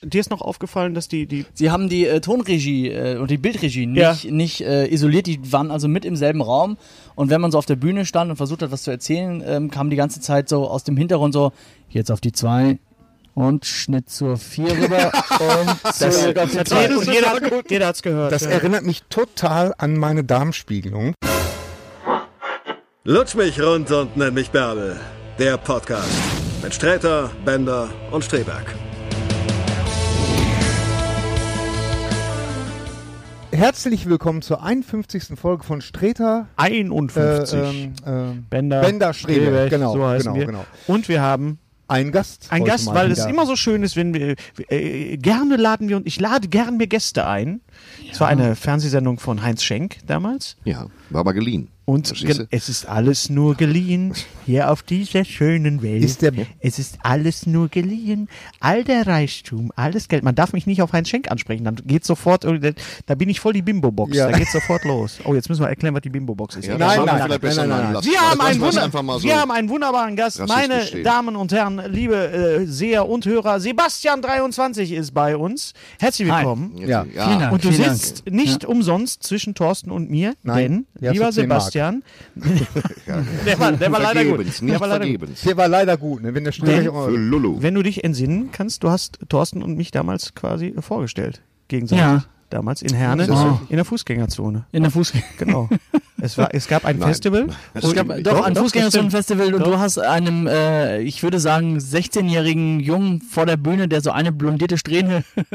Dir ist noch aufgefallen, dass die, die Sie haben die äh, Tonregie äh, und die Bildregie Ja. nicht, nicht äh, isoliert, die waren also mit im selben Raum. Und wenn man so auf der Bühne stand und versucht hat, was zu erzählen, ähm, kam die ganze Zeit so aus dem Hintergrund so, jetzt auf die zwei und Schnitt zur vier rüber und zurück auf die zwei. und jeder, hat, jeder hat's gehört. Das erinnert mich total an meine Darmspiegelung. Lutsch mich rund und nenn mich Bärbel. Der Podcast mit Sträter, Bender und Streberg. Herzlich willkommen zur 51. Folge von Streter 51. ähm, ähm, Bender, Bender Streberg, Streberg, genau, so heißen genau, wir. genau. Und wir haben Ein Gast. einen heute Gast, mal weil wieder. es immer so schön ist, wenn wir äh, gerne laden wir und ich lade gern mir Gäste ein. Es war eine Fernsehsendung von Heinz Schenk damals Ja, war aber geliehen. und Verstehst ge- du? es ist alles nur geliehen hier auf dieser schönen Welt. Ist der- es ist alles nur geliehen, all der Reichtum, alles Geld. Man darf mich nicht auf Heinz Schenk ansprechen, dann geht sofort irgendwie- da bin ich voll die Bimbo Box, Ja. da geht sofort los. Oh, jetzt müssen wir erklären, was die Bimbo Box ist. Ja, das Nein, sollten wir nein, vielleicht nein, besser nein, mal nein. lassen. Sie Das haben, lassen einen wir uns Wunder einfach mal so. Sie haben einen wunderbaren Gast. rassistisch Meine stehen. Damen und Herren, liebe äh, Seher und Hörer, Sebastian23 ist bei uns. Herzlich willkommen. Ja. Vielen Dank. Und du Vielen sitzt nicht umsonst zwischen Thorsten und mir, Nein, denn, ja, lieber für 10 Mark. Sebastian, der war, der war leider gut. Vergebens, Der nicht war leider gut. vergebens. Der war leider gut, ne? Wenn der Streberg Denn- Für immer, Lulu. Wenn du dich entsinnen kannst, du hast Thorsten und mich damals quasi äh, vorgestellt. Gegenseitig. Ja. Damals in Herne, Das ist so. in der Fußgängerzone. In der Fußgänger. Genau. es, war, es gab ein Nein. Festival. Es gab- Doch, Doch, ein doch, Fußgängerzonenfestival und du hast einem, äh, ich würde sagen, 16-jährigen Jungen vor der Bühne, der so eine blondierte Strähne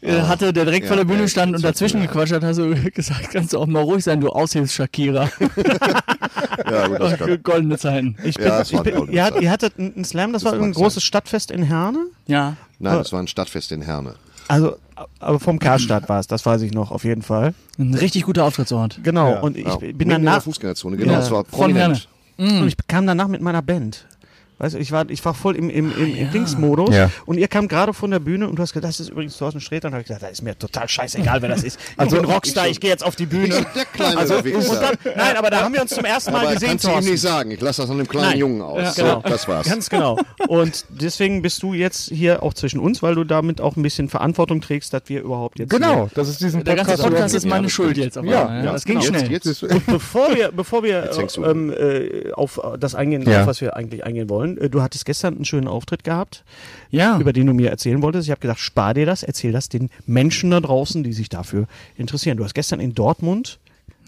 äh, Ah, hatte, der direkt ja, vor der Bühne ja, stand und jetzt dazwischen gequatscht hat, hast du gesagt, kannst du auch mal ruhig sein, du Aushilfs-Shakira. Ja, gut, das kann. Goldene Zeiten. Ich bin, Ja, es ich war ein bin, goldenes ihr, hat, Zeichen. ihr hattet einen einen Slam, das, Das war ein mag großes sein. Stadtfest in Herne. Ja. Nein, das war ein Stadtfest in Herne. Also, aber vom Karstadt war es, das weiß ich noch, auf jeden Fall. Ein richtig guter Auftrittsort. Genau, und ich Ja, bin mitten in der danach, Fußgängerzone, genau, Ja, das war von Herne. prominent. und ich kam danach mit meiner Band. Weißt du, ich war, ich war voll im, im, Ah, im, im Dingsmodus Ja. und ihr kam gerade von der Bühne und du hast gesagt, das ist übrigens Thorsten Sträter. Und hab ich gesagt, das ist mir total scheißegal, wer das ist. Also, ich bin Rockstar, ich gehe jetzt auf die Bühne. Der kleine Also, Wichser. und dann, nein, aber da haben wir uns zum ersten Mal aber gesehen, kannst du ihm Thorsten. nicht sagen, ich lasse das an dem kleinen Nein. Jungen aus. Ja, genau. so, das war's. Ganz genau. Und deswegen bist du jetzt hier auch zwischen uns, weil du damit auch ein bisschen Verantwortung trägst, dass wir überhaupt jetzt. genau, das ist diesen Der ganze Podcast. Podcast ist meine das Schuld stimmt. jetzt. auf Ja, einmal, ja, Das ging jetzt, schnell. jetzt, Bevor wir, bevor wir hängst du. äh, ähm, äh, auf äh, das eingehen, Ja. auf was wir eigentlich eingehen wollen, äh, du hattest gestern einen schönen Auftritt gehabt, Ah. Ja. über den du mir erzählen wolltest. Ich habe gedacht, spar dir das, erzähl das den Menschen da draußen, die sich dafür interessieren. Du hast gestern in Dortmund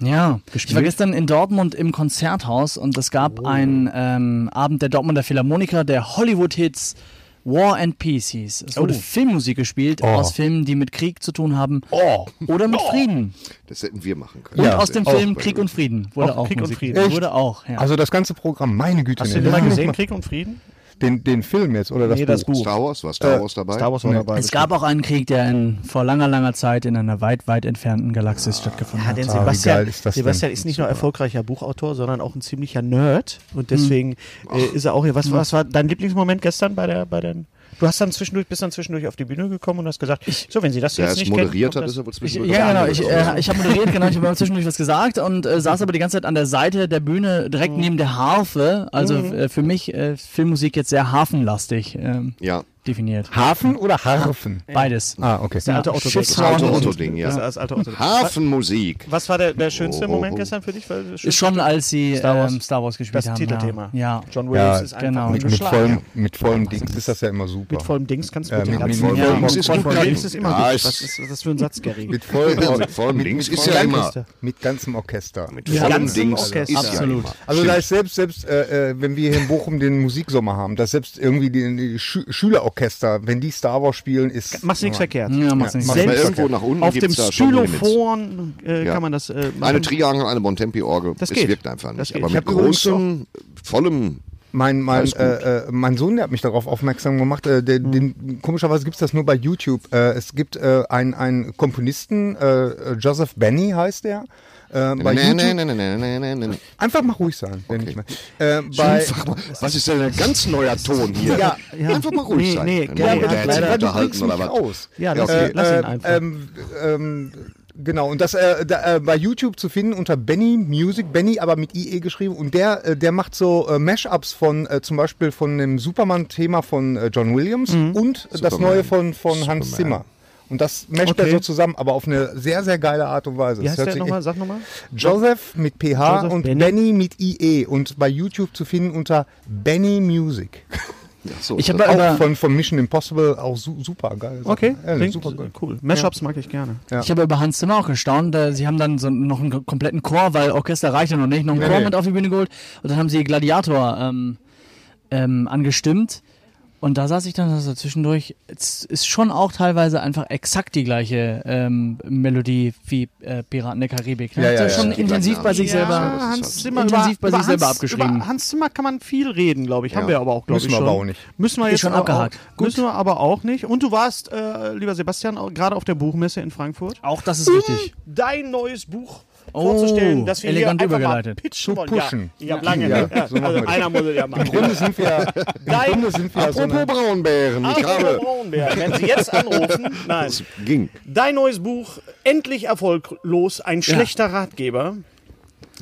Ja, gespielt? Oh. ich war gestern in Dortmund im Konzerthaus und es gab einen ähm, Abend der Dortmunder Philharmoniker, der Hollywood-Hits War and Peace hieß. Es Oh. wurde Filmmusik gespielt aus Filmen, die mit Krieg zu tun haben Oh. Oh. oder mit Frieden. Das hätten wir machen können. Und aus dem Auch Film bei Krieg uns. und Frieden wurde auch, Oh. Krieg und Musik. Frieden. Echt? Wurde auch, ja. Also das ganze Programm, meine Güte. Genau. Hast ne? du den mal Das ist gesehen, nicht Krieg und Frieden? mal- Den, den Film jetzt oder das Nee, Buch? das Buch. Star Wars, war Star Wars dabei? Äh, Star Wars war dabei. es gab auch einen Krieg, der in, vor langer, langer Zeit in einer weit, weit entfernten Galaxis stattgefunden Ja, hat. denn Ah, wie Sebastian, geil ist das denn? Sebastian ist nicht nur erfolgreicher Buchautor, sondern auch ein Hm. ziemlicher Nerd. Und deswegen äh, ist er auch hier. Was, was war dein Lieblingsmoment gestern bei der, bei den Du hast dann zwischendurch, bist dann zwischendurch auf die Bühne gekommen und hast gesagt, so, wenn sie das Der jetzt es nicht moderiert kennen, kommt hat, ist er wohl Ich, zwischendurch. ja, genau. drauf Ich, gekommen. äh, ich habe moderiert, genau. Ich habe zwischendurch was gesagt und äh, saß aber die ganze Zeit an der Seite der Bühne, direkt neben der Harfe. Also äh, für mich äh, Filmmusik jetzt sehr hafenlastig ähm, ja, definiert. Hafen oder Harfen? Beides. Ah, okay. das alte Auto. Schiffs- das alte Auto- Autoding, Das, ja. das alte Auto. Hafenmusik. Was war der, der schönste Oh, oh, Moment oh. gestern für dich? Weil das Ist schon, als sie Star Star Wars. Wars, ähm, Star Wars gespielt das haben. Titelthema. Ja. John Williams Ja, ist einfach genau. nur Mit- Mit, mit mit geschlagen. vollem, mit vollem Dings ist das ja immer super. Mit vollem Dings kannst du Ja, mit dem mit- ganzen mit vollem Dings mit ist vollem gut. Dings ist immer Ja, gut. ist- Was ist das für ein Satzgerät? Genau. Mit vollem, Ja, mit vollem Dings ist ja vollem- immer. Mit ganzem Orchester. Mit vollem ganzen Dings Orchester. ist ja Absolut. immer. Also Stimmt. da ist selbst, selbst äh, äh, wenn wir hier in Bochum den Musiksommer haben, dass selbst irgendwie die, die Schü Schülerorchester, wenn die Star Wars spielen, ist... Machst nichts verkehrt. Ja, mach's Ja, nicht. mach- Mal Selbst irgendwo nach unten auf dem gibt's da schon Limits. Stylophon äh, Ja. kann man das äh, Eine machen. Triangel, eine Bontempi-Orgel. Das Das geht. Es wirkt einfach Das nicht. geht. Aber Ich mit hab übrigens großem, vollem. Mein, mein, Alles gut. Hm. äh, äh, mein Sohn der hat mich darauf aufmerksam gemacht. Äh, der, den, komischerweise gibt's das nur bei YouTube. Äh, es gibt äh, einen, einen Komponisten, äh, Joseph Benny heißt der. Äh, bei Nee, YouTube. nee, nee, nee, nee, nee, nee, nee, nee. Einfach mal ruhig sein, wenn Okay. ich mal. Äh, bei, Einfach mal, was ist denn ein ganz neuer Ton hier? Ja, Einfach mal ruhig Nee, sein. nee, Dann gerne. wollen wir Ja, jetzt leider- unterhalten oder was? aus. Ja, Ja, lass, okay. ihn, lass ihn einfach. Ähm, ähm, genau, und das äh, da, äh, bei YouTube zu finden unter Benny Music, Benny aber mit IE geschrieben. Und der, äh, der macht so äh, Mashups von äh, zum Beispiel von dem Superman-Thema von äh, John Williams Mhm. und äh, das Superman. neue von, von Hans Superman. Zimmer. Und das masht er Okay. so zusammen, aber auf eine sehr, sehr geile Art und Weise. Wie Das heißt hört der sich nochmal? echt- Sag nochmal. Joseph mit PH Joseph und Benny. Benny. mit IE. Und bei YouTube zu finden unter Benny Music. Ach so, Ich hab das- da- Auch Aber- von, von Mission Impossible, auch su super geil. Okay, ja, klingt super geil. cool. Mashups mag ich gerne. Ja. Ich habe über Hans Zimmer auch gestaunt. äh, Sie haben dann so noch einen kompletten Chor, weil Orchester reichte noch nicht, noch einen Nee, Chor nee. mit auf die Bühne geholt. Und dann haben sie Gladiator ähm, ähm, angestimmt. Und da saß ich dann so zwischendurch. Es ist schon auch teilweise einfach exakt die gleiche ähm, Melodie wie äh, Piraten der Karibik. Ne? Ja, Das ja, ist ja, schon ja. intensiv bei sich Ja. selber. das ist Hans halt- Zimmer Intensiv bei über, sich über selber Hans, abgeschrieben. Über Hans Zimmer kann man viel reden, glaube ich. Haben wir aber auch, glaube ich, Müssen wir schon. aber auch nicht. Müssen wir Ist jetzt schon aber abgehakt. Auch, müssen wir aber auch nicht. Und du warst, äh, lieber Sebastian, auch gerade auf der Buchmesse in Frankfurt. Auch das ist richtig. dein neues Buch Oh, vorzustellen, dass wir hier elegant einfach mal übergeleitet. pitchen Zu wollen. pushen. Ja, ja lange. Ja, Ja, so machen also wir das. einer muss es ja Im machen. Grunde sind wir, im Grunde sind wir so Oh, Apropos eine, Braunbären, Ah. ich Arthur habe. Braunbär, wenn Sie jetzt anrufen, nein. Es ging. Dein neues Buch, endlich erfolglos, ein schlechter Ratgeber.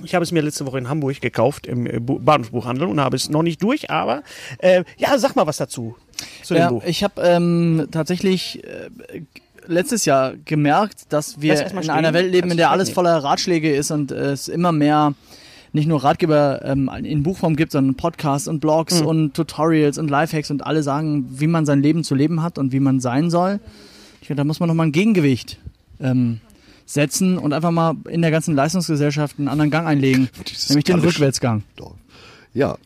Ich habe es mir letzte Woche in Hamburg gekauft, im äh, Bu- Bahnhofsbuchhandel und habe es noch nicht durch, aber äh, ja, sag mal was dazu, zu dem Ja, Buch. ich habe ähm, tatsächlich äh, g- letztes Jahr gemerkt, dass wir Lass erst mal in stehen. einer Welt leben, in der Kannst alles du voller Ratschläge ist und äh, es immer mehr nicht nur Ratgeber ähm, in Buchform gibt, sondern Podcasts und Mhm. Blogs und Tutorials und Lifehacks und alle sagen, wie man sein Leben zu leben hat und wie man sein soll. Ich finde, da muss man nochmal ein Gegengewicht ähm, setzen und einfach mal in der ganzen Leistungsgesellschaft einen anderen Gang einlegen, Dieses nämlich den gallische- Rückwärtsgang. Ja. Ja,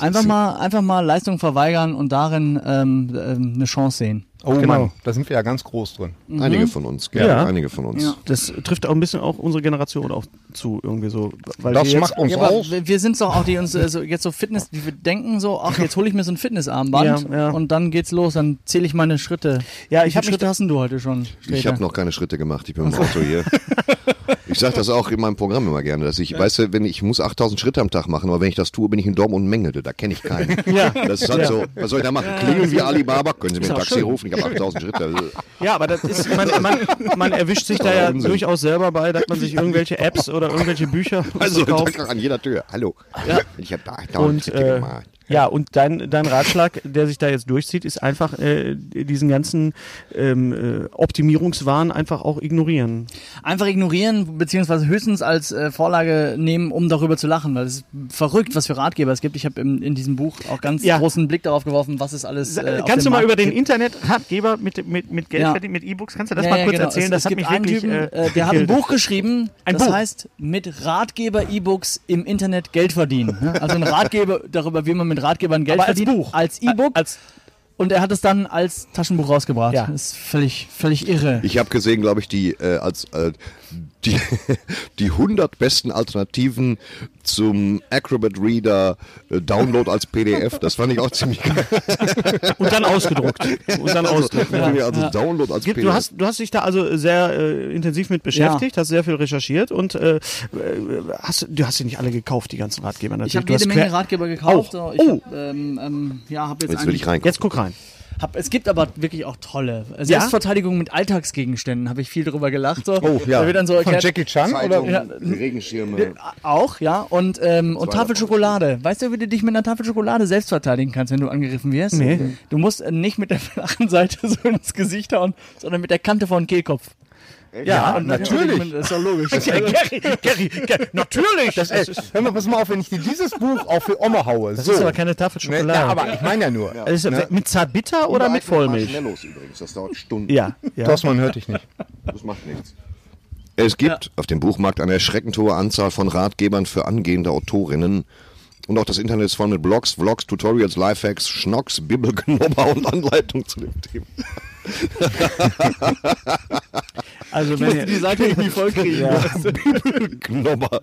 einfach mal, einfach mal Leistung verweigern und darin ähm, ähm, eine Chance sehen. oh Genau. Mann, da sind wir ja ganz groß drin. Einige von uns, gerne. Mhm. Ja. Einige von uns. Ja. Das trifft auch ein bisschen auch unsere Generation auch zu, irgendwie so. Weil Das wir jetzt, macht uns Ja, aber auch. wir wir sind's doch auch, die uns äh, so, jetzt so Fitness, die wir denken so, ach, jetzt hole ich mir so ein Fitnessarmband Ja, ja. und dann geht's los, dann zähle ich meine Schritte. Ja, Wie ich hab viele mich Schritte hast denn du heute schon? Ich Grete? habe noch keine Schritte gemacht, ich bin im Auto hier. Ich sage das auch in meinem Programm immer gerne, dass ich, weißt du, wenn ich muss 8000 Schritte am Tag machen, aber wenn ich das tue, bin ich in Dortmund und Mengelde, da kenne ich keinen. Ja. Das ist halt so, was soll ich da machen? Klingeln wie Alibaba, können Sie mir ein Taxi rufen, ich habe 8000 Schritte. ja, aber das ist, man, man, man erwischt sich da ja Unsinn. durchaus selber bei, dass man sich irgendwelche Apps oder irgendwelche Bücher Also, da kauft. kann an jeder Tür, hallo. Ich habe 8000 Und, Schritte äh, gemacht. ja, und dein, dein Ratschlag, der sich da jetzt durchzieht, ist einfach äh, diesen ganzen ähm, äh, Optimierungswahn einfach auch ignorieren. Einfach ignorieren, beziehungsweise höchstens als äh, Vorlage nehmen, um darüber zu lachen, weil es ist verrückt, was für Ratgeber es gibt. Ich habe in diesem Buch auch ganz Ja. großen Blick darauf geworfen, was es alles äh, auf kannst du dem mal Markt über den gibt. Internet-Ratgeber mit, mit, mit Geld Ja. verdienen, mit E-Books, kannst du das Ja, mal ja, kurz genau. erzählen? Es, das es hat gibt mich einen wirklich... Typen, äh, äh, der hat ein getildet. Buch geschrieben, Ein das Buch? heißt, mit Ratgeber-E-Books im Internet Geld verdienen. ne? Also ein Ratgeber darüber, wie man mit Ratgebern Geld Aber als verdient. Buch. Als E-Book. Als- und er hat es dann als Taschenbuch rausgebracht. Ja. Das ist völlig, völlig irre. Ich habe gesehen, glaube ich, die äh, als äh, die, die 100 besten Alternativen zum Acrobat Reader äh, Download als PDF. Das fand ich auch ziemlich geil. Und dann ausgedruckt. Und dann ausgedruckt. Wenn du dir Ja. also Download als Gibt- PDF. Du hast, du hast dich da also sehr äh, intensiv mit beschäftigt, hast sehr viel recherchiert und äh, äh, hast, du hast sie nicht alle gekauft, die ganzen Ratgeber. Ich habe natürlich. Du jede hast Menge quer- Ratgeber gekauft. Auch. So, Ich Oh. hab, ähm, ähm, ja, hab jetzt Jetzt einen, will ich reingucken. Jetzt guck rein. Hab, es gibt aber wirklich auch tolle. Also Ja? Selbstverteidigung mit Alltagsgegenständen, habe ich viel drüber gelacht. So. Oh, ja. Da wird dann so Von erklärt, Jackie Chan oder? Zeitung, Regenschirme. Auch, ja. Und, ähm, und Zwei Tafel davon. Schokolade. Weißt du, wie du dich mit einer Tafel Schokolade selbst verteidigen kannst, wenn du angegriffen wirst? Nee. Du musst äh, nicht mit der flachen Seite so ins Gesicht hauen, sondern mit der Kante von Kehlkopf. Ja, und- natürlich. Das ist doch logisch. Gary, Gary, Gary, natürlich. Das, ey, hör mal, pass mal auf, wenn ich dir dieses Buch auch für Oma haue. Das so. ist aber keine Tafel ne, Schokolade. na, aber ich meine ja nur. ne? Das ist Mit Zartbitter oder mit Vollmilch? Marshmallows übrigens, das dauert Stunden. Ja, ja. Dossmann hört dich nicht. Das macht nichts. Es gibt auf dem Buchmarkt eine erschreckend hohe Anzahl von Ratgebern für angehende Autorinnen. Und auch das Internet ist voll mit Blogs, Vlogs, Tutorials, Lifehacks, Schnocks, Bibelknobber und Anleitungen zu dem Thema. Also wenn ihr, Seite irgendwie voll kriegen. Bibelknobber.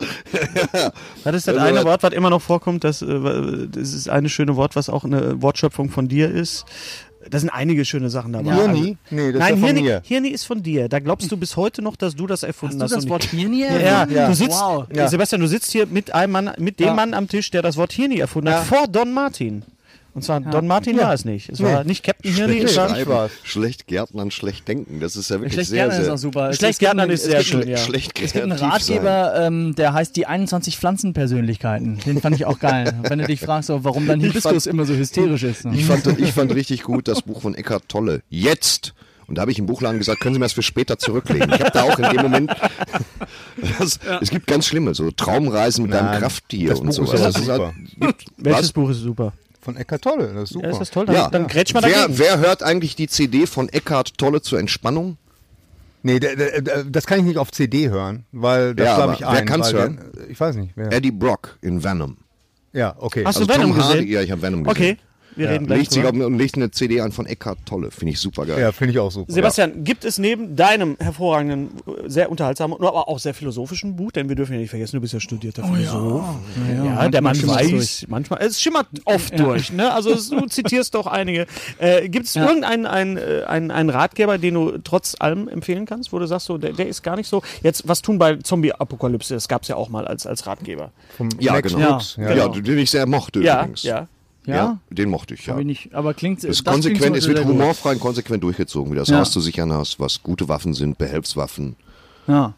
Das ist das Also, eine äh, Wort, was immer noch vorkommt. Das, äh, das ist eine schöne Wort, was auch eine Wortschöpfung von dir ist. Da sind einige schöne Sachen dabei. Also Hirni? Nee, Nein, das ist ja von Hirni, mir. Hirni ist von dir. Da glaubst du bis heute noch, dass du das erfunden hast. Hast du das und Wort Hirni? Ja, Ja. du sitzt, Wow. Ja. Sebastian, du sitzt hier mit einem Mann, mit dem Ja. Mann am Tisch, der das Wort Hirni erfunden hat, vor Don Martin. Und zwar Don Martin war es nicht. Es war Nee. nicht Captain Hirni, es war Schreiben. Spaß. Schlecht Gärtnern, schlecht denken. Das ist ja wirklich Schlecht sehr, Gärtnern ist sehr auch super. Es Schlecht gibt Gärtnern einen- ist es sehr gibt schön, einen- ja. schlecht Es gibt einen kreativ Ratgeber, ähm, der heißt die 21 Pflanzenpersönlichkeiten. Den fand ich auch geil. Wenn du dich fragst, so, warum dein Hibiskus immer so hysterisch ist. Ne? Ich fand, ich fand richtig gut das Buch von Eckhart Tolle. Jetzt! Und da habe ich im Buchladen gesagt, können Sie mir das für später zurücklegen. Ich habe da auch in dem Moment, das, es gibt ganz schlimme, so Traumreisen mit deinem Krafttier das und Buch sowas. ist aber Das super. halt- Welches was? Buch ist super? Von Eckart Tolle, das ist super. Ja, ist das toll? Dann, halt, Ja. dann grätsch mal wer, dagegen. wer hört eigentlich die CD von Eckhart Tolle zur Entspannung? Nee, der- der- der- das kann ich nicht auf CD hören, weil das Ja, glaube aber ich wer ein. kann's weil hören? der- Ich weiß nicht, wer. Eddie Brock in Venom. Ja, okay. Hast du Also Venom Tom Hardy- gesehen? Ja, ich habe Venom Okay, gesehen. wir reden gleich Legt sich drüber. auf, und legt eine CD an von Eckhart Tolle. Finde ich super geil. ja, finde ich auch super. Sebastian, gibt es neben deinem hervorragenden, äh, sehr unterhaltsamen, aber auch sehr philosophischen Buch, denn wir dürfen ja nicht vergessen, du bist ja studierter Philosoph. Ja, der Mann manchmal weiß, schimmert's manchmal, es schimmert oft durch, ne? Also es, du zitierst doch einige. Äh, gibt es Ja. irgendeinen einen, äh, einen, einen Ratgeber, den du trotz allem empfehlen kannst, wo du sagst, so, der, der ist gar nicht so. Jetzt, was tun bei Zombie-Apokalypse? Das gab es ja auch mal als, als Ratgeber. Vom ja Max genau. Brooks, ja, ja. den ich sehr mochte Ja, übrigens. ja. Ja, den mochte ich, ja. Hab ich nicht. Aber klingt Es ist das klingt zum konsequent, es Beispiel sehr wird gut. humorfrei und konsequent durchgezogen, wie das Ja. Haus zu sichern hast, was gute Waffen sind, Behelfswaffen. Ja.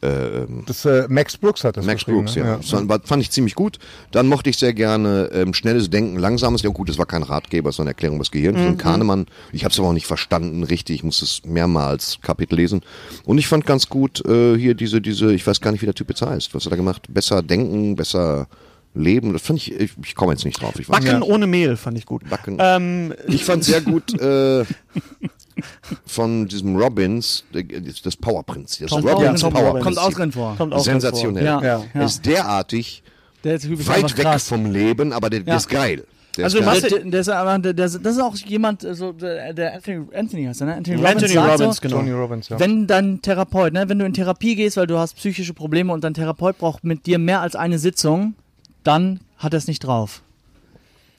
Das, äh, Max Brooks hat das Max geschrieben, Brooks, ne? ja. Das war, fand ich ziemlich gut. Dann mochte ich sehr gerne ähm, schnelles Denken, langsames Denken. Gut, das war kein Ratgeber, es war eine Erklärung des Gehirns Mhm. von Kahnemann. Ich habe es aber auch nicht verstanden, richtig. Ich musste es mehrmals Kapitel lesen. Und ich fand ganz gut äh, hier diese, diese, ich weiß gar nicht, wie der Typ jetzt heißt. Was hat er gemacht? Besser denken, besser leben. Das fand ich, ich, ich komme jetzt nicht drauf. Ich weiß Backen ohne Mehl fand ich gut. Backen. Ähm, Ich fand sehr gut äh, von diesem Robbins, äh, das Powerprinzip. Das Kommt auch Robbins drin vor. Power Kommt auch drin vor. kommt auch Sensationell. Ja, ja. Ist derartig Der Typ ist einfach weit weg krass. vom Leben, aber der, der Ja. ist geil. Der Also ist was- geil. Der, der, der ist aber, der, der, das ist auch jemand, äh, so, der, der Anthony, Anthony heißt er, ne? Anthony Robbins. Anthony sagt Robbins, so, genau. Tony Robbins, ja. Wenn dein Therapeut, ne, wenn du in Therapie gehst, weil du hast psychische Probleme und dein Therapeut braucht mit dir mehr als eine Sitzung, dann hat er es nicht drauf.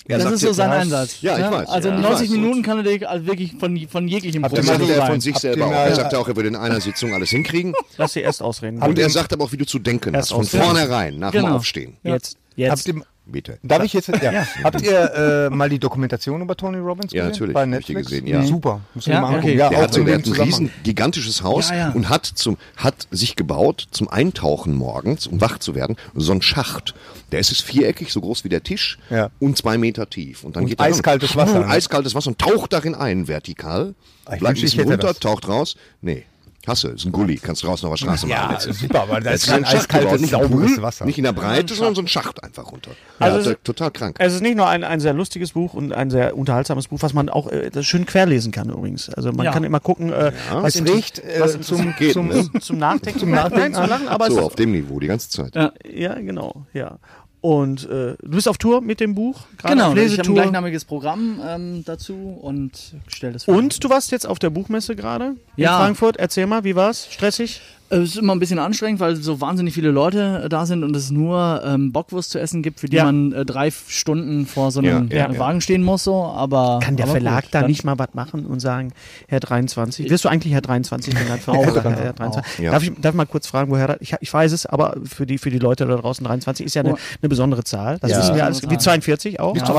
das sagt ist so jetzt, sein ja, Einsatz. ja, ich ne? weiß, Also ja, ich 90 weiß. Minuten kann er dir also wirklich von, von jeglichem Habt ihr Das mal Problem sagt er von sein. sich Habt selber ihr auch. mal- Er sagt auch, er würde in einer Sitzung alles hinkriegen. lass sie erst ausreden. Und er sagt aber auch, wie du zu denken hast. Von ausreden. vornherein, nach dem Genau. Aufstehen. jetzt. Habt Jetzt. ihr, Bitte. darf ich jetzt? Ja. Habt ihr äh, mal die Dokumentation über Tony Robbins Ja, gesehen? natürlich. Bei Hab ich die Netflix? gesehen, ja. Super. Muss ich Ja, mal angucken. okay. Ja, Der hat, auch so, in der dem hat ein Zusammenhang. riesen gigantisches Haus Ja, ja. und hat zum hat sich gebaut zum Eintauchen morgens, um wach zu werden, so ein Schacht. Der ist es viereckig, so groß wie der Tisch Ja. und zwei Meter tief. Und dann Und geht er rein. eiskaltes Wasser, Und ne? eiskaltes Wasser und taucht darin ein, vertikal. Ich bleibt wünschte, ein ich bisschen hätte runter, das. taucht raus. Nee. Hasse, ist ein Gully, kannst draußen auf der Straße machen. Ja, letztendlich. super, weil da Also Das ist kein ein Schacht gebaut, eiskaltes, nicht ein sauberes Pool, Wasser. Nicht in der Breite, sondern so ein Schacht einfach runter. Also Also, es- total krank. äh, Es ist nicht nur ein, ein sehr lustiges Buch und ein sehr unterhaltsames Buch, was man auch äh, das schön querlesen kann übrigens. Also man Ja. kann immer gucken, äh, was Es inter- riecht äh, was zum, Geht, zum, ne? zum Nachdenken, Zum Nachdenken Nein, zum Lachen, aber So, es auf dem Niveau, die ganze Zeit. Äh, ist, ja genau, ja. Und äh, du bist auf Tour mit dem Buch, gerade Genau, auf ich habe ein Lesetour. gleichnamiges Programm ähm, dazu und stell das vor. und du warst jetzt auf der Buchmesse gerade in Ja. Frankfurt. Erzähl mal, wie war's? Stressig? Äh, Es ist immer ein bisschen anstrengend, weil so wahnsinnig viele Leute äh, da sind und es nur ähm, Bockwurst zu essen gibt, für die Ja. man äh, drei Stunden vor so einem Ja, ja, äh, ja. Wagen stehen muss. So, aber Kann der aber Verlag gut, da dann- nicht mal was machen und sagen, Herr 23, wirst du eigentlich Herr 23 genannt? Vom Verlag, Herr 23. genau. Ja. Darf, ich, darf ich mal kurz fragen, woher ich, ich weiß es, aber für die, für die Leute da draußen, 23 ist ja Oh. eine, eine besondere Zahl. Das Ja. wissen wir alles. Wie 42 auch. Bist du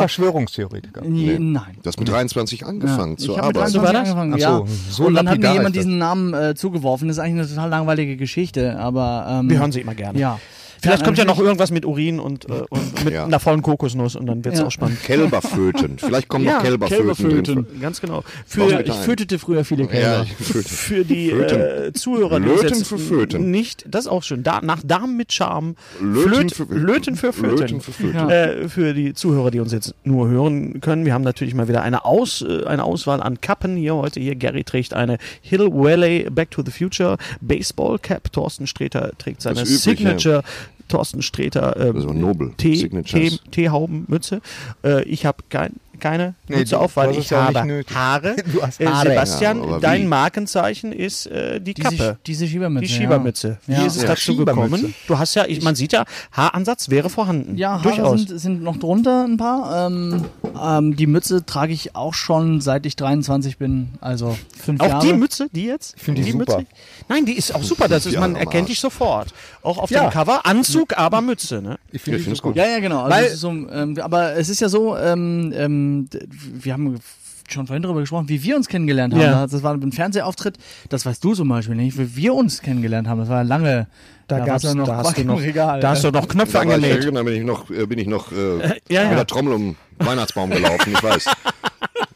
Verschwörungstheoretiker? Nee, Nein. Du hast mit 23 angefangen zu ich habe mit arbeiten. So 23 war das? angefangen, Ach ja. so, so und dann hat mir lapidar jemand ist das. diesen Namen äh, zugeworfen. Das ist eigentlich eine total langweilige Geschichte, aber ähm, Wir hören sie immer gerne. ja. Vielleicht Dann kommt ja noch natürlich- irgendwas mit Urin und, äh, und mit Ja. einer vollen Kokosnuss und dann wird es Ja. auch spannend. Kälberföten. Vielleicht kommen Ja, noch Kälberföten, drin. Ganz genau. Brauchen Für, wir Ich Nein. fötete früher viele Ja, Kälber. ich- Föten. für die Föten. äh, Zuhörer, die Löten uns jetzt für Föten. Nicht, das ist auch schön. Da, nach Darm mit Charme. Löten Flöt- für- Löten für Föten. Löten für Föten. Ja. Äh, für die Zuhörer, die uns jetzt nur hören können. Wir haben natürlich mal wieder eine, Aus, äh, eine Auswahl an Kappen hier heute. Hier Gary trägt eine Hill Valley Back to the Future Baseball Cap. Thorsten Sträter trägt seine Das Übliche. Signature. Thorsten Sträter äh, Das ist aber nobel. Tee- Signatures. Tee- Teehaubenmütze. Äh, ich habe kein, keine Mütze du- auf, du weil hast es ich ja auch nicht habe nötig. Haare. Du hast Äh, Haare. Sebastian, Ja, aber wie? dein Markenzeichen ist äh, die Diese, Kappe. Sch- diese Schiebermütze. Die Schiebermütze. Wie Ja. ist es Ja. dazu Schiebermütze. gekommen? Du hast ja, ich, man sieht ja, Haaransatz wäre vorhanden. Ja, Haare durchaus. Sind, sind noch drunter ein paar. Ähm, ähm, die Mütze trage ich auch schon seit ich 23 bin, also fünf auch Jahre. die Mütze, die jetzt? Ich finde die super. Nein, die ist auch super. Das ist, Ja, man am erkennt Arsch. dich sofort. Auch auf Ja. dem Cover. Anzug, aber Mütze. Ne? Ich Ja, finde ich finde es gut. Ja, ja, genau. Also Weil- es ist so, ähm, aber es ist ja so, ähm, ähm, d- wir haben schon vorhin darüber gesprochen, wie wir uns kennengelernt haben. Ja. Das war ein Fernsehauftritt, das weißt du zum Beispiel nicht, wie wir uns kennengelernt haben. Das war lange. gab's- warst du da hast du im noch, Regal. da hast du noch Knöpfe Da war ich, angenäht. da bin ich noch, äh, bin ich noch äh, ja, ja. mit der Trommel um den Weihnachtsbaum gelaufen. Ich weiß.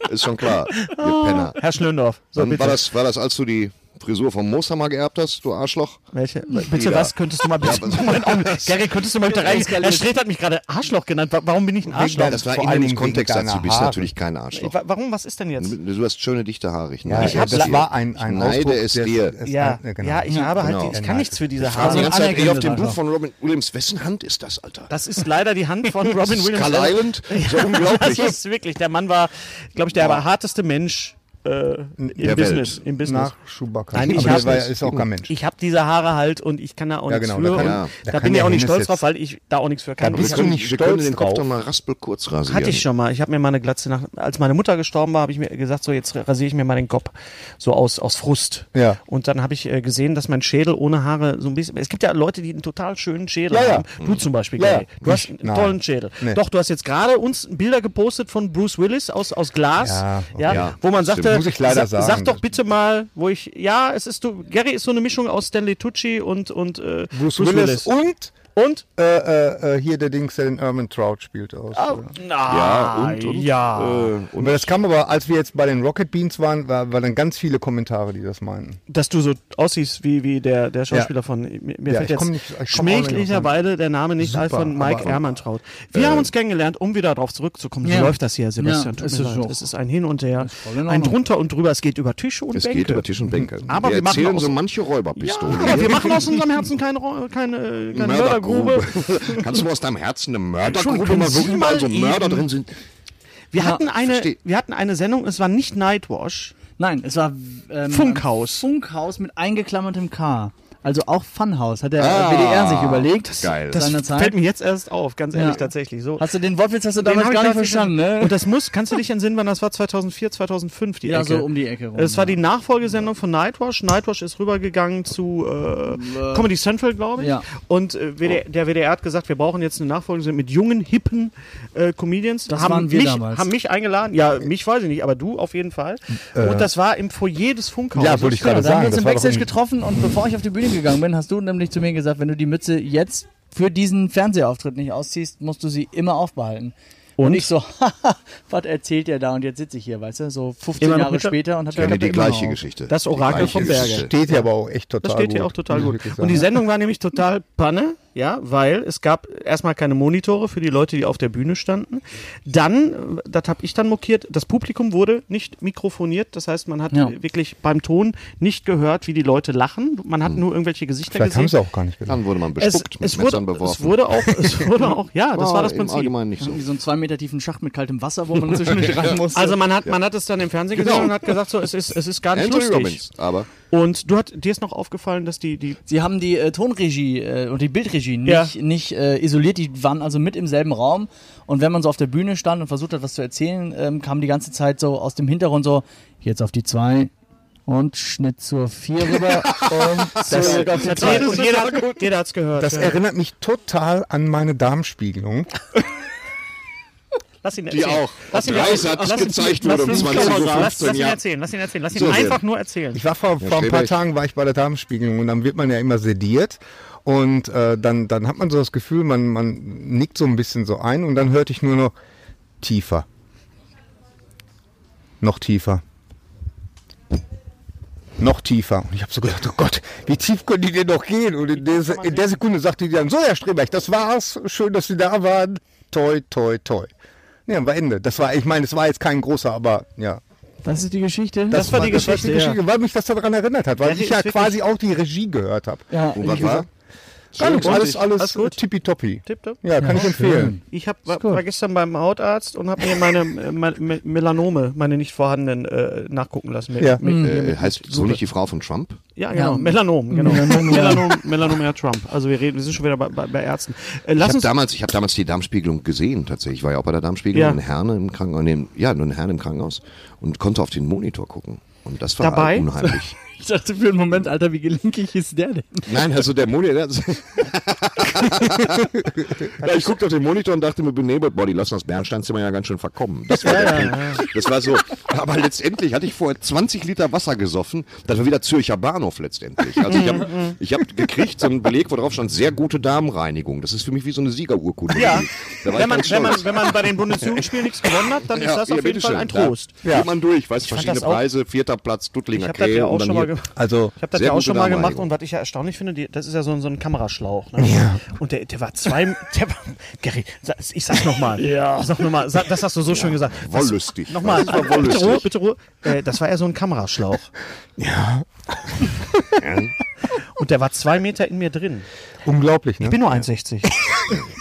Ist schon klar. Ihr Penner. Herr Schlöndorf, Ah. so Dann bitte. war das, war das, als du die Frisur vom Mooshammer geerbt hast, du Arschloch? Welche? Bitte Wieder. was? Könntest du mal bitte. was- Moment, oh, Gary, könntest du mal bitte rein? Eskaliert. Herr Sträter hat mich gerade Arschloch genannt. Wa- Warum bin ich ein Arschloch? Nein, das war vor innerlich allem wegen Kontext dazu. Du deiner bist Haare. natürlich kein Arschloch. Wa- Warum? Was ist denn jetzt? Du hast schöne, dichte Haare. Ich Ja, neide ich hab, es das dir. war ein, ein ich neide Ausdruck es des- dir. des- Ja, äh, genau. ja, ich habe halt, Genau. ich kann nichts für diese Also, Haare. die ganze Zeit, ey, auf dem Anerkennung Buch von Robin Williams, wessen Hand ist das, Alter? Das ist leider die Hand von Das Robin ist Williams. Skull Island? Ist ja unglaublich. Das ist wirklich, der Mann war, glaube ich, der harteste Mensch äh, im, Der Business, im Business. Nach Schubacker. Nein, ich Aber der hab's war, nicht. ist auch kein Mensch. Ich habe diese Haare halt und ich kann da auch Ja, nichts für. genau, da kann- und ja, da da bin kann ich ja auch nicht Hennes stolz jetzt- drauf, weil ich da auch nichts für kann. Dann bist wir du können, nicht wir können stolz den Kopf drauf? doch mal raspelkurz rasieren. Hatte ich schon mal. Ich habe mir mal eine Glatze nach, als meine Mutter gestorben war, habe ich mir gesagt, so jetzt rasiere ich mir mal den Kopf, so aus aus Frust. Ja. Und dann habe ich äh, gesehen, dass mein Schädel ohne Haare so ein bisschen. Es gibt ja Leute, die einen total schönen Schädel Ja, ja. haben. Du zum Beispiel. Ja, Gary. ja. Du hast einen Ich- nein. tollen Schädel. Nee. Doch, du hast jetzt gerade uns Bilder gepostet von Bruce Willis aus aus Glas, Ja, ja. wo man Stimmt. sagte, Muss ich leider sag, sag sagen. doch bitte mal, wo ich ja, es ist du. Gary ist so eine Mischung aus Stanley Tucci und und äh, Bruce Willis und und Oh, äh, äh, äh, hier der Dings, der den Erman Trout spielt. Aus, Ah. äh, Ja, und, und, ja. Äh, Und das kam aber, als wir jetzt bei den Rocket Beans waren, war, waren dann ganz viele Kommentare, die das meinten. dass du so aussiehst wie, wie der, der Schauspieler von. Mir, mir Ja, fällt ich komm jetzt nicht- ich komm auch nicht schmächlicherweise der Name nicht ein Super, von Mike aber- Ermantraut. Wir haben uns kennengelernt, um wieder darauf zurückzukommen. Ja. So läuft das hier, Sebastian. Ja, Tut ist mir es leid. so. Es ist ein Hin und Her, voll in Ordnung. ein drunter und drüber. Es geht über Tische und es Bänke. Mhm. geht über Tisch und Bänke. Aber wir wir machen erzählen auch so so- manche ja, Räuberpistole. wir machen aus unserem Herzen keine, Räu- keine, keine Mördergrube. Kannst du mal aus deinem Herzen eine Entschuldigung, Mördergrube können mal Sie wirklich mal mal so Mörder eben- drin sind? Wir, hatten eine, verstehe. wir hatten eine Sendung, es war nicht Nightwash. Nein, es war ähm, Funkhaus. Funkhaus mit eingeklammertem K. Also auch Funhaus hat der Ah, WDR sich überlegt. geil. Das seinerzeit. Fällt mir jetzt erst auf, ganz ehrlich, Ja. tatsächlich. So. Hast du den Wortwitz hast du Den damals hab ich gar nicht damals verstanden, ne? Und das muss, kannst du dich entsinnen, wann das war? 2004, 2005, die Ja, Ecke. so um die Ecke rum, Es war die ja. Nachfolgesendung von Nightwash. Nightwash ist rübergegangen zu äh, Comedy Central, glaube ich. Ja. Oh. Und äh, WDR, der WDR hat gesagt, wir brauchen jetzt eine Nachfolgesendung mit jungen, hippen äh, Comedians. Das haben waren wir mich, damals. Haben mich eingeladen. Ja, mich weiß ich nicht, aber du auf jeden Fall. Und das war im Foyer des Funkhauses. Äh. Ja, wollte ich Genau, gerade da haben sagen. wir uns Das im war doch Backstage ein- getroffen und bevor ich auf die Bühne gegangen bin, hast du nämlich zu mir gesagt, wenn du die Mütze jetzt für diesen Fernsehauftritt nicht ausziehst, musst du sie immer aufbehalten. Und, ich so, haha, was erzählt der da und jetzt sitze ich hier, weißt du, so 15 Immer noch Jahre mit der- später und hab Kennt ihr die Kappe immer noch gleiche auf. Geschichte? genau. Das Die Orakel gleiche vom Berge. Geschichte. Steht hier aber auch echt total Das steht gut. hier auch total muss ich gut. wirklich Und die sagen. Sendung war nämlich total Panne, ja, weil es gab erstmal keine Monitore für die Leute, die auf der Bühne standen. Dann, das habe ich dann mokiert, das Publikum wurde nicht mikrofoniert. Das heißt, man hat Ja. wirklich beim Ton nicht gehört, wie die Leute lachen. Man hat nur irgendwelche Gesichter Vielleicht haben gesehen. sie auch gar nicht gedacht. Dann wurde man Es, bespuckt, mit es, wurde, Messern beworfen. Ah, es wurde auch, es wurde auch, ja, das war das Im Prinzip. Allgemeinen nicht so. Irgendwie so einen zwei Meter tiefen Schacht mit kaltem Wasser, wo man zwischendurch ran muss. Also man hat, man hat es dann im Fernsehen gesehen und hat gesagt, so, es ist, es ist gar nicht Anthony lustig. Robbins, aber Und du hat, dir ist noch aufgefallen, dass die, die Sie haben die äh, Tonregie äh, und die Bildregie nicht, Ja. nicht äh, isoliert, die waren also mit im selben Raum. Und wenn man so auf der Bühne stand und versucht hat, was zu erzählen, ähm, kam die ganze Zeit so aus dem Hintergrund so, jetzt auf die zwei und Schnitt zur vier rüber und zurück auf die zwei. und jeder, jeder hat's gehört. Das ja. erinnert mich total an meine Darmspiegelung. Lass ihn Die erzählen. auch. Auf Lass ihn drei erzählen. Satz Lass ihn- gezeigt lass wurde um ihn- 20 Uhr Lass ihn 15 Jahre. erzählen, lass ihn erzählen, lass ihn So, einfach Sven. nur erzählen. Ich war vor, vor ein Schäfer, paar ich- Tagen war ich bei der Darmspiegelung und dann wird man ja immer sediert und äh, dann, dann hat man so das Gefühl, man, man nickt so ein bisschen so ein und dann hörte ich nur noch tiefer. Noch tiefer. Noch tiefer. Und ich habe so gedacht, oh Gott, wie tief können die denn noch gehen? Und in der, in der Sekunde sagte die dann, so Herr Streberich, das war's. Schön, dass Sie da waren. Toi, toi, toi. Ja, war Ende. Das war, ich meine, es war jetzt kein großer, aber ja. Das ist die Geschichte. Das, war die war Geschichte, weil mich das daran erinnert hat, weil Ja, die ich ja ist wirklich- quasi auch die Regie gehört habe. ja, Und was war? Gar nichts, alles, alles, Alles gut? tippitoppi. Tipptopp. Ja, kann ich empfehlen. Ich hab, war, gut. war gestern beim Hautarzt und habe mir meine, äh, meine Me- Melanome, meine nicht vorhandenen, äh, nachgucken lassen. Ja. Mit, Äh, heißt so nicht die Frau von Trump? ja genau. Ja. Melanom, genau. Melanom. Melanom, Melanom Herr Trump. Also wir reden, wir sind schon wieder bei, bei, bei Ärzten. Äh, Ich lass habe uns. damals, ich hab damals die Darmspiegelung gesehen, tatsächlich. Ich war ja auch bei der Darmspiegelung Ja. in Herne im Krankenhaus. Nee, ja, in Herne im Krankenhaus. Und konnte auf den Monitor gucken. Und das war Dabei? unheimlich. Ich dachte für einen Moment, Alter, wie gelenkig ist der denn? Nein, also der Monitor. ja, ich guckte auf den Monitor und dachte mir, benebelt, boah, die lassen das Bernsteinzimmer ja ganz schön verkommen. Das war, der Punkt. das war so. Aber letztendlich hatte ich vorher 20 Liter Wasser gesoffen. Das war wieder Zürcher Bahnhof letztendlich. Also Mhm. ich habe ich hab gekriegt so einen Beleg, wo drauf stand, sehr gute Darmreinigung. Das ist für mich wie so eine Siegerurkunde. Ja. Da war Wenn man, ich ganz wenn, man, stolz. wenn man bei den Bundesjugendspielen nichts gewonnen hat, dann ist das ja, auf jeden Fall bitteschön. ein Trost. Da geht man durch, weiß verschiedene das auch- Preise, vierter Platz, Ich Duttlinger habe das ja Creme auch und schon dann mal hier. gemacht. Also, Ich habe das Sehr ja auch gute schon mal gemacht Darmreinigung. und was ich ja erstaunlich finde, die, das ist ja so, ein- so ein Kameraschlauch. Ne? Ja. Und der, der war zwei. Der war, Gary, sa- ich sag's nochmal. ja. Sag noch mal, sag, das hast du so schön gesagt. Das- Wollüstig. Nochmal, Das war bitte Ruhe, wollüstig. bitte Ruhe. Äh, das war ja so ein Kameraschlauch. Ja. Und der war zwei Meter in mir drin. unglaublich, Ich ne? bin nur 1,60.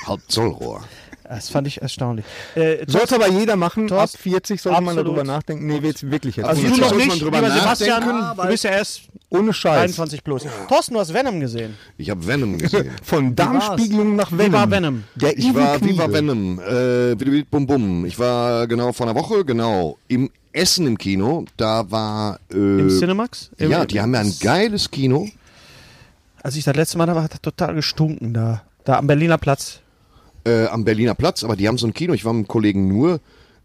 Halb Zollrohr. Das fand ich erstaunlich. Äh, also Sollte aber jeder machen, Thorsten, ab 40 sollte man absolut. darüber nachdenken. Nee, jetzt wirklich jetzt. also ohne, du jetzt noch muss man nicht, drüber lieber Sebastian, nachdenken. also. du bist ja erst ohne Scheiß. 21 plus. Thorsten, du hast Venom gesehen. Ich habe Venom gesehen. Von Darmspiegelung nach Venom. Wie war Venom? Der Ich war, Uwe wie war Knievel. Venom? Äh, bidi bidi bum bum. Ich war genau vor einer Woche, genau, im Essen im Kino. Da war. Äh, Im Cinemax? Im, ja, die haben ja ein geiles Kino. Als ich das letzte Mal da war, hat das total gestunken da. Da am Berliner Platz. äh, am Berliner Platz, aber die haben so ein Kino. Ich war mit einem Kollegen nur,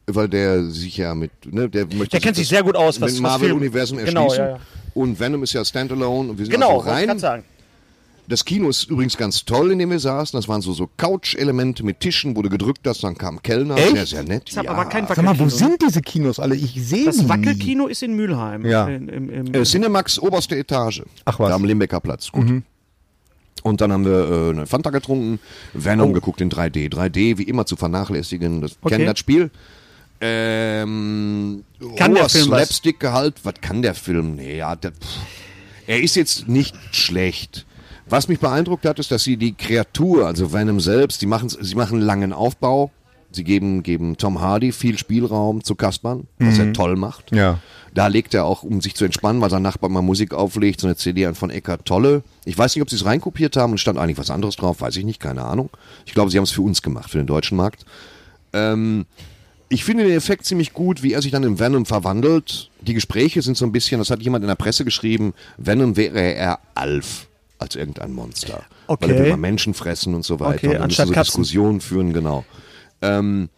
weil der sich ja mit, ne, der möchte Der kennt sich sehr gut aus, was- mit was Marvel Film- Universum erschließen. Genau, ja, ja. Und Venom ist ja Standalone und wir sind Genau, also wollte ich rein. gerade sagen. Das Kino ist übrigens ganz toll, in dem wir saßen. Das waren so, so Couch-Elemente mit Tischen, wo du gedrückt hast, dann kam ein Kellner. Sehr, sehr nett. Ich habe aber kein Sag mal, wo Wackelkino. sind diese Kinos alle? Ich sehe Das die nie. Wackelkino ist in Mülheim. Ja. In, im, im, Äh, Cinemax, oberste Etage. Ach was. Da am Limbecker Platz. Gut. Mhm. Und dann haben wir äh, eine Fanta getrunken, Venom geguckt in 3D. 3D, wie immer zu vernachlässigen, das Oh. Okay. kennen das Spiel. Ähm, Kann der hoher Film was? Slapstick-Gehalt, was kann der Film? Nee, ja, der, pff. er ist jetzt nicht schlecht. Was mich beeindruckt hat, ist, dass sie die Kreatur, also Venom selbst, die machen, sie machen langen Aufbau. Sie geben, geben Tom Hardy viel Spielraum zu Kaspern, was Mhm. er toll macht. Ja. Da legt er auch, um sich zu entspannen, weil sein Nachbar mal Musik auflegt, so eine CD an von Eckart Tolle. Ich weiß nicht, ob sie es reinkopiert haben und stand eigentlich was anderes drauf, weiß ich nicht, keine Ahnung. Ich glaube, sie haben es für uns gemacht, für den deutschen Markt. Ähm, ich finde den Effekt ziemlich gut, wie er sich dann in Venom verwandelt. Die Gespräche sind so ein bisschen, das hat jemand in der Presse geschrieben, Venom wäre er Alf als irgendein Monster. Okay. Weil er will mal Menschen fressen und so weiter. Okay, und dann anstatt müssen ne? so Katzen. Diskussionen führen, genau. Ähm,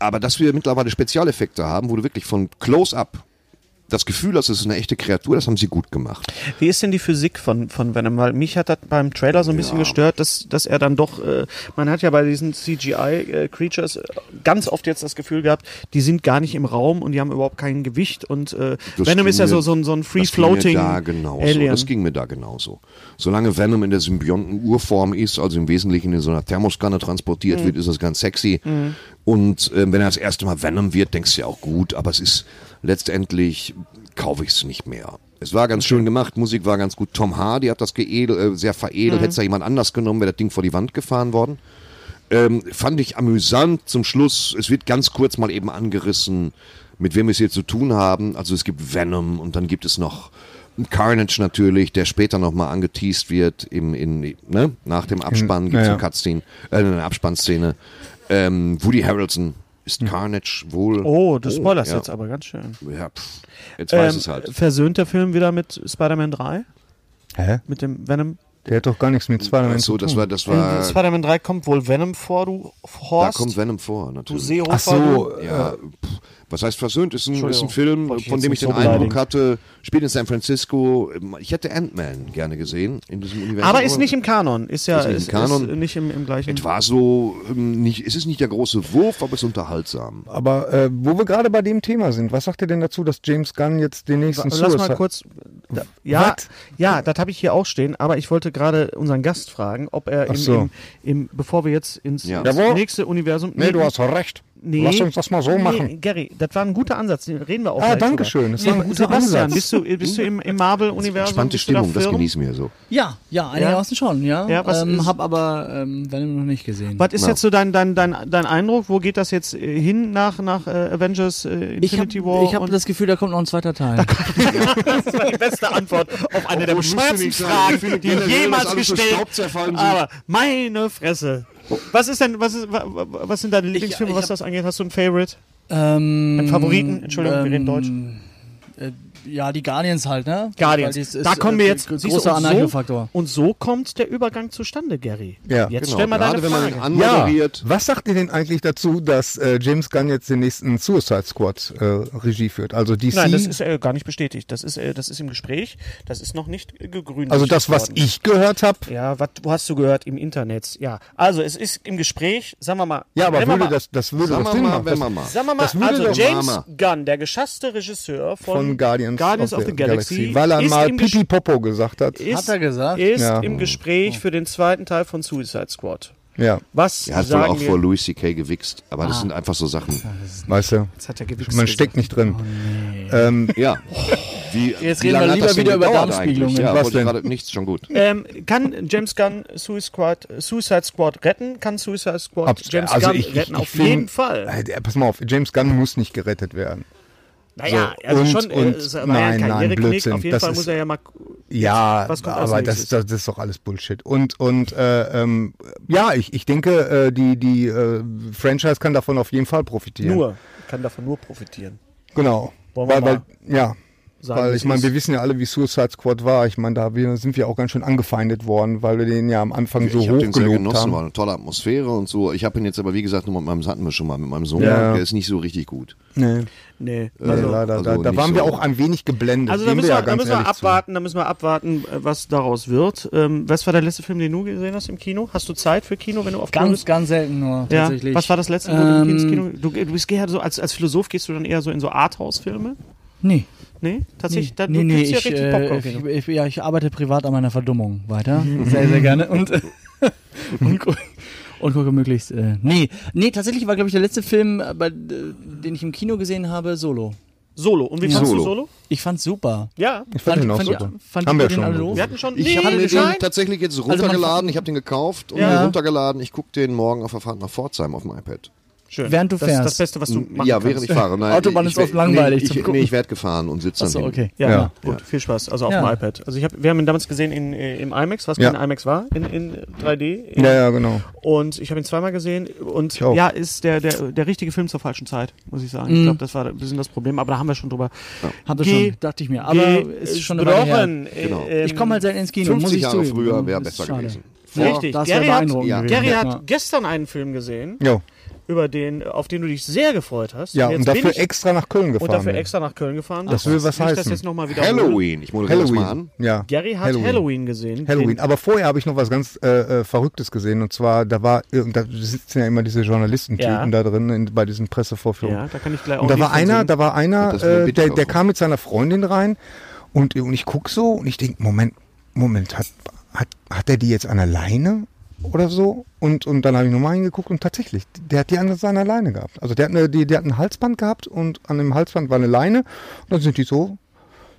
aber dass wir mittlerweile Spezialeffekte haben, wo du wirklich von Close-Up das Gefühl hast, es ist eine echte Kreatur, das haben sie gut gemacht. Wie ist denn die Physik von, von Venom? Weil mich hat das beim Trailer so ein bisschen gestört, dass, dass er dann doch, äh, man hat ja bei diesen CGI-Creatures äh, ganz oft jetzt das Gefühl gehabt, die sind gar nicht im Raum und die haben überhaupt kein Gewicht und äh, Das Venom ging ist ja mir- so, so ein, so ein das ging Free-Floating mir da genauso. Alien. Das ging mir da genauso. Solange Venom in der Symbionten-Urform ist, also im Wesentlichen in so einer Thermoskanne Mhm. transportiert wird, ist das ganz sexy. Und äh, wenn er das erste Mal Venom wird, denkst du ja auch gut, aber es ist letztendlich, kaufe ich es nicht mehr. Es war ganz schön gemacht, Musik war ganz gut. Tom Hardy hat das geedel, äh, sehr Mhm. veredelt. Hätte es ja jemand anders genommen, wäre das Ding vor die Wand gefahren worden. Ähm, fand ich amüsant zum Schluss. Es wird ganz kurz mal eben angerissen, mit wem wir es hier zu tun haben. Also es gibt Venom und dann gibt es noch Carnage natürlich, der später nochmal angeteased wird im, in, ne? nach dem Abspann gibt es ja. eine Cutscene, äh, eine Abspannszene. Ähm, Woody Harrelson ist Hm. Carnage wohl. Oh, du spoilerst ja. jetzt aber ganz schön. Ja, pff, jetzt weiß Ähm, es halt. Versöhnt der Film wieder mit Spider-Man 3? Hä? Mit dem Venom? Der hat doch gar nichts mit Spider-Man Achso, zu das tun. war, das war, In Spider-Man 3 kommt wohl Venom vor, du da Horst? kommt Venom vor, du natürlich. Seehofer? Ach du? so, Ja, Äh, pff, was heißt versöhnt? Ist ein, ist ein Entschuldigung, Film, wollte ich von jetzt dem ich nicht so den Eindruck beleidigen. hatte, spielt in San Francisco. Ich hätte Ant-Man gerne gesehen in diesem äh, Universum. Aber ist nicht im Kanon. Ist ja Ist nicht im ist, ist, Kanon. nicht im, im gleichen. Es war so, ähm, nicht, es ist nicht der große Wurf, aber es ist unterhaltsam. Aber äh, wo wir gerade bei dem Thema sind, was sagt ihr denn dazu, dass James Gunn jetzt den nächsten Also Lass mal Suicide... kurz. Da, ja, Was? ja, das habe ich hier auch stehen, aber ich wollte gerade unseren Gast fragen, ob er, Ach im, so. im, im, bevor wir jetzt ins, Ja. ins Jawohl. nächste Universum. nee, du hast recht. Nee. Lass uns das mal so Nee, machen. Gary, das war ein guter Ansatz, den reden wir auch Ah, gleich danke drüber. schön, das war ein guter Sebastian, Ansatz. Bist du, bist du im, im Marvel-Universum? Entspannte Bist du da Stimmung, das firm? genießen wir so. Ja, ja, einigermaßen schon, ja. Ja, was ähm, ist- hab aber ähm, Venom noch nicht gesehen. Was ist Ja. jetzt so dein, dein, dein, dein Eindruck? Wo geht das jetzt äh, hin nach, nach äh, Avengers äh, Ich habe Infinity War? hab und- das Gefühl, da kommt noch ein zweiter Teil. Das war die beste Antwort auf eine der Obwohl, müsste bescheuerten nicht sein. Ich Fragen, finde die generell, dass jemals alle so gestellt staubzerfallen sind. Aber meine Fresse. Was ist denn, was ist, wa- wa- was sind deine Lieblingsfilme, ich was hab- das angeht? Hast du einen Favorite? ähm, Einen Favoriten? Entschuldigung, wir reden Deutsch. Ja, die Guardians halt, ne? Guardians. Weil das ist, da kommen wir äh, jetzt. siehst du, Großer und Anarchofaktor. So, und so kommt der Übergang zustande, Gary. Ja, jetzt Genau, stell mal deine gerade wenn man Frage. Ja, anmoderiert. was sagt ihr denn eigentlich dazu, dass äh, James Gunn jetzt den nächsten Suicide Squad äh, Regie führt? Also DC, Nein, das ist äh, gar nicht bestätigt. Das ist, äh, das ist im Gespräch. Das ist noch nicht äh, gegründet. also das, was worden. ich gehört habe. Ja, was wo hast du gehört im Internet? Ja, also es ist im Gespräch, sagen wir mal. Ja, aber wenn wir würde mal- das, das würde Sagen das wir Sinn mal, machen. Das- wenn wir mal. Sagen wir mal, Das würde also doch- James Mama. Gunn, der geschasste Regisseur von, von Guardians, of, the, Galaxy, weil er ist mal im Pipi Popo gesagt hat. Ges- Hat er gesagt? Ist Ja. im Gespräch für den zweiten Teil von Suicide Squad. Ja, Was Er hat wohl sagen auch wir? vor Louis C.K. gewichst, aber das sind einfach so Sachen. weißt du, Jetzt hat er gewichst man gesagt. steckt nicht Oh, drin. ähm, Ja. Wie, Jetzt wie reden lange wir hat lieber das denn wieder über gedauert Darmspiegelungen. eigentlich? Ja, Was was denn? denn? Gerade, nichts, schon gut. Ähm, kann James Gunn Suicide Squad, Suicide Squad retten? Kann Suicide Squad Abs- James also Gunn ich- ich- retten? ich Auf find- jeden Fall. äh, pass mal auf, James Gunn muss nicht gerettet werden. Naja, so, also und- schon, und- äh, es war ja nein, ein nein, Karriereknick. Blödsinn. Auf jeden Das Fall ist- muss er ja mal. Ja, Was kommt als aber das, nächstes? das, das ist doch alles Bullshit. Und und äh, ähm, ja, ich, ich denke, äh, die die äh, Franchise kann davon auf jeden Fall profitieren. Nur, kann davon nur profitieren. Genau. Wollen wir weil, weil, mal ja. sagen, weil wie ich es meine, ist? wir wissen ja alle, wie Suicide Squad war. Ich meine, da wir, sind wir auch ganz schön angefeindet worden, weil wir den ja am Anfang so ich hoch habe den sehr gelobt genossen, war haben. eine tolle Atmosphäre und so. Ich habe ihn jetzt aber, wie gesagt, nur mit meinem, das hatten wir schon mal, mit meinem Sohn. Ja. Der ist nicht so richtig gut. Nee, Nee. also, leider, also da, da nicht waren wir so. auch ein wenig geblendet. Also da geben müssen wir, ja da ganz müssen wir ehrlich zu. abwarten, da müssen wir abwarten, äh, was daraus wird. Ähm, was war der letzte Film, den du gesehen hast im Kino? Hast du Zeit für Kino, wenn du auf Kino Ganz, bist? ganz selten nur, Ja. tatsächlich. Ähm, Was war das letzte, wo du ins Kino? Du, du bist eher so als, als Philosoph gehst du dann eher so in so Arthouse-Filme? Nee. Nee, tatsächlich. Nee, Da, du nee, nee gibst ja ich, richtig äh, Popcorn. Mhm. ich, ich, ja, ich arbeite privat an meiner Verdummung weiter. Sehr, sehr gerne. Und, und, gu- und gucke möglichst. Äh, nee. nee, tatsächlich war, glaube ich, der letzte Film, äh, bei, äh, den ich im Kino gesehen habe, Solo. Solo. Und wie fandest du Solo? Ich fand's super. Ja. Ich fand den auch fand, super. fand, fand Haben wir ihr den schon alle gelobt. Wir hatten schon. Ich habe mir nee, den nein. tatsächlich jetzt man- runtergeladen. ich habe den gekauft und Ja. runtergeladen. Ich gucke den morgen auf der Fahrt nach Pforzheim auf dem iPad. Schön. Während du das ist das fährst. Beste, was du machen ja, während kannst. ich fahre. Nein, Autobahn ich, ist oft ich- langweilig Nee, zum ich, Gucken. nee, ich werde gefahren und sitze dann. Achso, hinten. okay. Ja, Ja. gut, viel Spaß. Also auf Ja. dem iPad. Also ich hab, wir haben ihn damals gesehen in, äh, im IMAX, was Ja. kein IMAX war, in, in 3D. Ja, ja, genau. Und ich habe ihn zweimal gesehen und Ich auch. ja, ist der, der, der richtige Film zur falschen Zeit, muss ich Mhm. sagen. Ich glaube, das war ein bisschen das Problem, aber da haben wir schon drüber. Hab das Ge- schon, dachte ich mir. Aber ist schon eine Weile her. gesprochen. Genau. Äh, ähm, Ich komme halt selten ins Kino, muss 50 ich Jahre zugeben. Hm, früher wäre Das ist besser schade. gewesen. Ja, Richtig. das wäre Gary, hat, beeindruckend ja. gewesen. Gary Ja. hat gestern einen Film gesehen, Jo. über den, auf den du dich sehr gefreut hast. Ja, jetzt und bin dafür ich, extra nach Köln gefahren. und dafür bin. extra nach Köln gefahren. Das will was nicht, Das heißen. jetzt noch mal wieder Halloween. Ich moderiere das mal an. Halloween. Ja. Gary hat Halloween, gesehen. Halloween. Den, Aber vorher habe ich noch was ganz äh, äh, Verrücktes gesehen. Und zwar, da war, äh, und da sitzen ja immer diese Journalistentypen Ja. da drin in, bei diesen Pressevorführungen. ja, da kann ich gleich auch Und da ein war Lied von einer, singen. da war einer, das war äh, Bitch der, der auch. kam mit seiner Freundin rein und, und ich guck so und ich denk, Moment, Moment, hat, hat, hat der die jetzt an der Leine oder so? Und, und dann habe ich nochmal hingeguckt und tatsächlich, der hat die an seiner Leine gehabt. Also der hat, eine, die, der hat ein Halsband gehabt und an dem Halsband war eine Leine und dann sind die so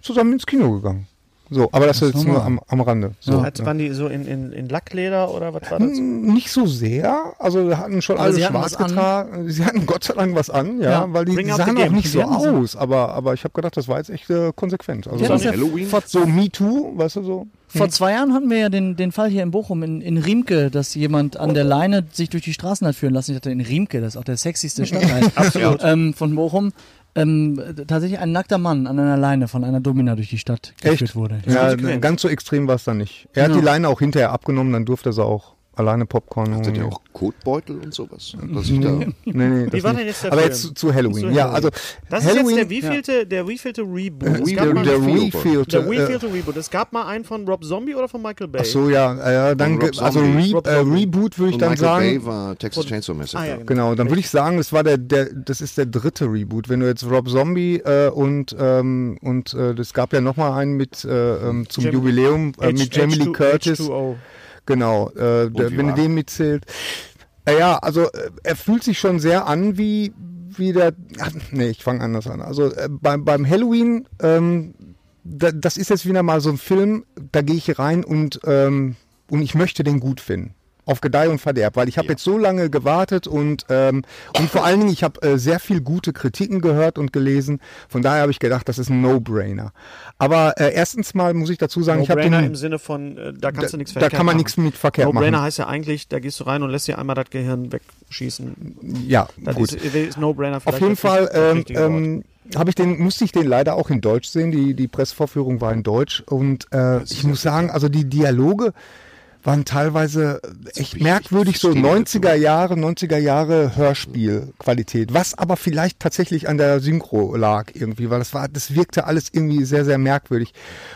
zusammen ins Kino gegangen. So, aber das, ist jetzt nur am, am Rande. So, Als ja. waren die so in, in, in Lackleder oder was war das? Nicht so sehr. Also wir hatten schon Aber alle sie hatten schwarz was an. getragen. Sie hatten Gott sei Dank was an, ja, Ja, weil die bring out sahen the auch game. nicht Die so hatten sie. aus. Aber, aber ich habe gedacht, das war jetzt echt äh, konsequent. Also Ja, das so, ist ja Halloween? vor, so Me Too, weißt du so. Hm. vor zwei Jahren hatten wir ja den, den Fall hier in Bochum, in, in Riemke, dass jemand an der Leine sich durch die Straßen hat führen lassen. Ich dachte, in Riemke, das ist auch der sexyste Stadtteil Absolut. Ähm, von Bochum. Ähm, tatsächlich ein nackter Mann an einer Leine von einer Domina durch die Stadt geführt wurde. Ja, ne, ganz so extrem war es dann nicht. Er hat die Leine auch hinterher abgenommen, dann durfte er sie auch alleine Popcorn holen. Sind ja auch Kotbeutel und sowas. Dass ich da Hm. Nee, nee, das war nicht. denn jetzt der Aber Film? jetzt zu, zu Halloween. Zu Ja, Halloween. also Das Halloween, ist jetzt der wievielte, der wievielte Reboot. Es Wie- der, gab mal der einen- Refield. Refilled. der Äh, wievielte Reboot. Es gab mal einen von Rob Zombie oder von Michael Bay. ach so, ja, äh, dann, Von Rob ge- also Zombie. Re Rob äh, Zombie. Reboot würde ich und dann Michael sagen. Bay war Texas Chainsaw Massacre. Ah, ja, genau. Genau, dann würde ich sagen, das war der, der, das ist der dritte Reboot. Wenn du jetzt Rob Zombie äh, und ähm, und äh, es gab ja noch mal einen mit äh, ähm, zum Jamie- Jubiläum äh, H- mit Jamie Lee H2- Curtis. H2O. Genau, äh, der, wie wenn du war's? den mitzählt. Naja, also äh, er fühlt sich schon sehr an wie, wie der. Ach, nee, ich fange anders an. Also äh, beim, beim Halloween, ähm, da, das ist jetzt wieder mal so ein Film, da gehe ich rein und, ähm, und ich möchte den gut finden. Auf Gedeih und Verderb, weil ich habe jetzt so lange gewartet und, ähm, und vor allen Dingen, ich habe äh, sehr viel gute Kritiken gehört und gelesen. Von daher habe ich gedacht, das ist ein No-Brainer. Aber äh, erstens mal muss ich dazu sagen, ich habe No-Brainer im den. Sinne von, äh, da kannst du Da, nichts da verkehrt kann man machen. nichts mit verkehrt machen. No-Brainer heißt ja eigentlich, da gehst du rein und lässt dir einmal das Gehirn wegschießen. Ja, Das gut. ist, ist No-Brainer Auf vielleicht jeden das Fall richtige- das ähm, richtige Wort. ähm, habe ich den, musste ich den leider auch in Deutsch sehen. Die, die Pressevorführung war in Deutsch und äh, ich muss sagen, also die Dialoge waren teilweise echt wichtig, merkwürdig, so verstehen wir 90er Jahre, 90er Jahre Hörspielqualität, was aber vielleicht tatsächlich an der Synchro lag irgendwie, weil das war, das wirkte alles irgendwie sehr, sehr merkwürdig.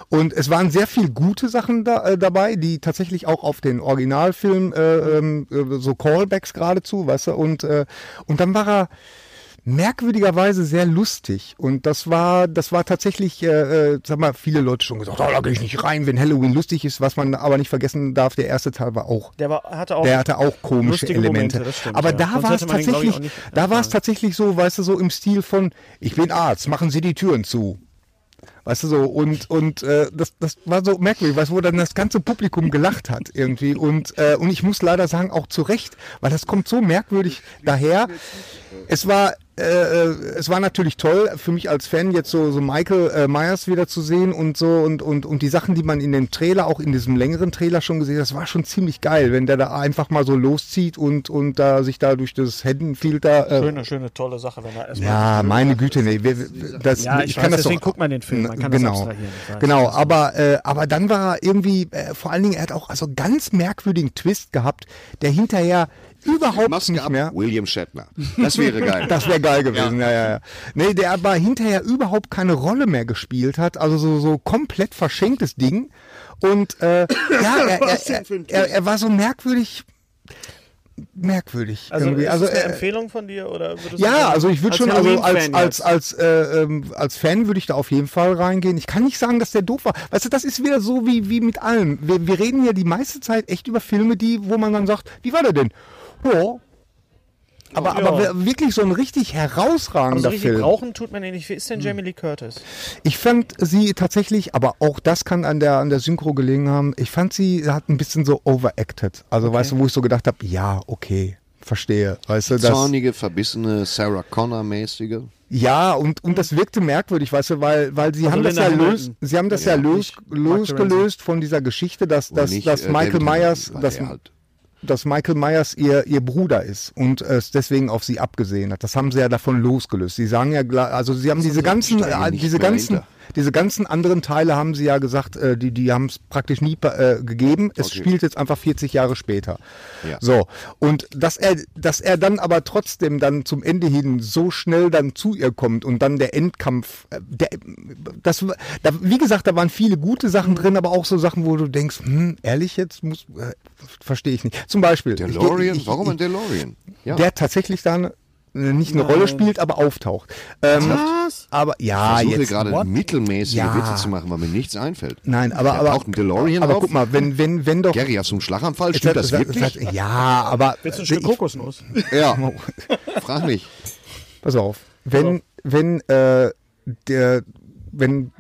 Und es waren sehr viel gute Sachen da, äh, dabei, die tatsächlich auch auf den Originalfilm äh, ähm, äh, so Callbacks geradezu, weißt du, und, äh, und dann war er merkwürdigerweise sehr lustig. Und das war, das war tatsächlich, äh, äh, sag mal, viele Leute schon gesagt, oh, da gehe ich nicht rein, wenn Halloween lustig ist, was man aber nicht vergessen darf, der erste Teil war auch. Der war, hatte auch Der hatte auch komische lustige Elemente. Momente, das stimmt, aber ja. da Sonst war es hätte man den, glaub ich, tatsächlich, auch nicht da war es angefangen. tatsächlich so, weißt du, so im Stil von, ich bin Arzt, machen Sie die Türen zu. Weißt du so, und, und äh, das, das war so merkwürdig, weißt, du, wo dann das ganze Publikum gelacht hat irgendwie. Und, äh, und ich muss leider sagen, auch zu Recht, weil das kommt so merkwürdig daher. Es war, äh, äh, es war natürlich toll für mich als Fan jetzt so, so Michael äh, Myers wieder zu sehen und so und, und, und die Sachen, die man in dem Trailer, auch in diesem längeren Trailer schon gesehen hat, das war schon ziemlich geil, wenn der da einfach mal so loszieht und, und da sich da durch das Haddonfield da... Äh, schöne, schöne, tolle Sache, wenn er erstmal. ja, meine Güte, nee, wir, das, Ja, ich, ich kann weiß, das deswegen doch guckt man den Film. Man kann das genau, abstrahieren. ich weiß. genau. Aber äh, aber dann war er irgendwie, äh, vor allen Dingen, er hat auch also ganz merkwürdigen Twist gehabt, der hinterher überhaupt Maske nicht ab, mehr. William Shatner. Das wäre geil. Das wäre geil gewesen, ja. ja, ja, Nee, der aber hinterher überhaupt keine Rolle mehr gespielt hat, also so, so komplett verschenktes Ding. Und äh, ja, er, er, er, er, er war so merkwürdig, merkwürdig. Also, irgendwie. ist also, eine äh, Empfehlung von dir? Oder würdest du ja, sagen, also ich würde als schon, also als, Halloween-Fan als, jetzt? als, äh, ähm, als Fan würde ich da auf jeden Fall reingehen. Ich kann nicht sagen, dass der doof war. Weißt du, das ist wieder so wie, wie mit allem. Wir, wir reden ja die meiste Zeit echt über Filme, die, wo man dann sagt, wie war der denn? Ja. Aber, Ja. aber wir- wirklich so ein richtig Aber so herausragender Also richtig Film. Mhm. brauchen tut man den nicht. Wie ist denn Jamie Lee Curtis? Ich fand sie tatsächlich, aber auch das kann an der, an der Synchro gelegen haben. Ich fand sie hat ein bisschen so overacted. Also weißt du, wo ich so gedacht habe, ja, okay, verstehe. Weißt du, das, Zornige, verbissene, Sarah Connor-mäßige. Ja, und, und das wirkte merkwürdig, weißt du, weil, weil sie, Also haben das Linda ja Hamilton. lös, sie haben das ja, lös, losgelöst von dieser Geschichte, dass, Oder dass, nicht, dass äh, Michael David Myers, Tennant war dass, der halt. dass Michael Myers ihr, ihr Bruder ist und äh, es deswegen auf sie abgesehen hat. Das haben sie ja davon losgelöst. Sie sagen ja, gla- also sie haben diese ganzen, stehen ja äh, nicht diese mehr ganzen, dahinter. diese ganzen anderen Teile haben sie ja gesagt, äh, die, die haben es praktisch nie äh, gegeben. Es Okay. spielt jetzt einfach 40 Jahre später. Ja. So. Und dass er, dass er dann aber trotzdem dann zum Ende hin so schnell dann zu ihr kommt und dann der Endkampf, äh, der, das, da, wie gesagt, da waren viele gute Mhm. Sachen drin, aber auch so Sachen, wo du denkst, hm, ehrlich jetzt muss, äh, verstehe ich nicht. Zum Beispiel. ich geh- DeLorean? ich- Warum ein ich- DeLorean? Ja. Der tatsächlich dann äh, nicht eine Rolle spielt, aber auftaucht. Ähm, aber ja, ich versuche jetzt gerade what? mittelmäßige Ja, Witze zu machen, weil mir nichts einfällt. Nein, aber Der aber braucht einen DeLorean aber auf. guck mal, wenn wenn wenn doch Gary, hast du einen Schlaganfall? Jetzt Stimmt hat- das hat- wirklich? hat- ja, aber Willst du ein Stück Kokosnuss? ja. Frag mich. Pass auf. Wenn, wenn, äh, der, wenn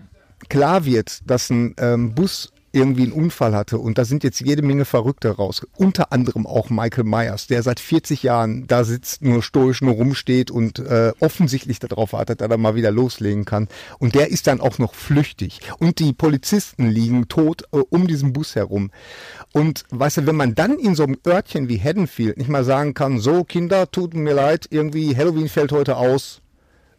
klar wird, dass ein ähm, Bus irgendwie einen Unfall hatte und da sind jetzt jede Menge Verrückte raus. Unter anderem auch Michael Myers, der seit 40 Jahren da sitzt, nur stoisch nur rumsteht und äh, offensichtlich darauf wartet, dass er mal wieder loslegen kann. Und der ist dann auch noch flüchtig. Und die Polizisten liegen tot äh, um diesen Bus herum. Und weißt du, wenn man dann in so einem Örtchen wie Haddonfield nicht mal sagen kann, so Kinder, tut mir leid, irgendwie Halloween fällt heute aus,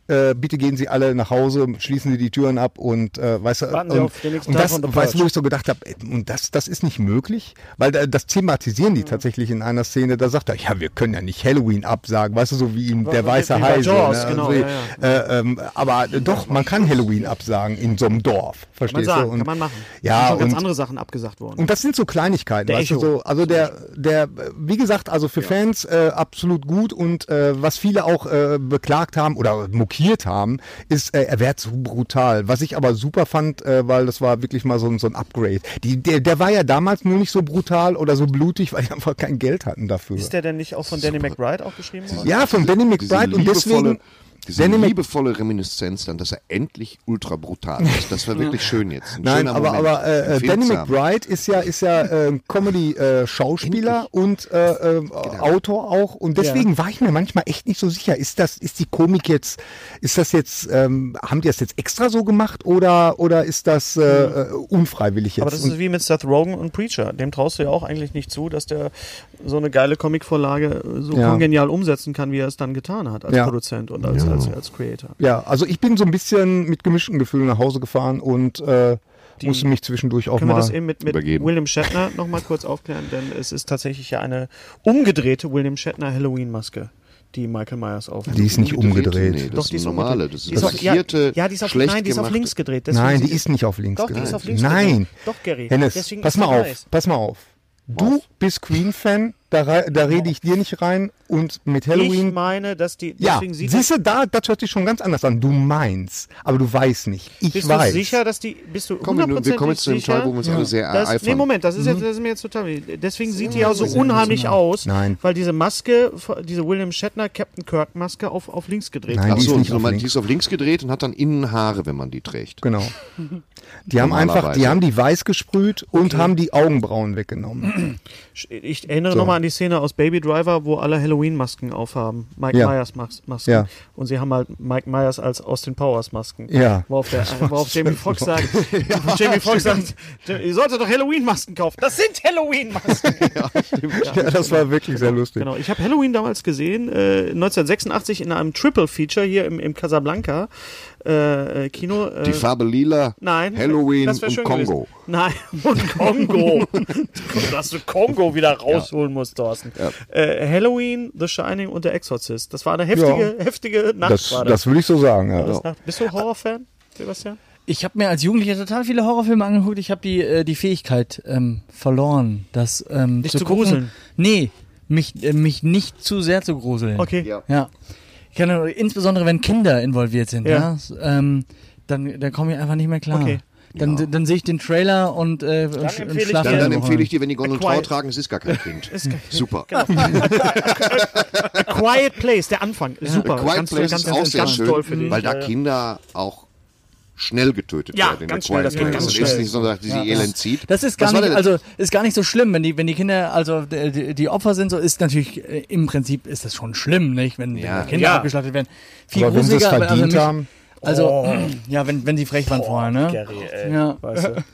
äh, bitte gehen Sie alle nach Hause, schließen Sie die Türen ab und äh, weißt du, Warten Sie und, auf den nächsten und Tag das, von der weißt, du, wo Couch. ich so gedacht habe, und das, das ist nicht möglich, weil da, das thematisieren Mhm. die tatsächlich in einer Szene, da sagt er, ja, wir können ja nicht Halloween absagen, weißt du, so wie in der wie- weiße wie bei Hai. so, Jaws, ne? genau, Also, ja, Äh, ähm, aber doch, man kann Halloween absagen in so einem Dorf, man verstehst sagen, du? Und, kann man machen. Ja, Sind schon ganz und- andere Sachen abgesagt worden. und das sind so Kleinigkeiten, Der weißt du, Echo. so, also der, der, wie gesagt, also für Fans äh, absolut gut und äh, was viele auch äh, beklagt haben oder mokiert haben, ist, äh, er wäre zu brutal. Was ich aber super fand, äh, weil das war wirklich mal so, ein- so ein Upgrade. Die, der, der war ja damals nur nicht so brutal oder so blutig, weil die einfach kein Geld hatten dafür. Ist der denn nicht auch von Danny McBride auch geschrieben worden? ja, von Danny Diese McBride und liebevolle- deswegen, Diese Danny Mc- liebevolle Reminiszenz dann, dass er endlich ultra brutal ist. Das war wirklich schön jetzt. Ein Nein, schöner aber, Moment. aber äh, äh, Danny Empfehlenswert. McBride ist ja, ist ja äh, Comedy-Schauspieler und äh, äh, Genau. Autor auch. Und deswegen war ich mir manchmal echt nicht so sicher, ist das, ist die Komik jetzt, ist das jetzt, ähm, haben die das jetzt extra so gemacht oder, oder ist das äh, äh, unfreiwillig jetzt? Aber das Und- ist wie mit Seth Rogen und Preacher. Dem traust du ja auch eigentlich nicht zu, dass der so eine geile Comicvorlage so Ja. kongenial umsetzen kann, wie er es dann getan hat als Ja. Produzent und als, als, als Creator. ja, also ich bin so ein bisschen mit gemischten Gefühlen nach Hause gefahren und äh, musste mich zwischendurch auch Können wir mal. das eben mit, mit übergeben. William Shatner nochmal kurz aufklären? Denn es ist tatsächlich ja eine umgedrehte William Shatner Halloween-Maske, die Michael Myers aufhat. die ist nicht umgedreht. Nee, das Doch, ist die ist eine normale. umgedreht. Das Die ist auf- ja, lackierte, ja, die ist auf, schlecht nein, die ist auf gemachte- links gedreht. Deswegen Nein, sie- die ist nicht auf links Doch, die ist auf links Nein. gedreht. Doch, Gary. Hennes, Deswegen pass ist mal sie auf, weiß. pass mal auf. Du bist Queen-Fan, da, rei- da rede ich dir nicht rein und mit Genau. Ich Halloween. meine, dass die. Ja, Deswegen sieht siehst du, da, das hört sich schon ganz anders an. Du meinst, aber du weißt nicht. Ich Bist weiß. du sicher, dass die. Bist du Komm, wir, wir kommen hundertprozentig jetzt zu dem sicher? Teil, wo wir uns alle sehr Das, ereifern. Mhm. nee, Moment, das ist, jetzt, das ist mir jetzt total. Deswegen sieht die ja so unheimlich aus, Nein. weil diese Maske, diese William Shatner Captain Kirk Maske auf, auf links gedreht Nein, Ach die ist so, nicht so, auf man- links. die ist auf links gedreht und hat dann innen Haare, wenn man die trägt. Äh, Genau. Die haben einfach, die Normalerweise. haben die weiß gesprüht und haben die Augenbrauen weggenommen. Ich erinnere So. nochmal an die Szene aus Baby Driver, wo alle Halloween-Masken aufhaben. Mike Ja. Myers Mas- Masken. Ja. Und sie haben halt Mike Myers als Austin Powers Masken. Ja. Worauf, der, worauf Jamie Foxx sagt, Jamie Foxx sagt, ihr solltet doch Halloween-Masken kaufen. Das sind Halloween-Masken. Ja, das war wirklich sehr lustig. Genau, ich habe Halloween damals gesehen, äh, 1986 in einem Triple Feature hier im, im Casablanca äh, äh, Kino. Äh, Die Farbe lila, Nein, Halloween das wär und schön Kongo. Gewesen. Nein, und Kongo. Dass du Kongo wieder rausholen musst, Thorsten. Äh, Halloween, The Shining und der Exorcist. Das war eine heftige, heftige Nacht. Das, war das würde ich so sagen. Ja. Nacht. Bist du Horrorfan, Sebastian? Ich habe mir als Jugendlicher total viele Horrorfilme angeguckt. Ich habe die, äh, die Fähigkeit ähm, verloren, das ähm, Dich zu, zu gucken. gruseln. Nee, mich, äh, mich nicht zu sehr zu gruseln. Okay. Ja. Ich kann, nur- insbesondere wenn Kinder involviert sind, Ja. ja. s- Ähm, dann dann komme ich einfach nicht mehr klar. Okay. Dann, dann sehe ich den Trailer und, äh, und, sch- und empfehle ich schlafe Dann, Ja, dann eine Woche empfehle ich lang. dir, wenn die Gondeln A Äh, quiet- Trau tragen, es ist gar kein Kind. Super. Genau. A Quiet Place, der Anfang. Super. Quiet Genau. ganz, Place ganz, ist auch ganz, sehr ganz toll für schön, dich. weil da Ja, ja. Kinder auch schnell getötet Ja, werden. in ganz der Quiet schnell, das geht Place. ganz Also schnell. Ist nicht so, dass die sie elend zieht. Das ist Was gar war nicht, denn- also ist gar nicht so schlimm, wenn die, wenn die Kinder, also d- d- die Opfer sind so, ist natürlich äh, im Prinzip ist das schon schlimm, nicht, wenn, wenn Ja. Kinder Ja. abgeschlachtet werden. Viel Aber wenn sie es aber- also verdient mich- haben, Also ja, wenn, wenn sie frech waren vorher, ne? Oh. Gary, ey, Ja. weißt du.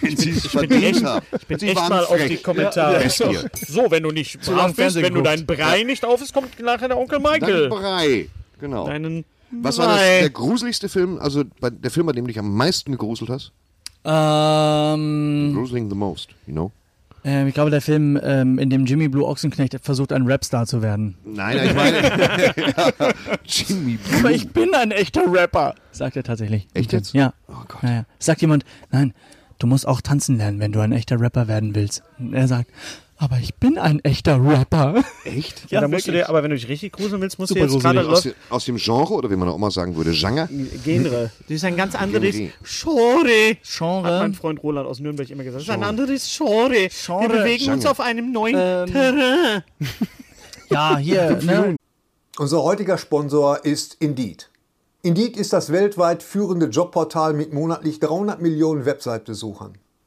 wenn sie es verdient haben. Ich bin echt mal auf die Kommentare. hier. So, wenn du nicht zu lange brav bist, Fernsehen wenn du geguckt. dein Brei nicht auf ist, kommt nachher der Onkel Dann Michael. Brei. Genau. Deinen Was war das, Brei. der gruseligste Film, also bei, der Film, bei dem du dich am meisten gegruselt hast? Ähm, Hm. Gruseling the most, you know? ähm, ich glaube, der Film, ähm, in dem Jimmy Blue Ochsenknecht versucht, ein Rapstar zu werden. Nein, ich meine Jimmy Blue. Aber ich bin ein echter Rapper, sagt er tatsächlich. Echt jetzt? Ja. Oh Gott. Ja, ja. Sagt jemand, nein, du musst auch tanzen lernen, wenn du ein echter Rapper werden willst. Und er sagt, aber ich bin ein echter Rapper. Echt? Ja, da musst du dir, aber wenn du dich richtig gruseln willst, musst Super du jetzt gerade Aus, läuft de- aus dem Genre oder wie man auch immer sagen würde, Genre? Genre. Das ist ein ganz anderes Genre. Genre. Hat Genre. mein Freund Roland aus Nürnberg immer gesagt. Das ist ein anderes Genre. Wir Genre. bewegen uns Genre. Ähm. auf einem neuen Terrain. Ja, hier, ne? Unser heutiger Sponsor ist Indeed. Indeed ist das weltweit führende Jobportal mit monatlich 300 Millionen Website-Besuchern.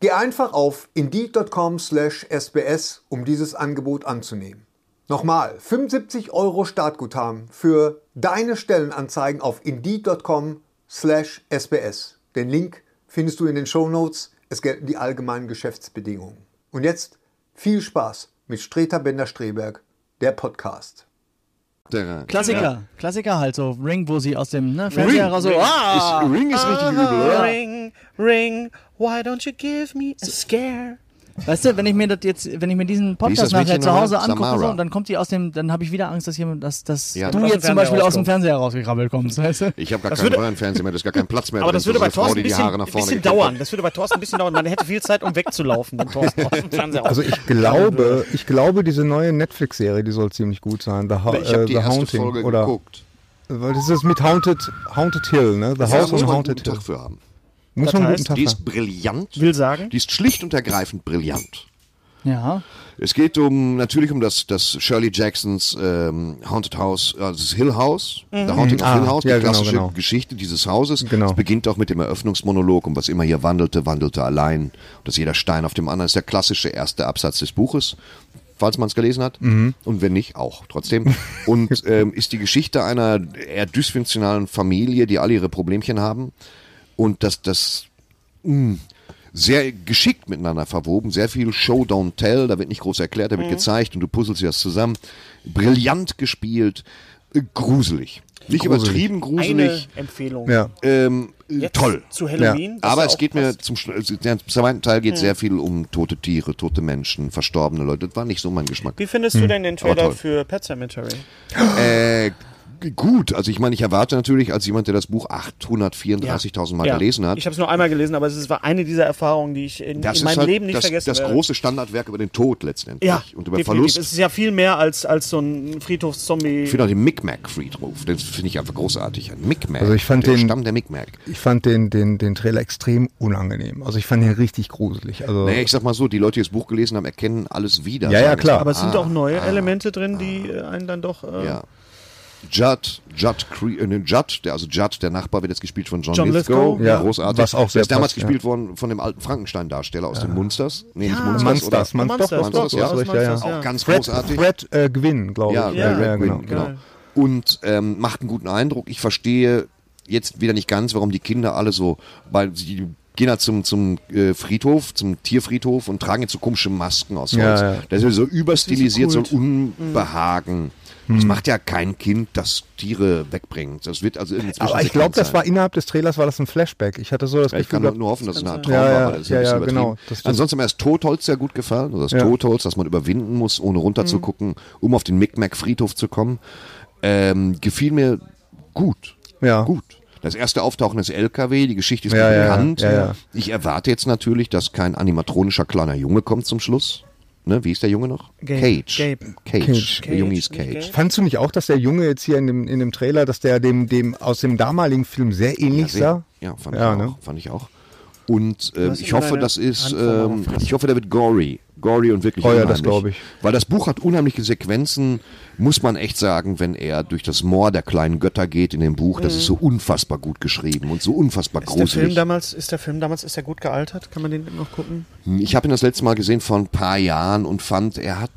Geh einfach auf indeed.com/sbs, um dieses Angebot anzunehmen. Nochmal, 75 Euro Startguthaben für deine Stellenanzeigen auf indeed.com/sbs. Den Link findest du in den Shownotes. Es gelten die allgemeinen Geschäftsbedingungen. Und jetzt viel Spaß mit Streter Bender-Streberg, der Podcast. äh, Klassiker, Klassiker halt so. Ring, wo sie aus dem ne, Fernseher raus so. Ah! Ist, Ring ist richtig übel, oder? Ring, ring, why don't you give me a Also scare? Weißt du, wenn ich mir das jetzt, wenn ich mir diesen Wie ist das Podcast nachher Mädchen zu Hause nochmal? angucke, so, Samara. und dann kommt die aus dem, dann habe ich wieder Angst, dass jemand, dass, dass Ja. du Aus dem jetzt zum Fernseher Beispiel aus dem rauskommt. Fernseher rausgekrabbelt kommst, weißt du? Ich habe gar Das keinen würde- euren Fernseher mehr, da ist gar kein Platz mehr. Aber drin das für würde so bei eine Frau, Thorsten ein die die Haare bisschen, nach ein vorne bisschen gekriegt hat. dauern. Das würde bei Thorsten ein bisschen dauern. Man hätte viel Zeit, um wegzulaufen, wenn Thorsten aus dem Fernseher Also ich glaube, ich glaube, diese neue Netflix-Serie, die soll ziemlich gut sein. The, Ho Ich habe äh, die The erste Haunting. Folge oder geguckt. Weil das ist mit Haunted, Haunted Hill, ne? The Da House muss on man einen guten Haunted Hill. Tag für haben. Muss Das man einen heißt, guten Tag haben. Die ist brillant. will sagen, Die ist schlicht und ergreifend brillant. Ja. Es geht um natürlich um das, das Shirley Jacksons ähm, Haunted House, also das Hill House, der Haunting of Ah, Hill House, ja, die genau, klassische genau. Geschichte dieses Hauses. Genau. Es beginnt auch mit dem Eröffnungsmonolog und was immer hier wandelte, wandelte allein. Und dass jeder Stein auf dem anderen ist der klassische erste Absatz des Buches, falls man es gelesen hat. Mhm. Und wenn nicht, auch trotzdem. Und ähm, ist die Geschichte einer eher dysfunktionalen Familie, die alle ihre Problemchen haben. Und dass das mm, sehr geschickt miteinander verwoben, sehr viel Show Don't Tell, da wird nicht groß erklärt, Mhm. da wird gezeigt und du puzzelst dir das zusammen. Brillant gespielt, äh, gruselig. Nicht übertrieben eine gruselig, Empfehlung. Ja. ähm, äh, Jetzt toll. Zu Halloween. was Aber ja es auch Mhm. geht mir passt. zum, Schlu- also der zweiten Teil geht sehr viel um tote Tiere, tote Menschen, verstorbene Leute. Das war nicht so mein Geschmack. Wie findest du denn den Trailer Hm. toll. für Pet Cemetery? Genau. Äh, g- gut, also ich meine, ich erwarte natürlich als jemand, der das Buch 834.000 Mal Ja. gelesen hat, Ich habe es nur einmal gelesen, aber es ist- war eine dieser Erfahrungen, die ich in, in meinem halt Leben nicht das, vergessen das werde. große Standardwerk über den Tod letztendlich ja, und über definitiv. Verlust. Es ist ja viel mehr als, als so ein Ich Friedhofszombie. finde auch den Micmac-Friedhof, den finde ich einfach großartig. Ein Micmac, Also ich fand der den- Stamm der Micmac. Ich fand den, den, den Trailer extrem unangenehm. Also ich fand den richtig gruselig. Also Naja, ich sag mal so, die Leute, die das Buch gelesen haben, erkennen alles wieder. Ja, ja, Sagen, klar. Aber es sind auch neue Elemente drin, die äh, einen dann doch. Äh, Ah. Ja. Judd, Judd, Cre äh, nee, Judd, der, also Judd, der Nachbar wird jetzt gespielt von John, John Lithgow, Lithgow, ja. großartig. Was auch der ist sehr damals passt, ja. gespielt worden von dem alten Frankenstein-Darsteller aus den Munsters. Nee, nicht Monsters, Munsters, oder? Monsters, Monsters, doch, doch, Monsters, doch, ja. hast recht, ja, ja. Monsters, Auch ganz Fred, großartig. Fred äh, Gwynn, glaube Ja, ich. ja, Red genau. Wing, genau. Geil. Und ähm, macht einen guten Eindruck. Ich verstehe jetzt wieder nicht ganz, warum die Kinder alle so, weil sie gehen halt zum, zum äh, Friedhof, zum Tierfriedhof und tragen jetzt so komische Masken aus Holz. Ja, ja. Das ist ja so überstilisiert, so ein Unbehagen. Mhm. Das macht ja kein Kind, das Tiere wegbringt. Das wird also inzwischen. Aber ich glaube, das war innerhalb des Trailers war das ein Flashback. Ich hatte so das Ja, ich Gefühl, kann gehabt, nur hoffen, dass es eine Art Traum Ja, war, ja, weil das ist ja, ein bisschen ja, übertrieben. genau, das stimmt. Ansonsten hat mir das Totholz sehr gut gefallen, also das Ja. Totholz, das man überwinden muss, ohne runterzugucken, um auf den Micmac-Friedhof zu kommen, ähm, gefiel mir gut. Ja. Gut. Das erste Auftauchen des LKW, die Geschichte ist Ja, ja, bekannt. ja, ja. Ich erwarte jetzt natürlich, dass kein animatronischer kleiner Junge kommt zum Schluss. Ne, wie ist der Junge noch? Gabe. Cage. Gabe. Cage. Cage. Der Junge hieß Cage, Cage. nicht Fandst du nicht auch, dass der Junge jetzt hier in dem, in dem Trailer, dass der dem, dem aus dem damaligen Film sehr ähnlich sehr. sah? Ja, fand, Ja, ich ne? auch, fand ich auch. Und ähm, hast ich immer hoffe, deine das ist, Hand vor meiner ähm, ich hoffe, der wird gory. Gory und wirklich Oh ja, unheimlich. das glaub ich. Weil das Buch hat unheimliche Sequenzen, muss man echt sagen, wenn er durch das Moor der kleinen Götter geht in dem Buch. Das ist so unfassbar gut geschrieben und so unfassbar Mhm. Ist der, Film gruselig. damals, ist der Film damals, ist der gut gealtert? Kann man den Hm, noch gucken? Ich habe ihn das letzte Mal gesehen vor ein paar Jahren und fand, er hat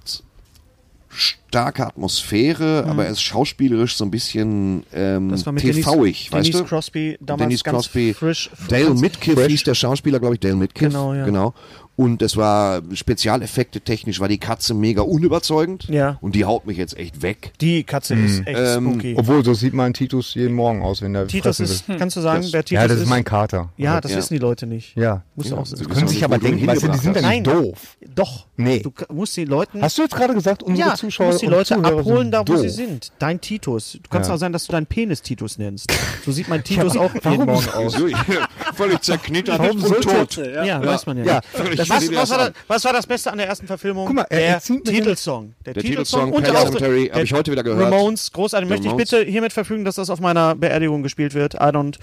sch- starke Atmosphäre, aber er ist schauspielerisch so ein bisschen ähm, Hm. Das war mit TV-ig, Denise, weißt Denise du? Crosby damals Dennis ganz Crosby, frisch. Dale ganz Midkiff fresh. hieß der Schauspieler, glaube ich, Dale Midkiff. Genau, ja. genau. Und es war Spezialeffekte technisch, war die Katze mega unüberzeugend. Ja. Und die haut mich jetzt echt weg. Die Katze Hm. ist echt Ähm, spooky. Obwohl, so sieht mein Titus jeden Morgen aus, wenn er Titus fressen will. ist, kannst du sagen, wer Titus Hm. Ja, das ist mein Kater. Ja, das Ja. wissen die Leute nicht. Ja. Musst du auch sagen. Können sich aber denken, weißt du, die sind ja Nein. nicht doof. Doch. Nee. Du k- musst die Leuten. Hast du jetzt gerade gesagt, unsere ja, du Zuschauer musst die und Leute Zuhörer abholen, sind da wo sie doof? sind. Dein Titus. Du kannst Ja. auch sein, dass du deinen Penis Titus nennst. So sieht mein Titus auch jeden Warum? Morgen. Wieso? Völlig zerknittert Warum und sollte- tot. Ja, weiß man ja. Ja. nicht. Ich Was, verstehe was, das war das, auch. was war das Beste an der ersten Verfilmung? Guck mal, er- der er zieht mit dem- Titelsong. Der Titelsong, und Pet auch Sematary, der- hab ich heute wieder gehört. Ramones, großartig. Möchte ich Ramones. bitte hiermit verfügen, dass das auf meiner Beerdigung gespielt wird. I don't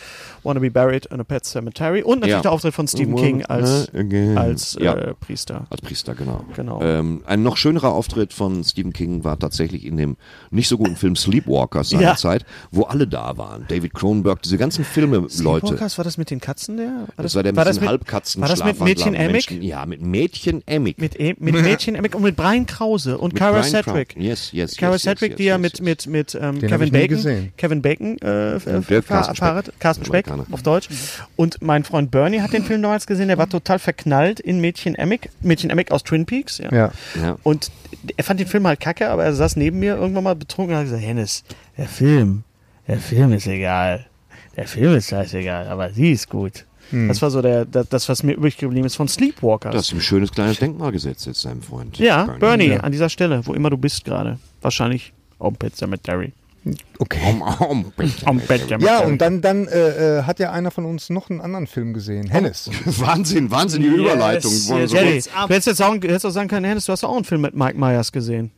want to be buried in a pet cemetery. Und natürlich Ja. der Auftritt von Stephen Well, King als, uh, again. als Ja. äh, Priester. Als Priester, genau. Genau. Ähm, ein noch schönerer Auftritt von Stephen King war tatsächlich in dem nicht so guten Film Sleepwalkers seiner Ja. Zeit, wo alle da waren. David Cronenberg, diese ganzen Filme-Leute. Sleepwalkers, war das mit den Katzen der? War Das war der mit den Halbkatzen. War das mit Schlafwandler- Mädchen Emick? Menschen. Ja, mit Mädchen Emick. Mit, E- mit Mädchen Emick und mit Brian Krause und Mit Cara Brian Sedgwick. Crow- Yes, yes, Cara yes, yes, Sedgwick, yes, die ja yes, mit, yes. mit, mit ähm, hab Kevin, ich nie Bacon, gesehen. Kevin Bacon äh, f- Und der f- Carsten Speck. verfahrt, Carsten Speck Amerikaner. auf Deutsch. Und mein Freund Bernie hat den Film damals gesehen, der war total verknallt in Mädchen Emick. Mädchen Emick aus Twin Peaks. Ja. Ja. Ja. Und er fand den Film halt kacke, aber er saß neben mir irgendwann mal betrunken und hat gesagt, Hennes, der Film, der Film ist egal. Der Film ist scheißegal, aber sie ist gut. Das war so der, da- das, was mir übrig geblieben ist von Sleepwalkers. Du hast ihm ein schönes kleines Denkmal gesetzt jetzt seinem Freund. ja, Bernie. Bernie, an dieser Stelle, wo immer du bist gerade. Wahrscheinlich am Pet Cemetery. Okay. Om, Am Pet Cemetery. Ja, und dann, dann äh, äh, hat ja einer von uns noch einen anderen Film gesehen. Hennes. Oh. Wahnsinn, Wahnsinn, die Überleitung. Wollen so- Jerry, Jetzt ab. du hättest jetzt sagen, hättest auch sagen können, Hennes, du hast doch auch einen Film mit Mike Myers gesehen.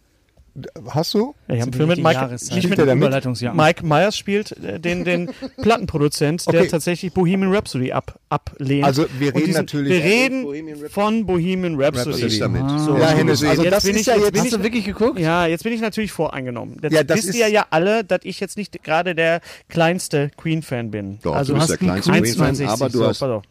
Hast du? Ja, ich habe Zu einen Film mit den Mike, Jahreszeit. nicht mit Spielt er damit? Überleitungsjahr. Mike Myers spielt äh, den, den Plattenproduzent, der Okay. tatsächlich Bohemian Rhapsody ab, ablehnt. Also, wir Und reden natürlich- Wir reden von Bohemian Rhapsody. Was ist damit? So. ja, Hennes, also Jetzt das bin ist ich- ja jetzt jetzt... bin Hast ich- du wirklich geguckt? Ja, jetzt bin ich natürlich voreingenommen. Jetzt Ja, das wisst ist- ihr ja alle, dass ich jetzt nicht gerade der kleinste Queen-Fan bin. Doch, also du bist hast der einen kleinste Queen-Fan, 1,62, aber du so, hast- pass auf.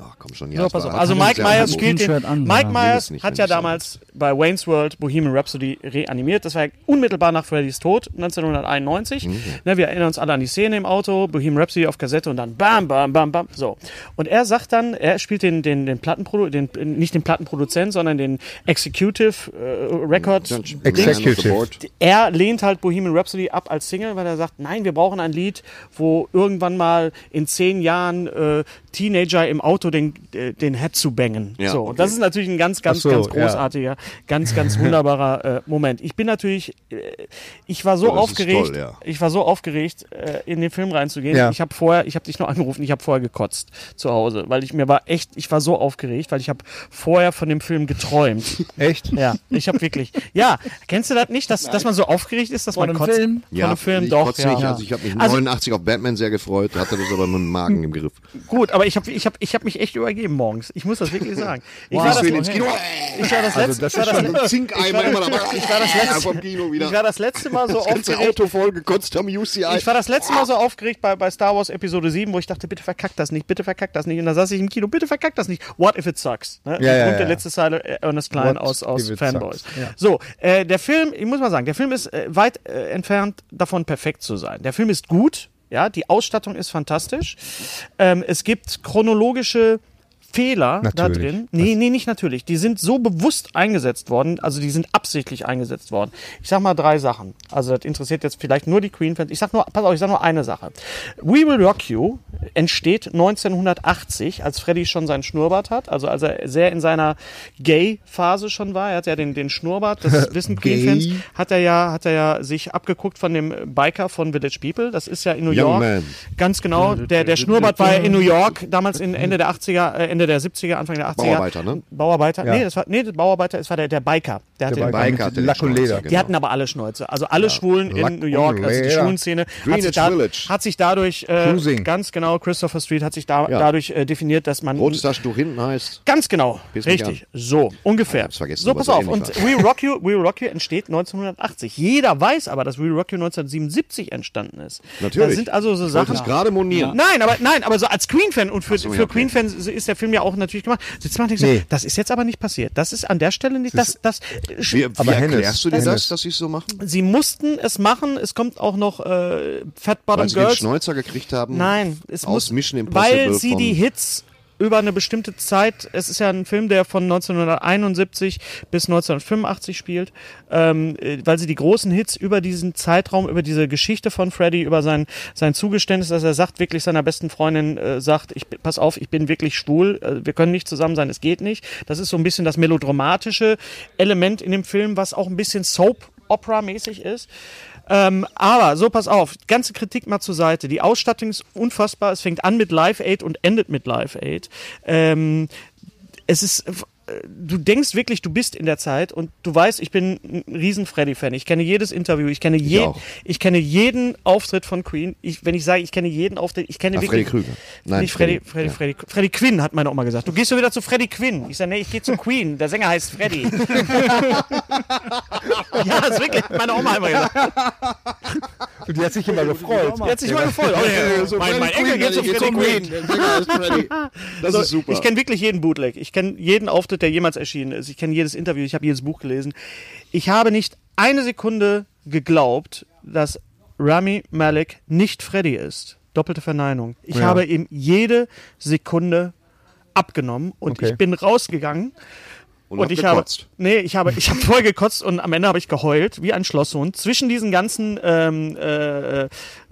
Ach, komm schon, ja, So, es pass war- auf. Also hat uns Mike ja Myers angeboten. spielt den, T-Shirt an, Mike ja. Myers Will es nicht, hat ja wenn ich sage. damals bei Wayne's World Bohemian Rhapsody reanimiert. Das war ja unmittelbar nach Freddys Tod 1991. Ne, wir erinnern uns alle an die Szene im Auto, Bohemian Rhapsody auf Kassette und dann bam, bam, bam, bam. So. Und er sagt dann, er spielt den, den, den Plattenprodu den, nicht den Plattenproduzent, sondern den Executive äh, Record Executive. er lehnt halt Bohemian Rhapsody ab als Single, weil er sagt, nein, wir brauchen ein Lied, wo irgendwann mal in zehn Jahren äh, Teenager im Auto den, äh, den Head zu bangen. Ja, so, okay. und das ist natürlich ein ganz, ganz, Ach so, ganz ja. großartiger, ganz, ganz wunderbarer äh, Moment. Ich bin natürlich, äh, ich war so Oh, das ist aufgeregt, toll, ja. ich war so aufgeregt, äh, in den Film reinzugehen. Ja. Ich habe vorher, ich habe dich noch angerufen, ich habe vorher gekotzt zu Hause, weil ich mir war echt, ich war so aufgeregt, weil ich habe vorher von dem Film geträumt. Echt? Ja, ich habe wirklich. Ja, kennst du das nicht, dass, dass man so aufgeregt ist, dass Vor man einem kotzt? Film? Vor einem Film doch. kotze ja. nicht. Also ich habe mich Also- 89 auf Batman sehr gefreut, hatte das aber mit dem Magen im Griff. Gut, aber ich habe ich hab, ich hab mich echt übergeben morgens. Ich muss das wirklich sagen. Ich war das, Kino. Also ich war das letzte, das ich war ist das schon- letzte- Ein Zinkeimer immer dabei. ich war das letzte- Vom Kino wieder. ich war das letzte Mal so das ganze aufgeregt. Auto voll gekotzt am UCI. Ich war das letzte Mal so aufgeregt bei, bei Star Wars Episode 7, wo ich dachte, bitte verkackt das nicht, bitte verkackt das nicht. Und da saß ich im Kino, bitte verkackt das nicht. What if it sucks? Ne? Ja, ja, Und ja. der letzte Zeile äh, Ernest Klein What aus, aus if it Fanboys. sucks? Ja. So, äh, der Film, ich muss mal sagen, der Film ist äh, weit äh, entfernt davon, perfekt zu sein. Der Film ist gut, ja, die Ausstattung ist fantastisch. Ähm, es gibt chronologische Fehler da Natürlich. drin. Nee, nee, nicht natürlich. Die sind so bewusst eingesetzt worden, also die sind absichtlich eingesetzt worden. Ich sag mal drei Sachen. Also das interessiert jetzt vielleicht nur die Queen-Fans. Ich sag nur, pass auf, ich sag nur eine Sache. We Will Rock You entsteht 1980, als Freddy schon seinen Schnurrbart hat, also als er sehr in seiner Gay-Phase schon war. Er hat ja den, den Schnurrbart, das wissen Queen-Fans, Gay. hat er ja, hat er ja sich abgeguckt von dem Biker von Village People. Das ist ja in New Young York. Man. Ganz genau. Der, der Schnurrbart war ja in New York, damals in Ende der 80er, äh, Ende der 70er, Anfang der 80er. Bauarbeiter, ne? Bauarbeiter. Ja. Nee, das war, nee, der Bauarbeiter, es war der, der Biker. Der, hatte den Biker. Biker mit hatte den Lack und Schnauzer, Leder. die genau. hatten aber alle Schnäuze. Also alle Schwulen Lack in New York, und also die Leder. Schwulenszene, hat Greenwich sich, da, Village. hat sich dadurch, äh, Cruising. ganz genau, Christopher Street hat sich da, Ja. dadurch äh, definiert, dass man Rotes Taschentuch hinten heißt. Ganz genau. Piss mich Richtig. So, ungefähr. hab's vergessen, so, aber pass so auf. ähnlich Und We Rock You, We Rock You entsteht 1980. Jeder weiß aber, dass We Rock You 1977 entstanden ist. Natürlich. Da sind also so Ich wollte Sachen. es gerade monieren. Nein, aber, nein, aber so als Queen-Fan und für, so, ja, für okay. Queen-Fans ist der Film Film ja auch natürlich gemacht. Sitzt man und denkt so, Nee. das ist jetzt aber nicht passiert. Das ist an der Stelle nicht, das, das, äh, Wie, wie Aber Hennes, erklärst du dir Hennes. das, dass sie es so machen? sie mussten es machen. Es kommt auch noch äh, Fat Bottom Weil sie den Girls. Schnäuzer gekriegt haben? Nein, es aus muss, Mission Impossible. weil sie von- die Hits über eine bestimmte Zeit, es ist ja ein Film, der von 1971 bis 1985 spielt, ähm, äh, weil sie die großen Hits über diesen Zeitraum, über diese Geschichte von Freddy, über sein, sein Zugeständnis, dass er sagt, wirklich seiner besten Freundin äh, sagt, ich, bin- pass auf, ich bin wirklich schwul, äh, wir können nicht zusammen sein, es geht nicht. Das ist so ein bisschen das melodramatische Element in dem Film, was auch ein bisschen Soap-Opera-mäßig ist. Ähm, aber so, pass auf, ganze Kritik mal zur Seite. Die Ausstattung ist unfassbar. Es fängt an mit Live Aid und endet mit Live Aid. Ähm, es ist. äh, Du denkst wirklich, du bist in der Zeit und du weißt, ich bin ein riesen Freddy-Fan. Ich kenne jedes Interview, ich kenne, je, auch. ich kenne jeden Auftritt von Queen. Ich, wenn ich sage, ich kenne jeden Auftritt, ich kenne Ah, Freddy wirklich. Krüger. Nein, nicht Freddy, Freddy, Freddy, Freddy, Freddy Quinn hat meine Oma gesagt. Du gehst doch wieder zu Freddy Quinn. Ich sage, nee, ich gehe zu Queen. Der Sänger heißt Freddy. ja, das ist wirklich, hat meine Oma immer gesagt. Und die hat sich immer gefreut. Der hat sich mal gefreut. Oh, ja, mein mein Enkel geht zu um Freddy Queen. Das ist super. Ich kenne wirklich jeden Bootleg. Ich kenne jeden Auftritt, der jemals erschienen ist. Ich kenne jedes Interview. Ich habe jedes Buch gelesen. Ich habe nicht eine Sekunde geglaubt, dass Rami Malek nicht Freddy ist. Doppelte Verneinung. Ich habe ihm jede Sekunde abgenommen und Okay. ich bin rausgegangen und, und hab ich gekotzt. habe, nee, ich habe, ich habe voll gekotzt und am Ende habe ich geheult wie ein Schlosshund zwischen diesen ganzen ähm, äh, äh,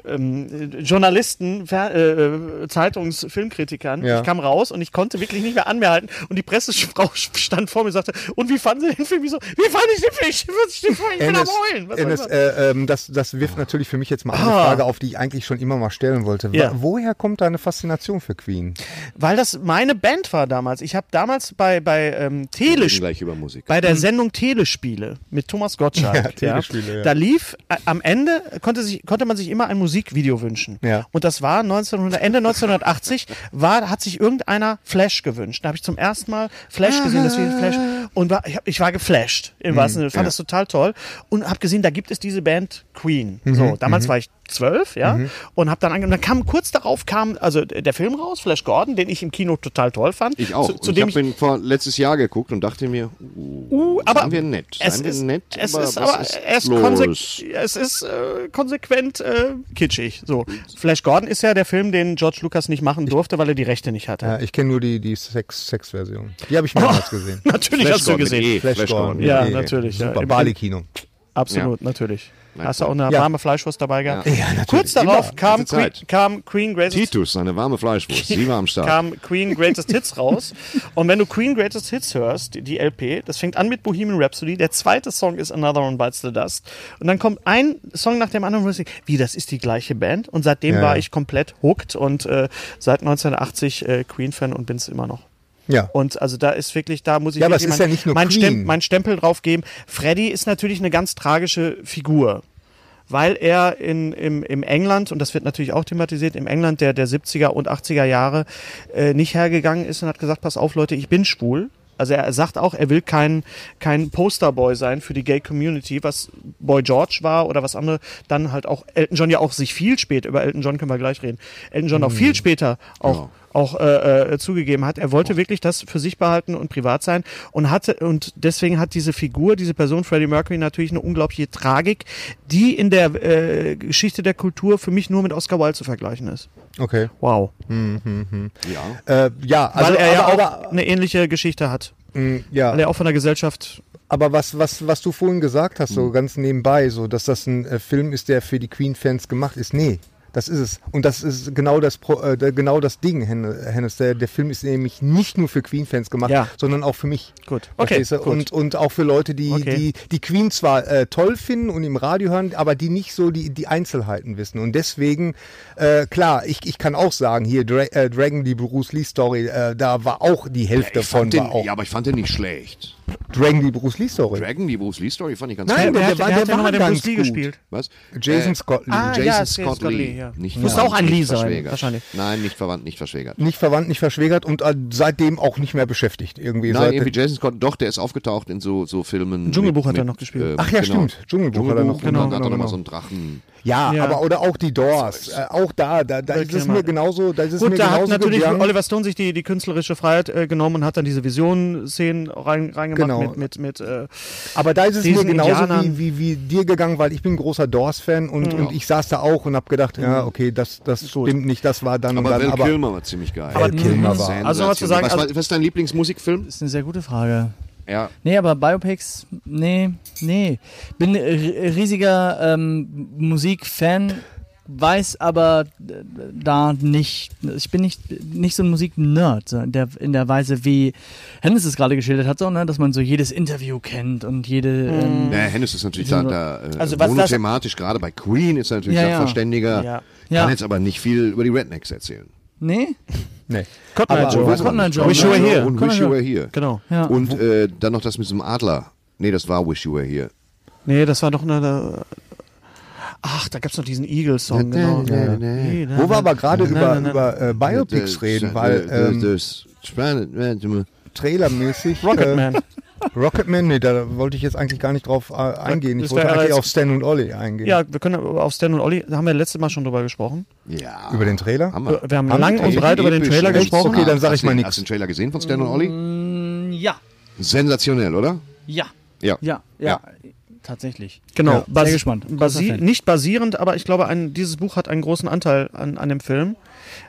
ähm, äh, Journalisten, Fer äh, äh, Zeitungs, Filmkritikern. Ja. Ich kam raus und ich konnte wirklich nicht mehr an mir halten und die Pressefrau stand vor mir und sagte: Und wie fanden Sie den Film? Ich so, wie fand ich den Film? Ich, ich, ich bin am Enes, heulen. Was soll Enes, das? äh, ähm, das, das wirft natürlich für mich jetzt mal eine Frage auf, die ich eigentlich schon immer mal stellen wollte. Wa- Ja. Woher kommt deine Faszination für Queen? Weil das meine Band war damals. Ich habe damals bei bei ähm, Telespiel Reden gleich über Musik. Bei der Sendung Telespiele mit Thomas Gottschalk. Ähm, Ja, Ja, Telespiele, ja. Da lief, äh, am Ende konnte, sich, konnte man sich immer ein Musikvideo wünschen. Ja. Und das war 1900, Ende 1980, war, hat sich irgendeiner Flash gewünscht. Da habe ich zum ersten Mal Flash gesehen, das Video Flash. Und war, ich, hab, ich war geflasht, im Mhm, wahrsten Sinne. Fand das total toll. Und habe gesehen, da gibt es diese Band Queen. Mhm, So, damals war ich zwölf, ja, und habe dann angenommen, dann kam kurz darauf kam also der Film raus, Flash Gordon, den ich im Kino total toll fand. Ich auch. Zu, zu und ich dem habe ich den vor letztes Jahr geguckt und dachte mir, uh, aber seien wir nett. Seien es wir ist, nett, es aber ist was aber ist es, los? konsek es ist äh, konsequent äh, kitschig. So, Flash Gordon ist ja der Film, den George Lucas nicht machen durfte, weil er die Rechte nicht hatte. Ja, Äh, ich kenne nur die, die Sex- Sex-Version. die habe ich mehrmals gesehen. Natürlich Flash hast du Gordon mit gesehen. E, Flash Gordon. Gordon. eh. Ja, natürlich, ja. Super, Bali-Kino. Absolut, natürlich. Hast du auch eine Ja. warme Fleischwurst dabei gehabt? Ja. Kurz darauf kam, ganze Queen, Zeit. kam Queen Greatest Titus, seine warme Fleischwurst. Sie war am Start. kam Queen Greatest Hits raus. Und wenn du Queen Greatest Hits hörst, die, die LP, das fängt an mit Bohemian Rhapsody. Der zweite Song ist Another One Bites the Dust. Und dann kommt ein Song nach dem anderen, wo ich denke, wie, das ist die gleiche Band? Und seitdem Ja, war ja. ich komplett hooked und äh, seit 1980 äh, Queen-Fan und bin's immer noch. Ja. Und also da ist wirklich, da muss ich Ja, aber wirklich es ist ja nicht nur mein, Queen. Stem, mein Stempel drauf geben. Freddy ist natürlich eine ganz tragische Figur. Weil er in, im, im England, und das wird natürlich auch thematisiert, im England der, der 70er und 80er Jahre äh, nicht hergegangen ist und hat gesagt, pass auf Leute, ich bin schwul. Also er sagt auch, er will kein, kein Posterboy sein für die Gay Community, was Boy George war oder was andere. Dann halt auch Elton John ja auch sich viel später, über Elton John können wir gleich reden, Elton John auch Hm. viel später auch auch äh, äh, zugegeben hat. Er wollte wirklich das für sich behalten und privat sein und hatte und deswegen hat diese Figur, diese Person Freddie Mercury natürlich eine unglaubliche Tragik, die in der äh, Geschichte der Kultur für mich nur mit Oscar Wilde zu vergleichen ist. Okay. Wow, Ja. Äh, ja, also, weil er ja aber, auch eine ähnliche Geschichte hat, aber, ja. weil er auch von der Gesellschaft Aber was, was, was du vorhin gesagt hast, so ganz nebenbei, so, dass das ein äh, Film ist, der für die Queen-Fans gemacht ist. Nee, das ist es. Und das ist genau das, Pro, äh, da- genau das Ding, Hen- Hennes. Der, der Film ist nämlich nicht nur für Queen-Fans gemacht, Ja. sondern auch für mich. Gut. Okay, Okay. Verstehst du? gut. Und, und auch für Leute, die, Okay. die, die Queen zwar äh, toll finden und im Radio hören, aber die nicht so die, die Einzelheiten wissen. Und deswegen, äh, klar, ich, ich kann auch sagen, hier Dra äh, Dragon, die Bruce Lee-Story, äh, da war auch die Hälfte Ich von, fand war den, auch ja, aber ich fand den nicht schlecht. Dragon, die Bruce Lee-Story. Dragon, die Bruce Lee Story fand ich ganz Nein, gut. der, hat- der war, der, hat ja war nochmal den ganz Bruce Lee gut. gespielt. Was? Äh, Jason Scott Lee. Ah, Jason ja, Scott, Scott Lee. Lee, ja. Nicht Muss verwandt, auch ein nicht Lee sein, verschwägert. wahrscheinlich. Nein, nicht verwandt, nicht verschwägert. Nicht verwandt, nicht verschwägert und äh, seitdem auch nicht mehr beschäftigt. Irgendwie. Nein, Seit- irgendwie Jason Scott, doch, der ist aufgetaucht in so, so Filmen. Dschungelbuch mit, hat er mit, noch gespielt. ähm, Ach ja, genau. stimmt. Dschungelbuch, hat er noch Dschungelbuch und gemacht. dann hat er Genau, nochmal genau. so einen Drachen. Ja, Ja. aber oder auch die Doors. Äh, auch da, da, da ist es Kilmer. mir genauso, da ist es mir Gut, da hat genauso natürlich gegangen. Oliver Stone sich die, die künstlerische Freiheit äh, genommen und hat dann diese Visionen-Szenen rein, reingemacht Genau. mit, mit, mit äh, Aber da ist es mir diesen genauso wie, Indianern. wie, wie dir gegangen, weil ich bin ein großer Doors-Fan und, und ich saß da auch und habe gedacht, ja, Mhm. okay, das, das stimmt nicht, das war dann Aber und dann. Val Aber Kilmer war ziemlich geil. Val Kilmer war. Also was zu sagen, was, also- was ist dein Lieblingsmusikfilm? Das ist eine sehr gute Frage. Ja. Nee, aber Biopics, nee, nee. Bin r- riesiger ähm, Musikfan, weiß aber äh, da nicht, ich bin nicht, nicht so ein Musiknerd so in der, in der Weise, wie Hennes es gerade geschildert hat, so, ne, dass man so jedes Interview kennt und jede. Ähm, Naja, Hennes ist natürlich da, da äh, Also was das- monothematisch, gerade bei Queen ist er natürlich Ja, ja. Sachverständiger. Ja. Ja. Kann jetzt aber nicht viel über die Rednecks erzählen. nee? nee. Cotton Joe. Joe. Cotton Eye Joe. Wish You Were Here. Und Wish You Were Here. Genau. Ja. Und äh, dann noch das mit diesem Adler. Nee, das war Wish You Were Here. Nee, das war doch eine- eine. Ach, da gab's noch diesen Eagle-Song, genau. Wo wir aber gerade Nein, über, nein, nein. über äh, Biopics reden, weil ähm, Das- das- trailermäßig. Rocketman. Äh, Rocketman, nee, da wollte ich jetzt eigentlich gar nicht drauf äh, eingehen. Ich Das wollte wäre eigentlich als- auf Stan und Ollie eingehen. Ja, wir können aber auf Stan und Olli, da haben wir letztes Mal schon drüber gesprochen. Ja. Über den Äh, Trailer? Hammer. Wir haben Haben lang wir und die breit über den episch Trailer rechts- gesprochen. Okay, dann sag Hast ich mal den- nix. Hast du den Trailer gesehen von Stan und Olli? Ja, Sensationell, oder? ja, Ja. ja, ja. Tatsächlich. Genau, Ja, bas- sehr gespannt. Großer Basi Fan. nicht basierend, aber ich glaube, ein, dieses Buch hat einen großen Anteil an, an dem Film.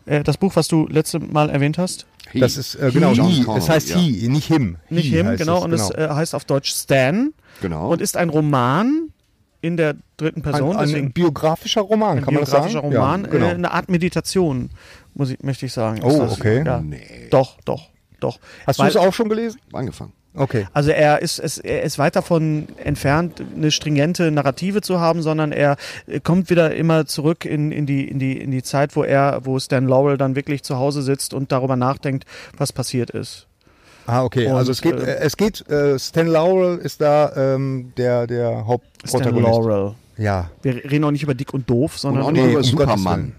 Äh, das Buch, was du letztes Mal erwähnt hast, He. Das ist, äh, genau, John he. Connor, Es heißt ja. he, nicht him. nicht He him, heißt genau, es, und es äh, heißt auf Deutsch Stan Genau. und ist ein Roman in der dritten ein, Person, ein, deswegen biografischer Roman, ein kann man das sagen? biografischer Roman, ja, genau. äh, eine Art Meditation, muss ich, möchte ich sagen. Oh, ist das. okay. Ja. Nee. Doch, doch, doch. Hast du Weil- es auch schon gelesen? angefangen. Okay. Also er ist, ist, er ist weit davon entfernt, eine stringente Narrative zu haben, sondern er äh, kommt wieder immer zurück in, in, die, in, die, in die Zeit, wo er, wo Stan Laurel dann wirklich zu Hause sitzt und darüber nachdenkt, was passiert ist. Ah, okay. Und, also es geht, äh, äh, es geht, äh, Stan Laurel ist da ähm, der, der Stan Hauptprotagonist. Laurel. Ja. Wir reden auch nicht über dick und doof, Und sondern auch nicht Nee, über um Gottes Superman. Willen.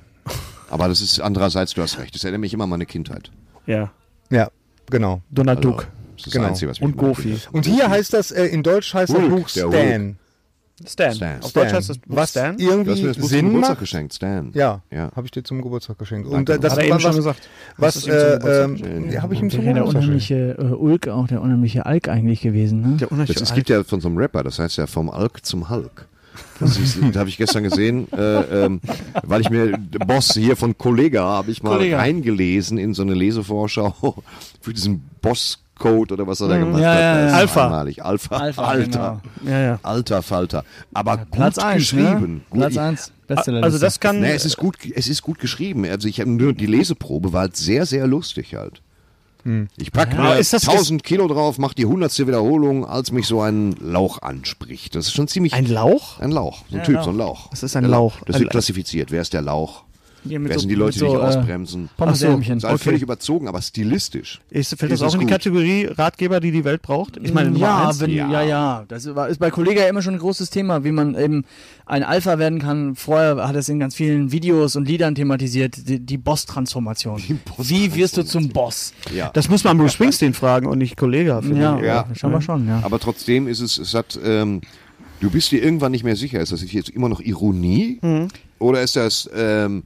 Aber das ist andererseits, du hast recht. Das erinnert mich immer an meine Kindheit. ja, Ja, genau. Donald Also, Duck. Das ist das Genau. Einzige, was mich Und immer Goofy. interessiert. Und hier heißt das, äh, in Deutsch heißt das Hulk, Buch der Stan. Hulk. Stan. Stan. Auf Stan. Deutsch heißt das Buch Was Stan. Du hast irgendwie mir das Buch zum Sinn Geburtstag macht. geschenkt, Stan. Ja, Ja. habe ich dir zum Geburtstag geschenkt. Und Danke. äh, das Hat war er eben was, schon gesagt. was ihm zum äh, Geburtstag ähm, geschenkt. ja, habe ich ihm zum Wäre der Geburtstag geschenkt. unheimliche äh, Ulk auch, der unheimliche Alk eigentlich gewesen, ne? Der unheimliche Das, es Alk. gibt ja von so einem Rapper, das heißt ja vom Alk zum Hulk. Das, ist- das habe ich gestern gesehen, äh, ähm, weil ich mir Boss hier von Kollega habe ich mal reingelesen in so eine Lesevorschau für diesen Boss-Code oder was er da gemacht Hm. Ja, hat. ja, Das ja. ist Alpha. Einmalig. Alpha. Alpha, genau. Alter. ja, ja. Alter Falter. Aber gut Platz 1, geschrieben. ne? Gut, Platz ich- 1, beste der Also Liste. das kann. Nee, es ist gut, es ist gut geschrieben. Also ich habe nur die Leseprobe war halt sehr, sehr lustig halt. Ich packe Hm. Aber mir ist das- 1000 Kilo drauf, mache die hundertste Wiederholung, als mich so ein Lauch anspricht. Das ist schon ziemlich. ein Lauch? Ein Lauch, so ein genau. Typ, so ein Lauch. Das ist ein Der Lauch. Das Ein wird La- klassifiziert. Wer ist der Lauch? Hier mit Wer so- sind die Leute, mit so, die dich äh, ausbremsen? Pommesärmchen. ist alles Okay. völlig überzogen, aber stilistisch. Ist, fällt Ist das auch es in die gut? Kategorie Ratgeber, die die Welt braucht? Ich meine, Nummer Hm, ja, eins. wenn, Ja. ja, ja, Das war, ist bei Kollega immer schon ein großes Thema, wie man eben ein Alpha werden kann. Vorher hat er es in ganz vielen Videos und Liedern thematisiert, die, die Boss-Transformation. Wie wirst du zum Boss? Ja. Das muss man Bruce Springsteen fragen und nicht Kollega. finde Ja, ich. Ja. schauen wir schon, ja. Aber trotzdem ist es, es hat, ähm, du bist dir irgendwann nicht mehr sicher. Ist das jetzt immer noch Ironie? Mhm. Oder ist das ähm,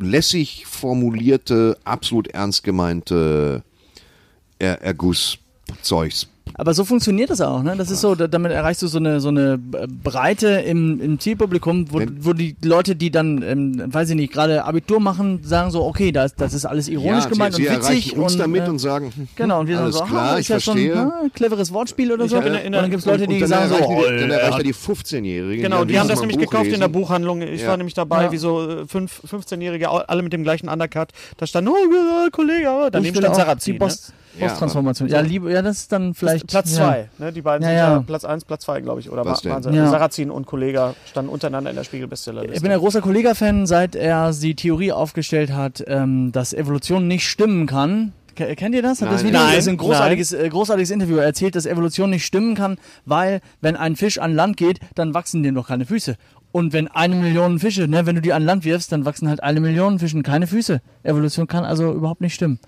lässig formulierte, absolut ernst gemeinte er Ergusszeugs? Aber so funktioniert das auch, ne? Das ist so, da- damit erreichst du so eine, so eine Breite im, im Zielpublikum, wo, Wenn- wo die Leute, die dann, ähm, weiß ich nicht, gerade Abitur machen, sagen so, okay, das, das ist alles ironisch Ja, gemeint sie, sie und witzig. erreichen uns und, damit äh, und sagen, hm, Genau, und wir alles sagen so, klar, ah, ich ist ja schon verstehe. ein cleveres Wortspiel oder so. hab in der- in und der- dann gibt's Leute, und die dann sagen so, erreichen oh, die, dann erreicht er die 15-Jährigen. Genau, die lesen haben das mal ein nämlich Buch gekauft in lesen. der Buchhandlung. Ich Ja. war nämlich dabei, Ja. wie so äh, fünf, 15-Jährige, au- alle mit dem gleichen Undercut. Da stand, oh, äh, Kollege, oh. daneben will stand auch Sarrazin. Die Ne? Boss- Ja, Boss-Transformation. Ja, liebe, ja, das ist dann vielleicht. Platz ja. zwei. Ne? Die beiden Ja, sind ja, ja. Platz eins, Platz zwei, glaube ich. Oder Was wa- waren denn? sie? Ja. Sarrazin und Kollege standen untereinander in der Spiegel-Bestsellerliste. Ich bin ein großer Kollega-Fan, seit er die Theorie aufgestellt hat, ähm, dass Evolution nicht stimmen kann. Ke- Kennt ihr das? Hat das Nein. Video? Nein. das ist ein großartiges, äh, großartiges Interview. Er erzählt, dass Evolution nicht stimmen kann, weil wenn ein Fisch an Land geht, dann wachsen dem doch keine Füße. Und wenn eine Million Fische, ne, wenn du die an Land wirfst, dann wachsen halt eine Million Fischen keine Füße. Evolution kann also überhaupt nicht stimmen.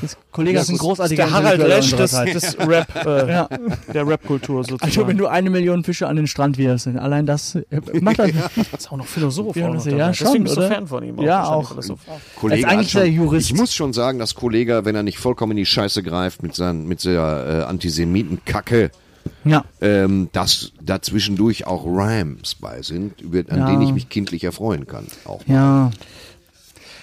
Das Kollege ist ein großartiger Der Harald Intellektueller Lesch unserer des, Zeit. des Rap, äh, Ja. der Rap-Kultur Also wenn sozusagen. du eine Million Fische an den Strand wirfst, allein das äh, macht dann ist auch noch Philosoph. Ja, auch noch ja, dabei. schon, Deswegen bist du oder? Fan von ihm. Ja, wahrscheinlich, auch. Philosoph. Kollege Als eigentlich hat schon, der Jurist. Ich muss schon sagen, dass Kollege, wenn er nicht vollkommen in die Scheiße greift mit, seinen, mit der äh, Antisemitenkacke, ja. ähm, dass dazwischendurch auch Rhymes bei sind, über, an Ja. denen ich mich kindlich erfreuen kann. Auch. Ja.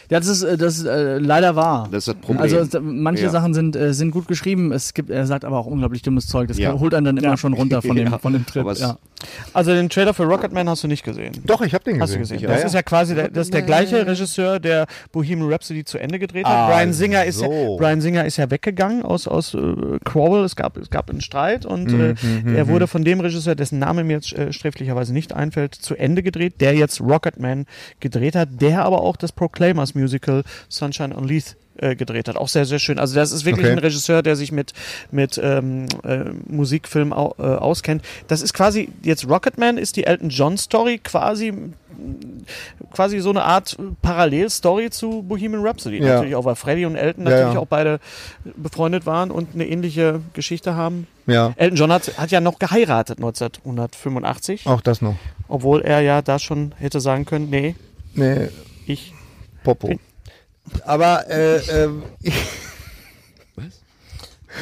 Ja, das ist, äh, das ist äh, leider wahr. Das ist das Problem. Also es- manche Ja. Sachen sind, äh, sind gut geschrieben. Es gibt, er sagt aber auch unglaublich dummes Zeug. Das Ja. kann- holt einen dann immer Ja. schon runter von dem, Ja. von dem Trip. Aber es- Ja. Also den Trailer für Rocketman hast du nicht gesehen. Doch, ich habe den Hast du gesehen. gesehen. Ja, das ja. ist ja quasi der, das ist der gleiche Regisseur, der Bohemian Rhapsody zu Ende gedreht hat. Ah, Brian Singer ist ja, so. Brian Singer ist ja weggegangen aus aus äh, Crawl. Es gab es gab einen Streit und Mhm, äh, er wurde von dem Regisseur, dessen Name mir jetzt äh, sträflicherweise nicht einfällt, zu Ende gedreht, der jetzt Rocketman gedreht hat, der aber auch das Proclaimers Musical Sunshine on Leith äh, gedreht hat. Auch sehr, sehr schön. Also das ist wirklich Okay. ein Regisseur, der sich mit, mit ähm, äh, Musikfilm au, äh, auskennt. Das ist quasi, jetzt Rocketman ist die Elton John Story quasi quasi so eine Art Parallelstory zu Bohemian Rhapsody. Ja. Natürlich auch, weil Freddy und Elton Ja, natürlich ja. auch beide befreundet waren und eine ähnliche Geschichte haben. Ja. Elton John hat, hat ja noch geheiratet 1985, Auch das noch. obwohl er ja da schon hätte sagen können, nee, Nee, ich. Popo. Aber, äh, ähm,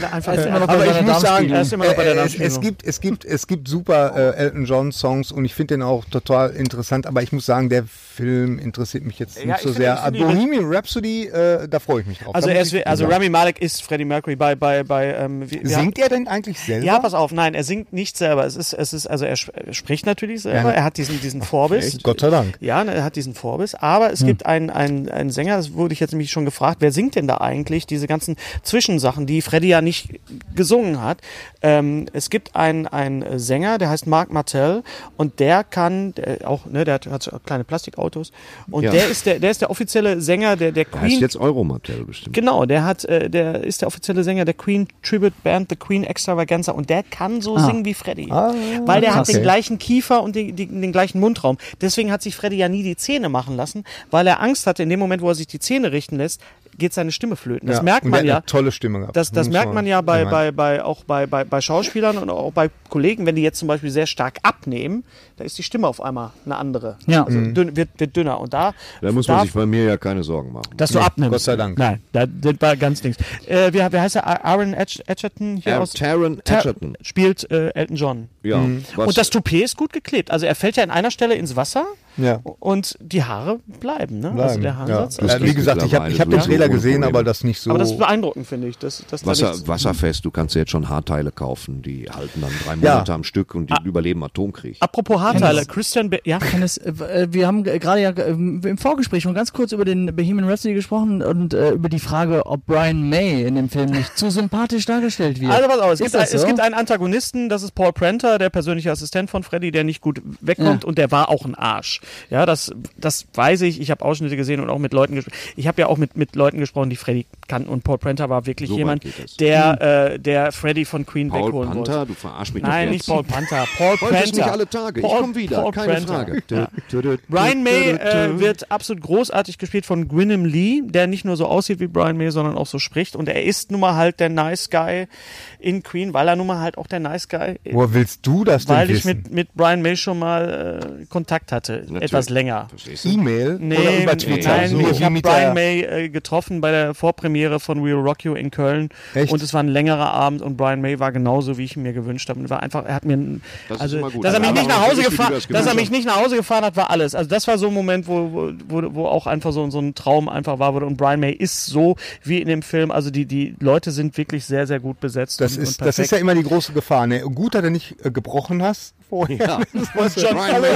Einfach ist immer noch bei aber seiner ich muss sagen, Darmspiegelung. er ist immer noch bei der äh, es, Darmspiegelung. es gibt, es gibt, es gibt super äh, Elton John Songs und ich finde den auch total interessant. Aber ich muss sagen, der Film interessiert mich jetzt nicht Ja, ich so finde, ich sehr. finde die- Bohemian Rhapsody, äh, da freue ich mich drauf. also, Da er muss ist, ich- also Ja. Rami Malek ist Freddie Mercury bei, bei, bei, ähm, wie, wie- singt er denn eigentlich selber? Ja, pass auf, nein, er singt nicht selber. Es ist, es ist, also er sp- er spricht natürlich selber. Ja. Er hat diesen, diesen Vorbiss. Echt? Gott sei Dank. Ja, ne, er hat diesen Vorbiss. Aber es gibt einen, einen, einen Sänger, das wurde ich jetzt nämlich schon gefragt, wer singt denn da eigentlich diese ganzen Zwischensachen, die Freddy ja nicht gesungen hat. Ähm, es gibt einen, einen Sänger, der heißt Marc Martel und der kann der auch, ne, der hat, hat so kleine Plastikautos und Ja. der ist der, der ist der offizielle Sänger der, der Heißt Queen jetzt Euromattel bestimmt. Genau, der hat, äh, der ist der offizielle Sänger der Queen Tribute Band, The Queen Extravaganza, und der kann so singen wie Freddy, weil der hat den Ah. okay. gleichen Kiefer und die, die, den gleichen Mundraum. Deswegen hat sich Freddy ja nie die Zähne machen lassen, weil er Angst hatte, in dem Moment, wo er sich die Zähne richten lässt, geht seine Stimme flöten. Das Ja, merkt und man der hat ja. Eine tolle Stimme gehabt. Das, das Muss merkt man ja bei, ich meine, bei, bei, auch bei, bei, bei Schauspielern und auch bei Kollegen, wenn die jetzt zum Beispiel sehr stark abnehmen, da ist die Stimme auf einmal eine andere. Ja. Also Mhm. dünn, wird, wird dünner. Und da, Da muss man da- sich bei mir ja keine Sorgen machen. dass du abnimmst. Gott sei Dank. Nein, da, das war ganz nichts. Äh, wie, wie heißt er? Aaron Edg Edgerton hier Ar- aus Taron Ta- Edgerton. spielt äh, Elton John. Ja, was, Mhm. Und das Toupet ist gut geklebt. Also er fällt ja an einer Stelle ins Wasser Ja. und die Haare bleiben. Ne? Also Bleiben. der Haaransatz. Ja. Das Äh, wie geht gesagt, ich habe mittlerweile ich hab den sowieso Trailer ohne gesehen, Probleme. aber das nicht so. Aber das ist beeindruckend, finde ich. Das, das da Wasser, nichts- wasserfest, du kannst ja jetzt schon Haarteile kaufen, die halten dann drei Ja. Monate am Stück und die Ah. überleben Atomkrieg. Apropos Haarteile, Christian, Be ja, Dennis, äh, äh, wir haben äh, gerade ja äh, im Vorgespräch schon ganz kurz über den Bohemian Rhapsody gesprochen und äh, über die Frage, ob Brian May in dem Film nicht zu sympathisch dargestellt wird. Also pass auf, es, Ist gibt, ein, das so? es gibt einen Antagonisten, das ist Paul Prenter, der persönliche Assistent von Freddy, der nicht gut wegkommt Ja. und der war auch ein Arsch. Ja, das, das weiß ich. Ich habe Ausschnitte gesehen und auch mit Leuten gesprochen. Ich habe ja auch mit, mit Leuten gesprochen, die Freddy kannten und Paul Prenter war wirklich So weit jemand, geht das. der, äh, der Freddy von Queen Paul wegholen wollte. Panther, du verarsch mich Nein, doch nicht jetzt. Paul Panther, Paul Heute ist nicht Prenter. alle Tage, ich Paul- komme wieder, Paul keine Prenter. Frage. Du- du- du- Brian May du- du- äh, wird absolut großartig gespielt von Gwynnem Lee, der nicht nur so aussieht wie Brian May, sondern auch so spricht. Und er ist nun mal halt der Nice Guy in Queen, weil er nun mal halt auch der Nice Guy ist. Woher willst du das denn Weil ich wissen? mit, mit Brian May schon mal äh, Kontakt hatte, etwas länger. Verstehst du? E-Mail oder Nee, über Twitter? nein, so ich wie habe mit Brian der, May äh, getroffen bei der Vorpremiere von We'll Rock You in Köln Echt? und es war ein längerer Abend und Brian May war genauso, wie ich ihn mir gewünscht habe. Und war einfach, er hat mir, ein- Das ist also, immer gut. dass er mich Also, nicht nach aber Hause natürlich, wie du gefahren, das dass er gewünscht mich hast. nicht nach Hause gefahren hat, war alles. Also das war so ein Moment, wo, wo, wo, wo auch einfach so, so ein Traum einfach wahr wurde und Brian May ist so wie in dem Film. Also die, die Leute sind wirklich sehr, sehr gut besetzt. das und, ist, und das ist perfekt. ja immer die große Gefahr. Ne? Gut, dass du nicht äh, gebrochen hast vorher. Das weißt du. Brian May,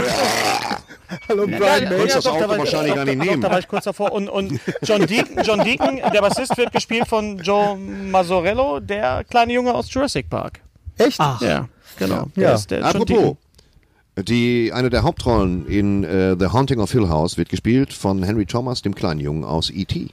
Hallo ja, Brian ja, May. konntest das doch, da Auto war ich- wahrscheinlich doch, gar nicht doch, nehmen. Da war ich kurz davor. Und, und John, Deacon, John Deacon, der Bassist, wird gespielt von Joe Mazzorello, der kleine Junge aus Jurassic Park. Echt? Ja, genau. Ja. Der ist der John Apropos, Deacon. die, eine der Hauptrollen in äh, The Haunting of Hill House wird gespielt von Henry Thomas, dem kleinen Jungen aus E E.T.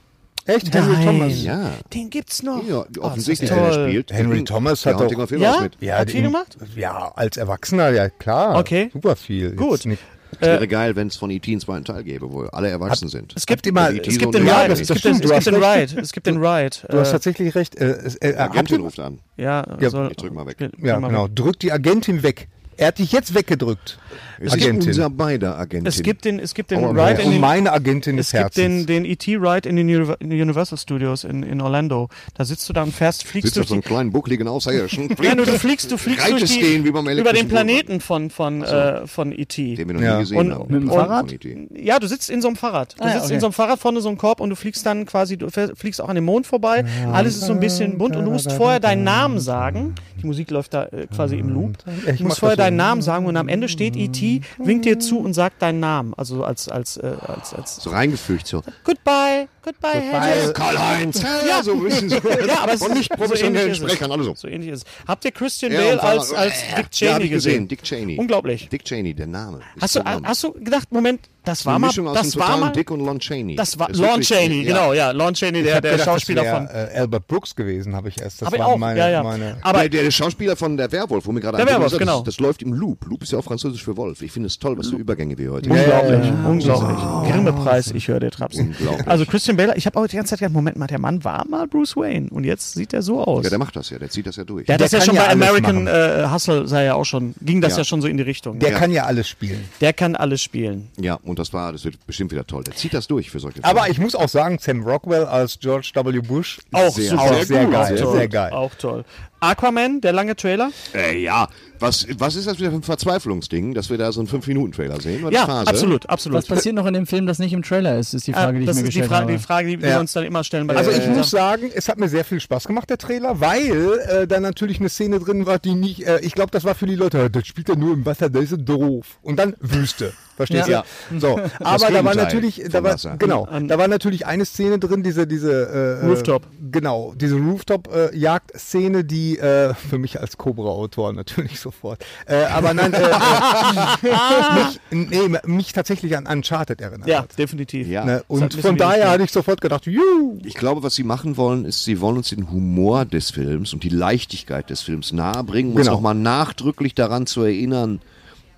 Echt? Henry Thomas. Ja. Den gibt's noch. ja offensichtlich, Oh, der das ist toll. spielt. Henry in Thomas The hat Haunting auch- of Hill Ja? House mit. Ja, Hat viel den- gemacht? Ja, als Erwachsener, ja klar. Okay. Super viel. Gut. Jetzt nicht- Es wäre geil, wenn es von E.T. einen zweiten Teil gäbe, wo alle erwachsen sind. Es gibt Und immer, E.T. es so gibt ein den Jahr Ride, alt es ist. gibt den, es gibt den Ride, es gibt den Ride. Du hast Äh, tatsächlich recht. Äh, es- äh, habt Agentin ihr, ruft an. ja, soll, Ich drück mal weg. ja, genau. Drück die Agentin weg. Er hat dich jetzt weggedrückt. Es ist unser beider Agentin. Es gibt den, es gibt den Oh, Ride ja. in Und den, meine Agentin es des gibt Herzens. den, den ET Ride in den Univer- in den Universal Studios in, in Orlando. Da sitzt du da und fährst, fliegst Sitzt durch auf so die, einem kleinen buckligen Aufseherschen. Nein, du, du fliegst, du fliegst durch die, gehen wie beim über den elektrischen Motorrad. Planeten von, von, äh, von ET. Den wir noch Ja. nie gesehen Und- haben. mit dem Von E Fahrrad? E.T.. Ja, du sitzt in so einem Fahrrad. Du Ah, ja, sitzt okay. in so einem Fahrrad vorne so einem Korb und du fliegst dann quasi, du fähr- fliegst auch an dem Mond vorbei. Alles ist so ein bisschen bunt und du musst vorher deinen Namen sagen. Die Musik läuft da äh, quasi im Loop. ich Du musst mach vorher das so. deinen Namen sagen und am Ende steht E.T., Mhm. winkt dir zu und sagt deinen Namen. Also als, als, äh, als, als So reingefügt so. Goodbye, Goodbye, Hedges. Karl-Heinz. Ja, so ein bisschen so. Äh, Ja, aber es Von ist- nicht professionellen ähnlich ist es. Sprechern, Äh, alle so. So ähnlich ist es. Habt ihr Christian Ja, und Bale Fahrrad. als, als Dick Cheney ja, hab ich gesehen? gesehen. Dick Cheney. Unglaublich. Dick Cheney, der Name. Ist Hast du, der Name. hast du gedacht, Moment, das war Eine mal, Mischung aus das dem war totalen mal, Dick und Lon Cheney. das war Ist Lon wirklich- Chaney, ja. genau, ja, Lon Chaney, der, der Gedacht, das Schauspieler wär, von. Äh, Albert Brooks gewesen, habe ich erst. Das Hab ich waren auch, meine, ja, ja. meine. Aber der, der Schauspieler von Der Werwolf, wo mir gerade Der einfällt, Werwolf, das- genau. Das läuft im Loop. Loop ist ja auch französisch für Wolf. Ich finde es toll, was für Übergänge wir Genau. heute unglaublich, unglaublich. Grimme-Preis, ich höre dir Trapsen. Unglaublich. Also Christian Bale, ich habe auch die ganze Zeit gedacht, Moment mal, der Mann war mal Bruce Wayne und jetzt sieht er so aus. Ja, der macht das ja, der zieht das ja durch. der hat das ja kann schon ja bei alles American machen. äh, Hustle, sei ja auch schon, ging das ja, schon so in die Richtung. Der Der, kann ja alles spielen. kann alles spielen. ja, und das war, das wird bestimmt wieder toll. Der zieht das durch für solche Aber Filme. ich muss auch sagen, Sam Rockwell als George W. Bush. Auch Sehr, super, auch sehr gut. geil, auch toll, sehr geil. Auch toll. Aquaman, der lange Trailer. Äh, ja, was, was ist das wieder für ein Verzweiflungsding, dass wir da so einen 5-Minuten-Trailer sehen? War die Ja, Phase? absolut, absolut. Was passiert noch in dem Film, das nicht im Trailer ist, ist die Ah, Frage, die ich das mir ist die gestellt Frage, habe. die Frage, die wir Ja. uns dann immer stellen. Bei Also den Äh, ich Sachen. muss sagen, es hat mir sehr viel Spaß gemacht, der Trailer, weil äh, da natürlich eine Szene drin war, die nicht, äh, ich glaube, das war für die Leute, das spielt er nur im Wasser, das ist doof. Und dann Wüste. Verstehst Ja. du? So. Aber da war Gegenteil natürlich, da vom war, Wasser. genau, da war natürlich eine Szene drin, diese, diese äh, Rooftop. äh, Genau, diese Rooftop-Jagd-Szene, die äh, für mich als Cobra-Autor natürlich sofort. Äh, aber nein, äh, äh, mich, nee, mich tatsächlich an Uncharted erinnert Ja, hat. definitiv. Ja. Ne? Und bisschen von wie das daher Spiel. hatte ich sofort gedacht, juhu! Ich glaube, was sie machen wollen, ist, sie wollen uns den Humor des Films und die Leichtigkeit des Films nahebringen, um uns Genau. nochmal nachdrücklich daran zu erinnern,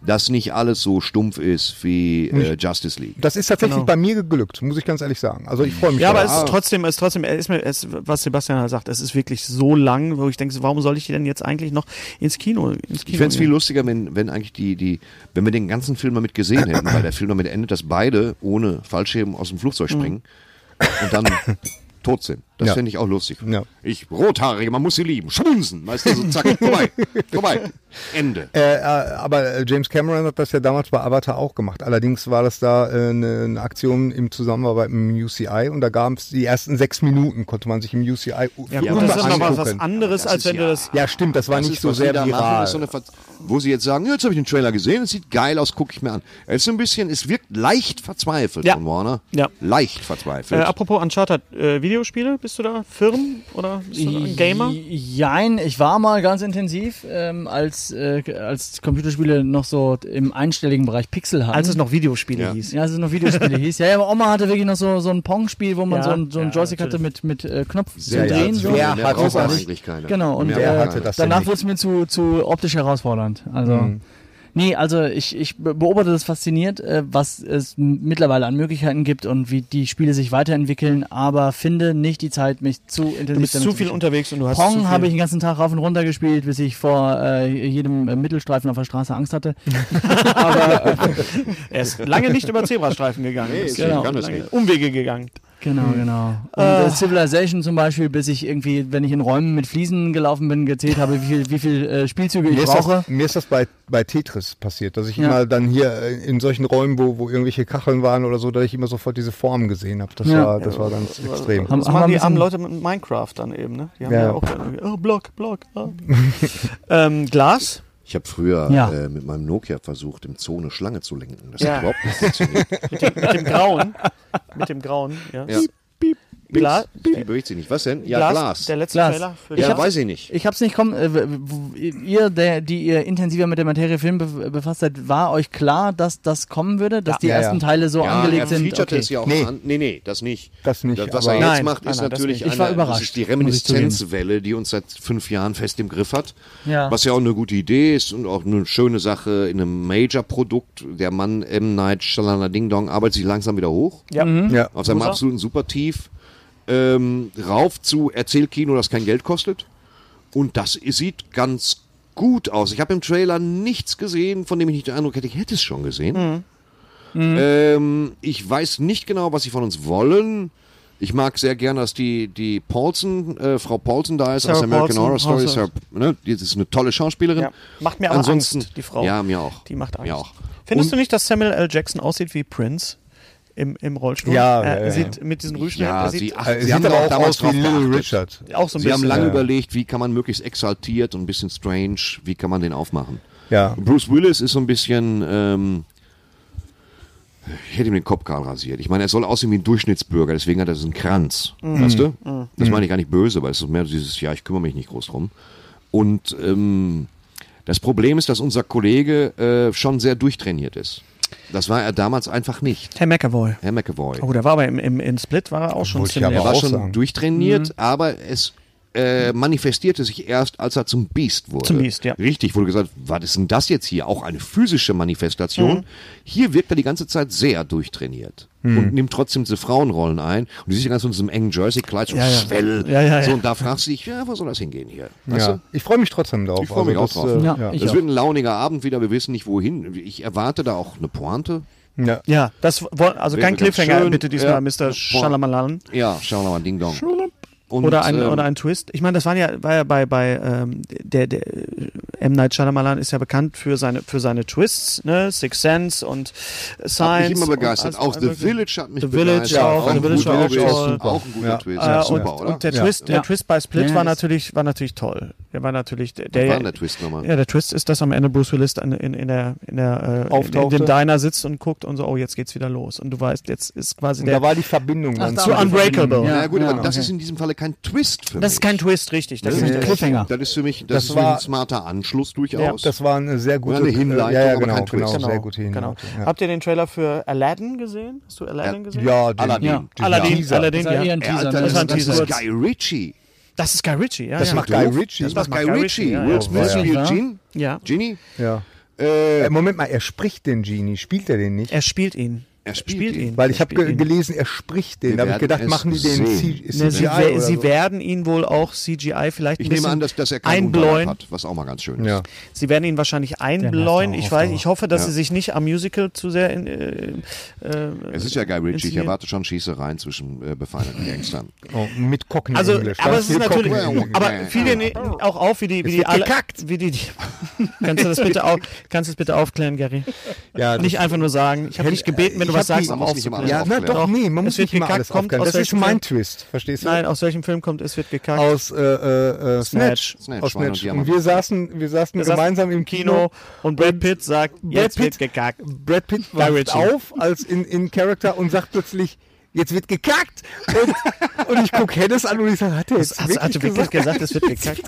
dass nicht alles so stumpf ist wie äh, Justice League. Das ist tatsächlich bei mir geglückt, muss ich ganz ehrlich sagen. Also ich freue mich. Ja, aber drauf. es ist trotzdem, es ist trotzdem, es ist mir, es, was Sebastian halt sagt, es ist wirklich so lang, wo ich denke, warum soll ich denn jetzt eigentlich noch ins Kino? Ins Kino Ich fänd's viel gehen? lustiger, wenn, wenn eigentlich die, die, wenn wir den ganzen Film damit gesehen hätten, weil der Film damit endet, dass beide ohne Fallschirm aus dem Flugzeug springen und dann tot sind. Mhm. Das Ja. fänd ich auch lustig. Ja. Ich, Rothaarige, man muss sie lieben. Schmunzen, weißt du, so zack, vorbei, vorbei, Ende. äh, äh, aber äh, James Cameron hat das ja damals bei Avatar auch gemacht. Allerdings war das da äh, eine, eine Aktion im Zusammenarbeit mit dem UCI und da gab es die ersten sechs Minuten, konnte man sich im UCI Ja, für gut, immer das ist noch was, was angucken. anderes, Das als ist wenn ja- du das. äh, Ja, stimmt, das war Das nicht ist, so was sehr die da viral. machen, ist so eine Ver- wo sie jetzt sagen, ja, jetzt habe ich den Trailer gesehen, es sieht geil aus, gucke ich mir an. Es ist ein bisschen, es wirkt leicht verzweifelt Ja. von Warner. Ja. Leicht verzweifelt. Äh, apropos Uncharted, äh, Videospiele, bist du da Firmen oder bist du da ein Gamer? Jein, ich war mal ganz intensiv, ähm, als, äh, als Computerspiele noch so im einstelligen Bereich Pixel hatten. Als es noch Videospiele Ja. hieß. ja, als es noch Videospiele hieß. Ja, ja, aber Oma hatte wirklich noch so, so ein Pong-Spiel, wo man Ja, so ein, so ein ja, Joystick hatte mit, mit äh, Knopf zum Drehen. ja, so. Wer mehr hat braucht man sowas? eigentlich keine. Genau, und Mehr wer braucht man hatte keine. das? denn Danach nicht? Mhm. wurde es mir zu, zu optisch herausfordernd. Also. Nee, also ich, ich be- beobachte das fasziniert, äh, was es m- mittlerweile an Möglichkeiten gibt und wie die Spiele sich weiterentwickeln, aber finde nicht die Zeit, mich zu intensiv Du bist damit zu zu viel beschäftigen. unterwegs und du hast. zu Pong viel- habe ich den ganzen Tag rauf und runter gespielt, bis ich vor äh, jedem äh, Mittelstreifen auf der Straße Angst hatte. äh, Er ist lange nicht über Zebrastreifen gegangen. Nee, Ist deswegen genau, kann das lange nicht. Umwege gegangen. Genau, genau. Und Ah. äh, Civilization zum Beispiel, bis ich irgendwie, wenn ich in Räumen mit Fliesen gelaufen bin, gezählt habe, wie viel, wie viel äh, Spielzüge ich Mir ist, brauche. das, mir ist das bei, bei Tetris passiert, dass ich Ja. immer dann hier äh, in solchen Räumen, wo, wo irgendwelche Kacheln waren oder so, dass ich immer sofort diese Form gesehen habe. Das, Ja. war, das war ganz extrem. Haben- Das machen die haben- armen Leute mit Minecraft dann eben, ne? Die haben ja, Ja. auch dann, oh, Block, Block. Ah. ähm, Glas? Ich habe früher Ja. äh, mit meinem Nokia versucht, im Zoo eine Schlange zu lenken. Das Ja. hat überhaupt nicht funktioniert. Mit dem Grauen. Mit dem Grauen, ja. Ja. Glas. Die bewegt sich nicht. Was denn? Ja, Glas. Der letzte Glas. Trailer für ja, hab's- weiß ich nicht. Ich hab's nicht kommen. Äh, w- w- ihr, der, die ihr intensiver mit der Materie Film be- befasst seid, war euch klar, dass das kommen würde, dass die Ja, ja. ersten Teile so Ja, angelegt er sind? featured Okay. es ja auch Nee. an. Nee, nee, das nicht. Das nicht, was aber- er jetzt Nein, macht, ist nein, nein, das natürlich nicht. Ich war eine, das überrascht, ist die muss ich zugeben. Reminiszenzwelle, die uns seit fünf Jahren fest im Griff hat. Ja. Was ja auch eine gute Idee ist und auch eine schöne Sache in einem Major-Produkt. Der Mann M. Night Shyamalan Ding Dong arbeitet sich langsam wieder hoch. Hm? Ja. Auf seinem absoluten Supertief. Ähm, rauf zu Erzählkino, das kein Geld kostet. Und das sieht ganz gut aus. Ich habe im Trailer nichts gesehen, von dem ich nicht den Eindruck hätte, ich hätte es schon gesehen. Mhm. Ähm, ich weiß nicht genau, was sie von uns wollen. Ich mag sehr gern, dass die, die Paulson, äh, Frau Paulson da ist aus Sarah American Paulson, Horror Story. Paulson. Sarah, ne? Die ist eine tolle Schauspielerin. Ja. Macht mir aber Ansonsten, Angst, die Frau. Ja, mir auch. Die macht Angst. Mir auch. Findest du nicht, dass Samuel L. Jackson aussieht wie Prince im, im Rollstuhl? Ja, er ja, ja. sieht mit diesen Rüschen. Ja, er sie, sieht ach, Äh, sie sieht haben aber da auch damals aus wie drauf Little geachtet. Richard. auch so ein Sie haben bisschen. lange ja. überlegt, wie kann man möglichst exaltiert und ein bisschen strange, wie kann man den aufmachen. Ja. Bruce Willis ist so ein bisschen. Ähm, ich hätte ihm den Kopf kahl rasiert. Ich meine, er soll aussehen wie ein Durchschnittsbürger, deswegen hat er so einen Kranz. Mhm. Weißt du? Das meine ich gar nicht böse, weil es ist mehr dieses, ja, ich kümmere mich nicht groß drum. Und ähm, das Problem ist, dass unser Kollege äh, schon sehr durchtrainiert ist. Das war er damals einfach nicht, Herr McAvoy. Herr McAvoy. Oh, der war aber im, im, in Split war er auch schon Wollte ich ziemlich. Er aber war auch schon sagen. durchtrainiert, Mhm. aber es äh, manifestierte sich erst, als er zum Beast wurde. Zum Beast, ja. Richtig, wurde gesagt, was ist denn das jetzt hier? Auch eine physische Manifestation. Mhm. Hier wirkt er die ganze Zeit sehr durchtrainiert und nimmt trotzdem diese Frauenrollen ein. Und du siehst ja ganz in diesem engen Jersey-Kleid, so Schwell. Ja, ja, ja. So, und da fragst du dich, ja, wo soll das hingehen hier? Weißt Ja. du? Ich freue mich trotzdem drauf. Ich freu mich Also auch das, drauf. äh, Ja, ja. ich Das auch. wird ein launiger Abend wieder, wir wissen nicht wohin. Ich erwarte da auch eine Pointe. Ja. Ja, das woll- also Wäre kein ganz Cliffhanger schön. bitte diesmal, Ja. Mr. Shalamalan. Ja, schauen wir mal, Ding Dong. Und, Oder ein, ähm, oder ein Twist. Ich meine, das waren ja, war ja bei, bei ähm, der, der äh, M. Night Shyamalan ist ja bekannt für seine, für seine Twists, ne? Six Sense und Science. Hat mich immer und begeistert. alles- Auch The alles- Village hat mich The Village begeistert. auch, The ein Village guter auch Twist. toll. Auch ein guter Ja. Twist. Äh, Ja, und, super, oder? und der Ja. Twist, der Ja. Twist bei Split Ja, war das- natürlich, war natürlich toll. Der war natürlich der, Was der, war denn der Twist nochmal? ja, der Twist ist, dass am Ende Bruce Willis in, in, in der, in der, äh, in, in Auftauchte. dem Diner sitzt und guckt und so, oh, jetzt geht's wieder los. Und du weißt, jetzt ist quasi Und der, da war die Verbindung. Ach, dann da zu war die Unbreakable. Verbindung. Ja, gut, aber ja, das okay. ist in diesem Falle kein Twist für das mich. ist kein Twist, richtig. Das Das ist ist ein ein Cliffhanger. Das ist für mich, das Das ist für mich war- ein smarter Anschluss durchaus. Das war eine sehr gute eine Hinleitung, Ja, ja, aber genau, kein Twist. genau, Genau, sehr gute Genau. Hinleitung. Habt ihr den Trailer für Aladdin gesehen? Hast du Aladdin Ja. gesehen? Ja, den, Aladdin. diesen Aladdin, Teaser. Aladdin, Das war eher ja. ein Ey, Teaser. Alter, ne? das, Das war ein das ist Teaser. Guy Ritchie. Das ist Guy Ritchie, ja. Das ja. macht Guy Ritchie. Das macht Guy Guy Ritchie. Ritchie, ja, Will ja. Smith Ja. spielt Gene. Ja. Genie. Ja. Äh, Äh, Moment mal, er spricht den Genie, spielt er den nicht? Er spielt ihn. Er spielt ihn. Weil ich Er habe spielt ge ihn. gelesen, er spricht den. Wir Da habe ich werden gedacht, es machen die den sehen. C- Ne, sie, CGI wer- oder sie so. werden ihn wohl auch CGI vielleicht ein ich bisschen nehme an, dass, dass er keinen Unwahrheit einbläuen. hat, was auch mal ganz schön ist. Ja. Sie werden ihn wahrscheinlich einbläuen. auch Ich oft, weiß, aber- ich hoffe, dass Ja. sie sich nicht am Musical zu sehr in, äh, äh, Es ist ja Guy Ritchie. Ich Inszeniert. erwarte schon Schießereien zwischen äh, befeindeten Gangstern. Oh, mit Cockney also, English. aber Da es ist viel natürlich, Cockney genau. English. aber fiel dir ne- auch auf, wie die, wie die wird alle, gekackt. wie die, die kannst du das bitte auf, kannst du das bitte aufklären, Gary? ja, Nicht einfach nur sagen. Ich habe dich gebeten, wenn du ich was hab sagst, die- aber man muss nicht immer aufzuklären. alles ja, na aufklären. doch, nee, man Es muss wird nicht immer gekackt, alles kommt aufklären. aus Das ist welchem mein Film? Twist, verstehst du? Nein, aus welchem Film kommt es wird gekackt? aus äh, äh, äh, Snatch. Snatch, Aus Schwein und Snatch. Und, Diamant. wir saßen, wir saßen Wir saßen gemeinsam im Kino. Kino und Brad Pitt sagt, jetzt wird gekackt. Brad Pitt wacht Ritchie. auf als in, in Character und sagt plötzlich, jetzt wird gekackt. Und, und ich gucke Hennes an und ich sage, hat er jetzt Hast, wirklich, hast du wirklich gesagt, es wird gekackt?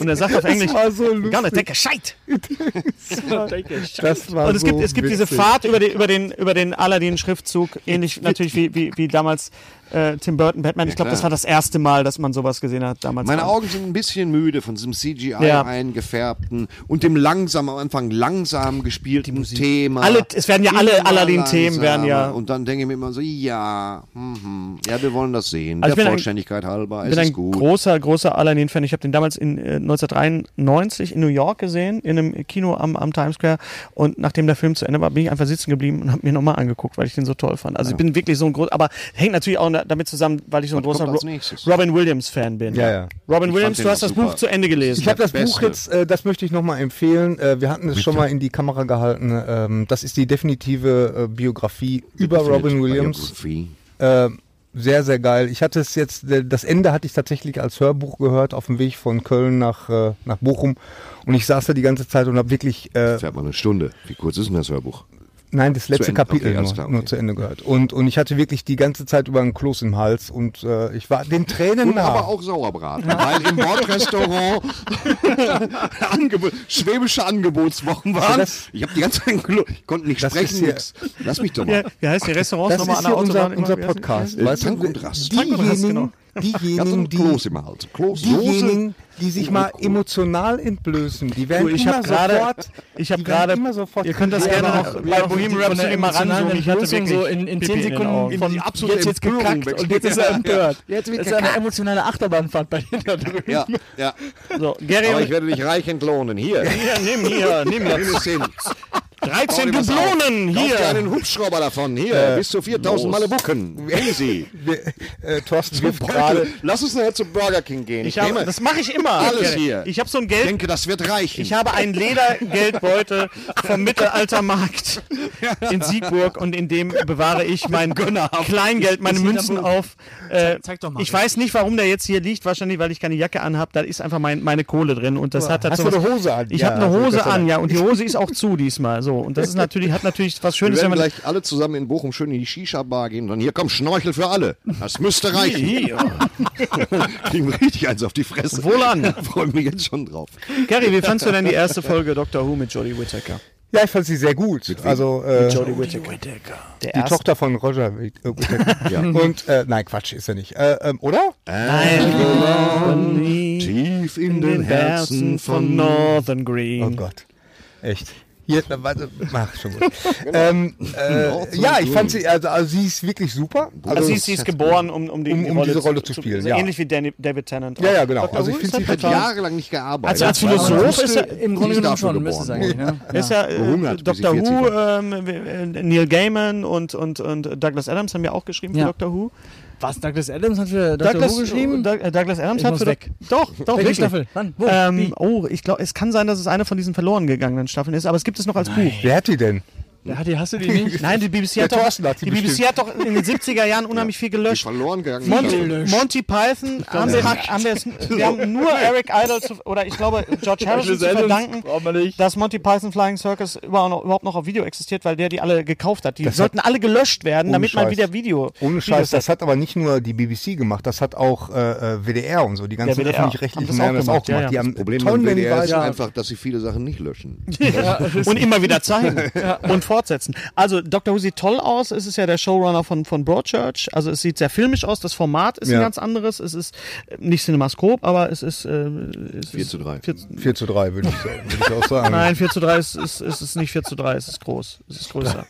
Und er sagt auf Englisch, Das war so "We're gonna lustig. take a shite. Das war Und es so gibt, es gibt diese witzig. Fahrt über den, über den, über den Aladdin-Schriftzug, ähnlich natürlich wie, wie, wie damals äh, Tim Burton Batman. Ich glaube, klar. das war das erste Mal, dass man sowas gesehen hat damals. Meine Augen sind ein bisschen müde von diesem CGI Ja. eingefärbten und dem langsam am Anfang langsam gespielten Thema. Alle- es werden ja alle Immer Aladdin-Themen werden ja- langsamer. Und dann denke ich mir immer so, ja, mhm. ja, wir wollen das sehen. Also ich Der bin ein- Vollständigkeit halber, Ich es bin ein ist gut. großer, großer Aladdin-Fan. Ich habe den damals in äh, 1993 in New York gesehen, in einem Kino am, am Times Square. Und nachdem der Film zu Ende war, bin ich einfach sitzen geblieben und habe mir nochmal angeguckt, weil ich den so toll fand. Also ich bin wirklich so ein großer, aber hängt natürlich auch na- damit zusammen, weil ich so ein Was großer kommt als Ro nächstes? Robin Williams-Fan bin. Ja, ja. Robin Ich Williams, fand den du hast auch das super. Buch zu Ende gelesen. Ich habe das Beste. Buch jetzt, äh, das möchte ich nochmal empfehlen. Äh, wir hatten es schon mal in die Kamera gehalten. Ähm, das ist die definitive äh, Biografie über Robin Williams. Biografie. Äh, sehr, sehr geil. Ich hatte es jetzt, äh, das Ende hatte ich tatsächlich als Hörbuch gehört auf dem Weg von Köln nach, äh, nach Bochum. Und ich saß da die ganze Zeit und habe wirklich äh, Fährt man eine Stunde. Wie kurz ist denn das Hörbuch? Nein, das letzte Ende. Kapitel Okay, alles nur, klar, nur okay. zu Ende gehört. Und, und ich hatte wirklich die ganze Zeit über einen Kloß im Hals und äh, ich war den Tränen Und Genau. nah. aber auch Sauerbraten, weil im Bordrestaurant Angebot, schwäbische Angebotswochen waren. Das- ich habe die ganze Zeit gelo- ich konnte nicht Das sprechen, ist hier- nix. Lass mich doch mal. Ja, wie heißt die Restaurants das nochmal ist an der hier unser, Autobahn? unser immer? Wie heißt die? Podcast. Äh, weißt du, Tank und Rast. Diejenigen, Tank und Rast, genau. Ich hatte diejenigen, einen Kloß im die, Hals. Kloß, diejenigen, Soße. die sich und mal Kohl. emotional entblößen, die werden Oh, Du, ich immer hab gerade- sofort... ich hab die werden gerade- Immer sofort Ihr könnt das Ja, gerne aber noch bei Bohemian Rhapsody mal ranzoomen. Ich hatte wirklich so in, in Pipi 10 den Sekunden Augen. von Die absolute jetzt, jetzt Empörung gekackt wächst. und jetzt ist er Ja. empört. Jetzt wird das ist eine emotionale Achterbahnfahrt bei dir da drüben. Ja, ja. So, Aber ich Gary, werde dich reich entlohnen. Hier. hier, nimm hier, nimm Nimm hier. es hin. Bau 13 dir was auf. Dublonen Kauf dir hier. Äh, einen Hubschrauber davon. Hier, bis zu 4000 Male bucken. Nehmen Sie. äh, Thorsten Zum wirft gerade... Beutel. Lass uns nachher zu Burger King gehen. Ich habe, nehme- das mache ich immer. Alles Gary. hier. Ich habe so ein Ich Geld. denke, das wird reichen. Ich habe einen Ledergeldbeutel vom Mittelaltermarkt in Siegburg und in dem bewahre ich mein Kleingeld, meine Münzen auf. Äh, Zeig doch mal. ich weiß nicht, warum der jetzt hier liegt. Wahrscheinlich, weil ich keine Jacke anhabe. Da ist einfach mein, meine Kohle drin und das hat Hast dazu du eine Hose an? Ich Ja, habe eine gut, Hose das an, hat- ja, und die Hose ist auch zu diesmal. So und das ist natürlich hat natürlich was Wir Schönes, wenn werden man gleich alle zusammen in Bochum schön in die Shisha-Bar gehen und dann hier komm, Schnorchel für alle. Das müsste reichen. Kriegen wir richtig eins auf die Fresse. Wohlan. Freue mich jetzt schon drauf. Gary, wie fandst du denn die erste Folge Doctor Who mit Jodie Whittaker? Ja, ich fand sie sehr gut. Also äh, Jodie Whittaker. Der die erste. Tochter von Roger. Witt- äh, Whittaker. Und äh, nein, Quatsch, ist er nicht. Äh, ähm, oder? Tief in den Herzen von Nord. Northern Green. Oh Gott. Echt. Hier, na, warte, mach schon gut. Genau. ähm, Mhm. äh, ja, ich fand sie, also, also sie ist wirklich super. Also sie ist, sie ist geboren, um, um, die, Um- die um diese Rolle zu spielen, so ja. Ähnlich wie Danny, David Tennant. Ja, ja, genau. Dr. Also Who ich finde ist sie halt Hat total- jahrelang nicht gearbeitet. Also als Weil man Philosoph wusste, ist er Im Grunde die ist genommen dafür schon, müsste es geboren eigentlich. Ne? Ist ja, äh, Gehungert, bis sie Dr. 40 Who, war. ähm, äh, Neil Gaiman und, und, und Douglas Adams haben ja auch geschrieben Ja. für Dr. Who. Was, ne? Douglas oh, Adams hat für Dr. Who geschrieben? Doug- äh, Douglas Adams Ich hat muss für weg. Doch, doch, Welche wirklich. Staffel? Wann? Wo? Ähm, oh, ich glaube, es kann sein, dass es eine von diesen verloren gegangenen Staffeln ist, aber es gibt es noch als Buch. Wer hat die denn? Wie? Hat die, hast du die nicht? Nein, die BBC hat, Der doch, Thorsten hat die die BBC bestimmt. hat doch in den 70er Jahren unheimlich viel die gelöscht. verloren gegangen. Monty, Monty Python haben wir, haben wir, es, wir haben nur Eric Idle zu, oder ich glaube George Harrison zu verdanken, brauchen wir nicht. dass Monty Python Flying Circus überhaupt noch, überhaupt noch auf Video existiert, weil der die alle gekauft hat. Die sollten alle gelöscht werden, damit man Scheiß. wieder Video. Ohne Scheiß, Videos hat. das hat aber nicht nur die BBC gemacht, das hat auch äh, äh, WDR und so, die ganzen Ja, WDR. öffentlich-rechtlichen Haben haben das das auch auch gemacht, ja, gemacht. ja. Die haben Problem mit tollen WDR ist Hinweise. einfach, dass sie viele Sachen nicht löschen. und immer wieder zeigen und fortsetzen. Also Dr. Who sieht toll aus. Es ist ja der Showrunner von, von Broadchurch. Also es sieht sehr filmisch aus. Das Format ist Ja. ein ganz anderes. Es ist äh, nicht Cinemascope, aber es ist... Äh, es 4 ist zu 3. 4 zu 3, würde ich, sagen, würde ich auch sagen. Nein, 4 zu 3 ist, ist, ist, ist nicht 4 zu 3, es ist groß. Es ist größer.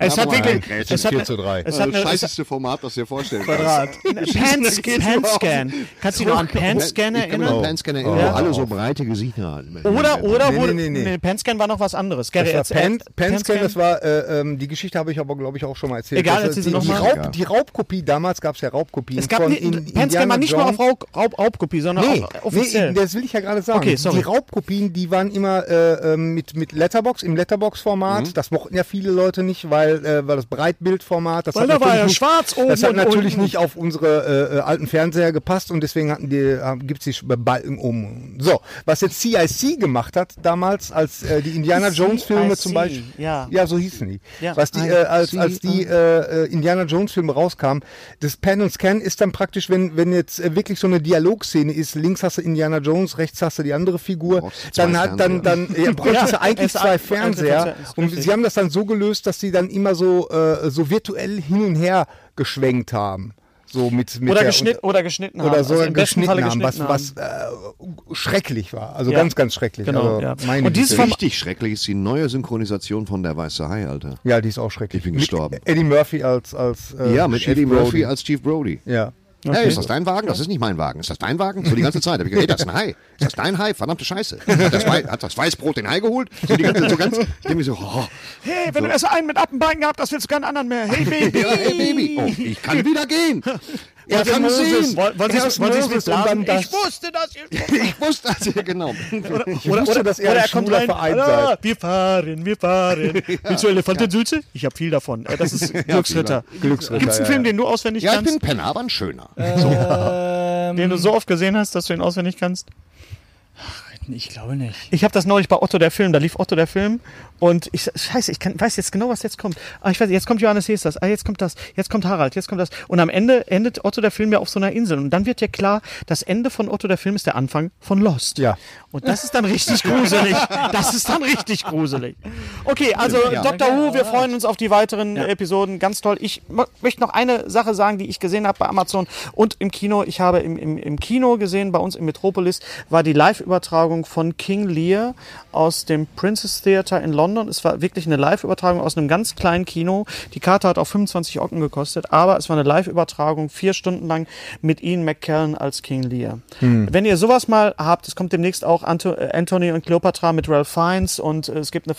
Es hat Nein, wirklich. Grätchen, Es hat 4 zu Also 3. Es hat Das ist das eine, es hat Äh, scheißeste Format, das ihr vorstellen Quadrat. könnt. Pans, Panscan. Kannst du dich noch an Panscan Ich kann mich an erinnern? Oh. Panscanner erinnern, Ja. wo alle so breite Gesichter hatten. Oder, oder Nee, wurde. nee, nee, nee. Panscan war noch was anderes. Gary, äh, Das war Pan, erzähl- Panscan, Panscan? das war, äh, ähm, die Geschichte habe ich aber, glaube ich, auch schon mal erzählt. Egal, das, äh, erzähl sie die, noch die, mal. Raub, die Raubkopie, damals gab es ja Raubkopien. Es gab von nie, in, Panscan Indiana war nicht nur auf Jones. Raub, Raub, Raubkopie, sondern Nee, auch nee, offiziell. das will ich ja gerade sagen. Okay, sorry. Die Raubkopien, die waren immer äh, ähm, mit, mit Letterbox, im Mhm. Letterbox-Format. Das mochten ja viele Leute nicht, weil, äh, weil das Breitbildformat, das Weil hat da war natürlich ja nicht, schwarz oben Das hat und natürlich unten. nicht auf unsere äh, äh, alten Fernseher gepasst und deswegen hatten die, äh, gibt's die Sch- Balken um. So, was jetzt CIC gemacht hat damals, als äh, die Indiana Jones-Filme zum CIC, Beispiel. ja. ja, so hießen die. Ja. Was die, äh, als, als die äh, äh, Indiana Jones Filme rauskamen, das Pan und Scan ist dann praktisch, wenn, wenn jetzt äh, wirklich so eine Dialogszene ist, links hast du Indiana Jones, rechts hast du die andere Figur, brauchst zwei dann hat, dann, dann, ja, bräuchtest Ja, du eigentlich es- zwei es- Fernseher. es- es- es- Und richtig. sie haben das dann so gelöst, dass sie dann immer so, äh, so virtuell hin und her geschwenkt haben. So mit, mit Oder, der- geschnitt, oder geschnitten haben. oder so also im besten geschnitten, Falle haben, was, geschnitten was äh, schrecklich war. Also Ja. ganz, ganz schrecklich. Genau, also, ja. meine Und dieses Güte. Format- Richtig schrecklich ist die neue Synchronisation von Der Weiße Hai, Alter. ja, die ist auch schrecklich. Ich bin Mit gestorben. Eddie Murphy als, als äh, ja, mit Chief Eddie Murphy Brody. als Chief Brody. Ja. Hey, ist das dein Wagen? Das ist nicht mein Wagen. Ist das dein Wagen? So die ganze Zeit. Hab ich gedacht, hey, das ist ein Hai. Ist das dein Hai? Verdammte Scheiße. Hat das, Wei hat das Weißbrot den Hai geholt? So die ganze, so ganz, ich denk mir so, oh, Hey, wenn du erst einen mit Appenbein gehabt hast, willst du keinen anderen mehr. Hey, Baby. ja, hey Baby, oh, ich kann wieder gehen. Er Erst kann Moses. sehen. Wollen Sie es Erst wollen Sie Moses es mit und Blasen? dann das. Ich wusste, dass ihr... Ich wusste, also, genau. Ich wusste, dass er ein schwuler Verein "Ah, sei. wir fahren, wir fahren. Willst du Elefantensülze? Ich habe viel davon. Äh, Das ist Glücksritter. Glücksritter, Gibt's einen ja, Film, ja. den du auswendig Ja, ich bin kannst? ein Penner, aber ein Schöner. Den du so oft gesehen hast, dass du ihn auswendig kannst? Ich glaube nicht. Ich habe das neulich bei Otto der Film, da lief Otto der Film und ich scheiße, ich kann, weiß jetzt genau, was jetzt kommt. Ah, ich weiß, jetzt kommt Johannes Hesters, ah, jetzt kommt das, jetzt kommt Harald, jetzt kommt das und am Ende endet Otto der Film ja auf so einer Insel und dann wird ja klar, das Ende von Otto der Film ist der Anfang von Lost. Ja. Und das ist dann richtig gruselig. Das ist dann richtig gruselig. Okay, also Dr. Who, wir freuen uns auf die weiteren Episoden, ganz toll. Ich mo- möchte noch eine Sache sagen, die ich gesehen habe bei Amazon und im Kino. Ich habe im, im, im Kino gesehen, bei uns in Metropolis, war die Live-Übertragung von King Lear aus dem Princess Theatre in London. Es war wirklich eine Live-Übertragung aus einem ganz kleinen Kino. Die Karte hat auch 25 Ocken gekostet, aber es war eine Live-Übertragung, vier Stunden lang mit Ian McKellen als King Lear. Hm. Wenn ihr sowas mal habt, es kommt demnächst auch Anto äh, Anthony und Cleopatra mit Ralph Fiennes und äh, es gibt eine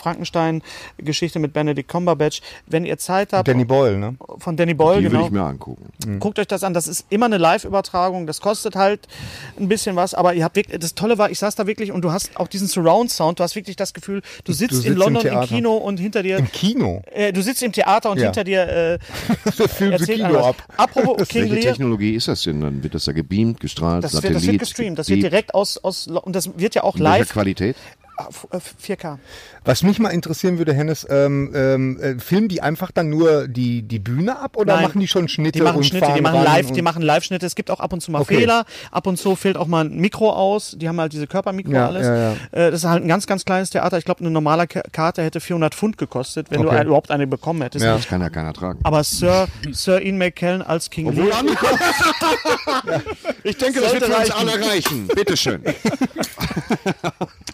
Frankenstein-Geschichte mit Benedict Cumberbatch. Wenn ihr Zeit habt, Danny Boyle, ne? von Danny Boyle, Die will genau. ich mir angucken. Guckt euch das an. Das ist immer eine Live-Übertragung. Das kostet halt ein bisschen was, aber ihr habt wirklich, das Tolle war, ich saß da wirklich und du hast auch diesen Surround-Sound. Du hast wirklich das Gefühl, du sitzt, sitzt in im London im, Theater. Kino und hinter dir. Im Kino. Äh, du sitzt im Theater und Ja. hinter dir äh, Der Film zu erzählt Kino einer was. ab. Apropos King Welche Lear, Technologie ist das denn? Dann wird das da gebeamt, gestrahlt, das wird, Satellit. das wird gestreamt. Das wird gepiept. direkt aus, aus Lo- und das wird ja auch In welcher live Qualität? auf, äh, 4K. Was mich mal interessieren würde, Hennes, ähm, ähm, äh, filmen die einfach dann nur die, die Bühne ab oder Nein. machen die schon Schnitte? Die machen und Schnitte, fahren die machen ran live, und- die machen Live-Schnitte. Es gibt auch ab und zu mal Okay. Fehler. Ab und zu fehlt auch mal ein Mikro aus. Die haben halt diese Körpermikro Ja, alles. ja, ja. Äh, Das ist halt ein ganz, ganz kleines Theater. Ich glaube, eine normale K- Karte hätte 400 Pfund gekostet, wenn du Okay. ein- überhaupt eine bekommen hättest. Das kann ja keiner tragen. Aber Sir, Sir Ian McKellen als King Lear. Ich denke, das wird für uns alle reichen. Bitteschön.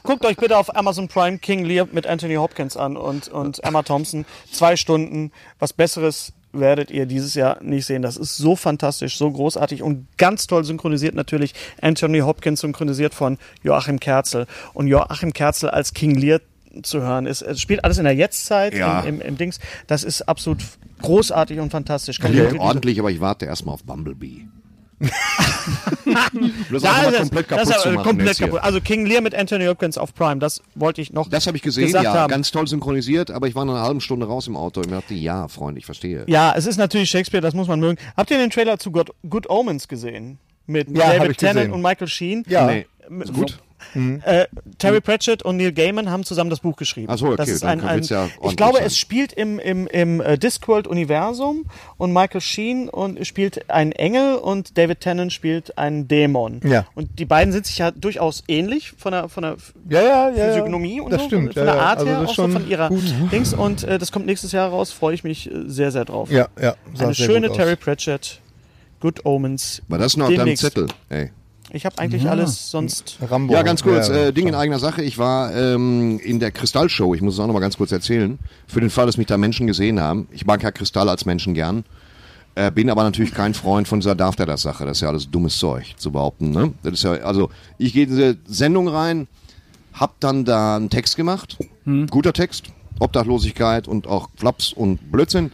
Guckt euch bitte auf Amazon Prime King Lear mit Anthony Hopkins an und, und Emma Thompson. Zwei Stunden. Was Besseres werdet ihr dieses Jahr nicht sehen. Das ist so fantastisch, so großartig und ganz toll synchronisiert natürlich. Anthony Hopkins synchronisiert von Joachim Kerzel. Und Joachim Kerzel als King Lear zu hören ist, es spielt alles in der Jetztzeit, Ja. im, im, im Dings. Das ist absolut großartig und fantastisch. Kann ich Klingt wirklich- ordentlich, aber ich warte erstmal auf Bumblebee. das Da ist einfach mal es. komplett Das kaputt ist aber zu machen komplett jetzt hier. kaputt. Also King Lear mit Anthony Hopkins auf Prime, das wollte ich noch Das habe ich gesehen, gesagt ja. haben. Ganz toll synchronisiert, aber ich war nach einer halben Stunde raus im Auto und mir dachte, ja, Freund, ich verstehe. Ja, es ist natürlich Shakespeare, das muss man mögen. Habt ihr den Trailer zu God, Good Omens gesehen? Mit Ja, hab David ich Tennant gesehen. und Michael Sheen. Ja. Mhm. Nee, ist gut. Äh, Terry Pratchett und Neil Gaiman haben zusammen das Buch geschrieben. Ach so, okay, das ist dann ein, ein, wird's ja ich ordentlich glaube, sein. es spielt im, im, im äh, Discworld-Universum und Michael Sheen und spielt einen Engel und David Tennant spielt einen Dämon. Ja. Und die beiden sind sich ja durchaus ähnlich von der, von der Ja, ja, ja. ja. Physiognomie und das so, stimmt. von ja, der ja. Art also her, das auch ist so schon von ihrer Gut. Dings. Und äh, das kommt nächstes Jahr raus, freue ich mich äh, sehr, sehr drauf. Ja, ja. sah Eine sehr schöne gut aus. Terry Pratchett, Good Omens. War das noch auf deinem Demnächst. Zettel? Ey. Ich habe eigentlich alles sonst. Rambo. Ja, ganz kurz, Ja, ja. äh, Ding in eigener Sache. Ich war ähm, in der Kristallshow, ich muss es auch nochmal ganz kurz erzählen, für den Fall, dass mich da Menschen gesehen haben. Ich mag ja Kristall als Menschen gern, äh, bin aber natürlich kein Freund von dieser Darf der das Sache. Das ist ja alles dummes Zeug zu behaupten. Ne? Das ist ja, also, ich gehe in diese Sendung rein, hab dann da einen Text gemacht, guter Text, Obdachlosigkeit und auch Flaps und Blödsinn.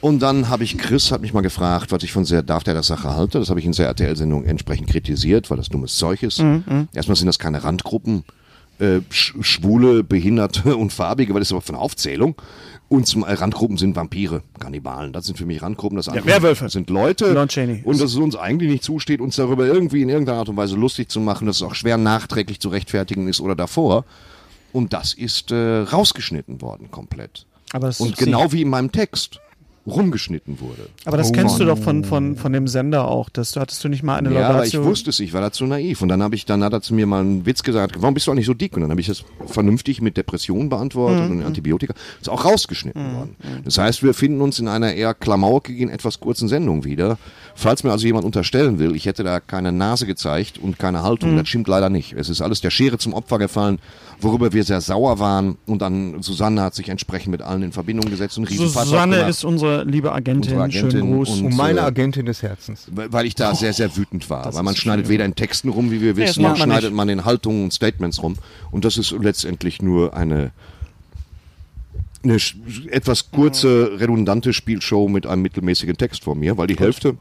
Und dann habe ich, Chris hat mich mal gefragt, was ich von sehr darf der das Sache halte. Das habe ich in der RTL-Sendung entsprechend kritisiert, weil das dummes Zeug ist. Erstmal sind das keine Randgruppen. Äh, Sch- Schwule, Behinderte und Farbige, weil das ist aber von Aufzählung. Und zum äh, Randgruppen sind Vampire, Kannibalen. Das sind für mich Randgruppen. Das andere Werwölfe. sind Leute. Lon Chaney. Äh, Und dass es uns eigentlich nicht zusteht, uns darüber irgendwie in irgendeiner Art und Weise lustig zu machen, dass es auch schwer nachträglich zu rechtfertigen ist oder davor. Und das ist äh, rausgeschnitten worden komplett. Aber das, Und genau wie in meinem Text rumgeschnitten wurde. aber das kennst du doch von, von, von dem Sender auch. Das, du hattest du nicht mal eine Oh. Ja, aber ich Laudatio? wusste es, ich war dazu naiv. Und dann habe ich, dann hat er zu mir mal einen Witz gesagt, warum bist du eigentlich so dick? Und dann habe ich das vernünftig mit Depression beantwortet Mhm. und Antibiotika. Ist auch rausgeschnitten worden. Das heißt, wir finden uns in einer eher klamaukigen, etwas kurzen Sendung wieder. Falls mir also jemand unterstellen will, ich hätte da keine Nase gezeigt und keine Haltung, Mhm. das stimmt leider nicht. Es ist alles der Schere zum Opfer gefallen, worüber wir sehr sauer waren. Und dann Susanne hat sich entsprechend mit allen in Verbindung gesetzt und einen Riesenfass Susanne aufgemacht. ist unsere liebe Agentin. Unsere Schönen Agentin Gruß. und- Und meine äh, Agentin des Herzens. weil weil ich da sehr, sehr wütend war. Weil man schneidet weder in Texten rum, wie wir das wissen, macht noch man schneidet nicht. man in Haltungen und Statements rum. Und das ist letztendlich nur eine, eine sch- etwas kurze, redundante Spielshow mit einem mittelmäßigen Text vor mir, weil die Hälfte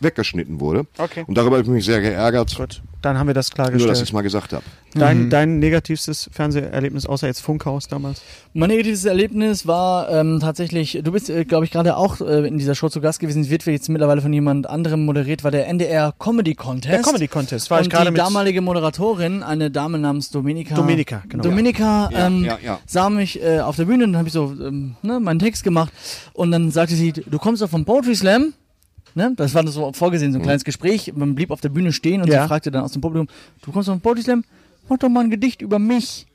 weggeschnitten wurde. Okay. Und darüber habe ich mich sehr geärgert, Gut, dann haben wir das nur klargestellt. dass ich es mal Mhm. gesagt habe. dein, dein negativstes Fernseherlebnis, außer jetzt Funkhaus damals? Mein negatives Erlebnis war ähm, tatsächlich, du bist, äh, glaube ich, gerade auch äh, in dieser Show zu Gast gewesen, wird jetzt mittlerweile von jemand anderem moderiert, war der NDR Comedy Contest. Der Comedy Contest, war Und ich gerade die mit- damalige Moderatorin, eine Dame namens Dominika. Dominika, genau. Dominika Ja, ähm, ja, ja. sah mich äh, auf der Bühne und dann habe ich so ähm, ne, meinen Text gemacht und dann sagte sie, du kommst doch vom Poetry Slam. Ne? Das war so vorgesehen, Mhm. so ein kleines Gespräch. Man blieb auf der Bühne stehen und Ja. sie fragte dann aus dem Publikum, du kommst vom Poetry Slam, mach doch mal ein Gedicht über mich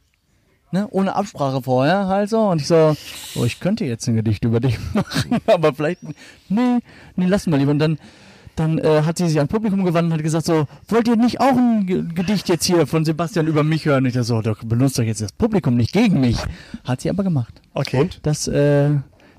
ne, ohne Absprache vorher halt so. Und ich so, oh, ich könnte jetzt ein Gedicht über dich machen, aber vielleicht, nee, nee, lassen wir lieber. Und dann, dann äh, hat sie sich an Publikum gewandt und hat gesagt so, wollt ihr nicht auch ein Ge- Gedicht jetzt hier von Sebastian über mich hören? Und ich dachte so, doch, benutzt doch jetzt das Publikum nicht gegen mich. Hat sie aber gemacht. Okay. Und? Das, äh,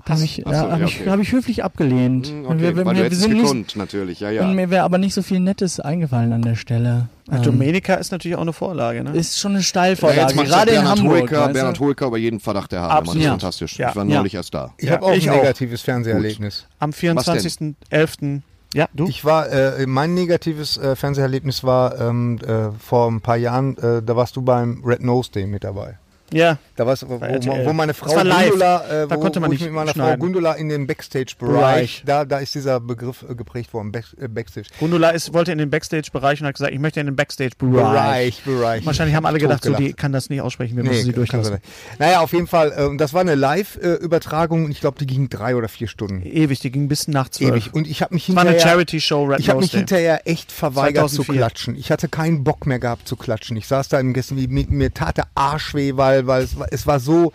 habe ich, so, ja, hab ja, ich, okay. Hm, hab ich höflich abgelehnt. Okay, Hm, wir, wir, weil du wir hättest sind nicht, gekonnt, natürlich, ja, und ja. mir wäre aber nicht so viel Nettes eingefallen an der Stelle. Ähm, Dominika ist natürlich auch eine Vorlage, ne? ist schon eine Ja, Steilvorlage, jetzt macht gerade in Bernhard Hamburg. Hoeker, weißt du? Bernhard Hoeker über jeden Verdacht erhaben. Absolut. Das ist Ja. fantastisch. Ja. Ich war Ja. neulich erst da. Ich habe auch ich ein auch. negatives Fernseherlebnis. Am denn? 24.11. Ja, du? Ich war, äh, mein negatives äh, Fernseherlebnis war ähm, äh, vor ein paar Jahren, äh, da warst du beim Red Nose Day mit dabei. ja. Da war's, wo, RTL. wo, wo meine Das Frau war live. Gundula, äh, Da wo, konnte man wo nicht ich mit meiner schneiden. Frau Gundula in den Bereich. Backstage-Bereich, da, da ist dieser Begriff äh, geprägt worden, Back, äh, Backstage. Gundula ist, wollte in den Backstage-Bereich und hat gesagt, ich möchte in den Backstage-Bereich. Bereich, Bereich. Wahrscheinlich haben alle gedacht, so, Totgelacht. die kann das nicht aussprechen, wir müssen sie kann durchlassen. sein. Naja, auf jeden Fall, äh, und das war eine Live-Übertragung und ich glaube, die ging drei oder vier Stunden. Ewig, die ging bis nach 12. Ewig. Und ich habe mich Es war eine hinterher- Charity-Show, Red Ich habe mich Nose Day. hinterher echt verweigert 2004. zu klatschen. Ich hatte keinen Bock mehr gehabt zu klatschen. Ich saß da im Gästen, mir, mir tat der Arsch weh, weil, weil es, war- es war so,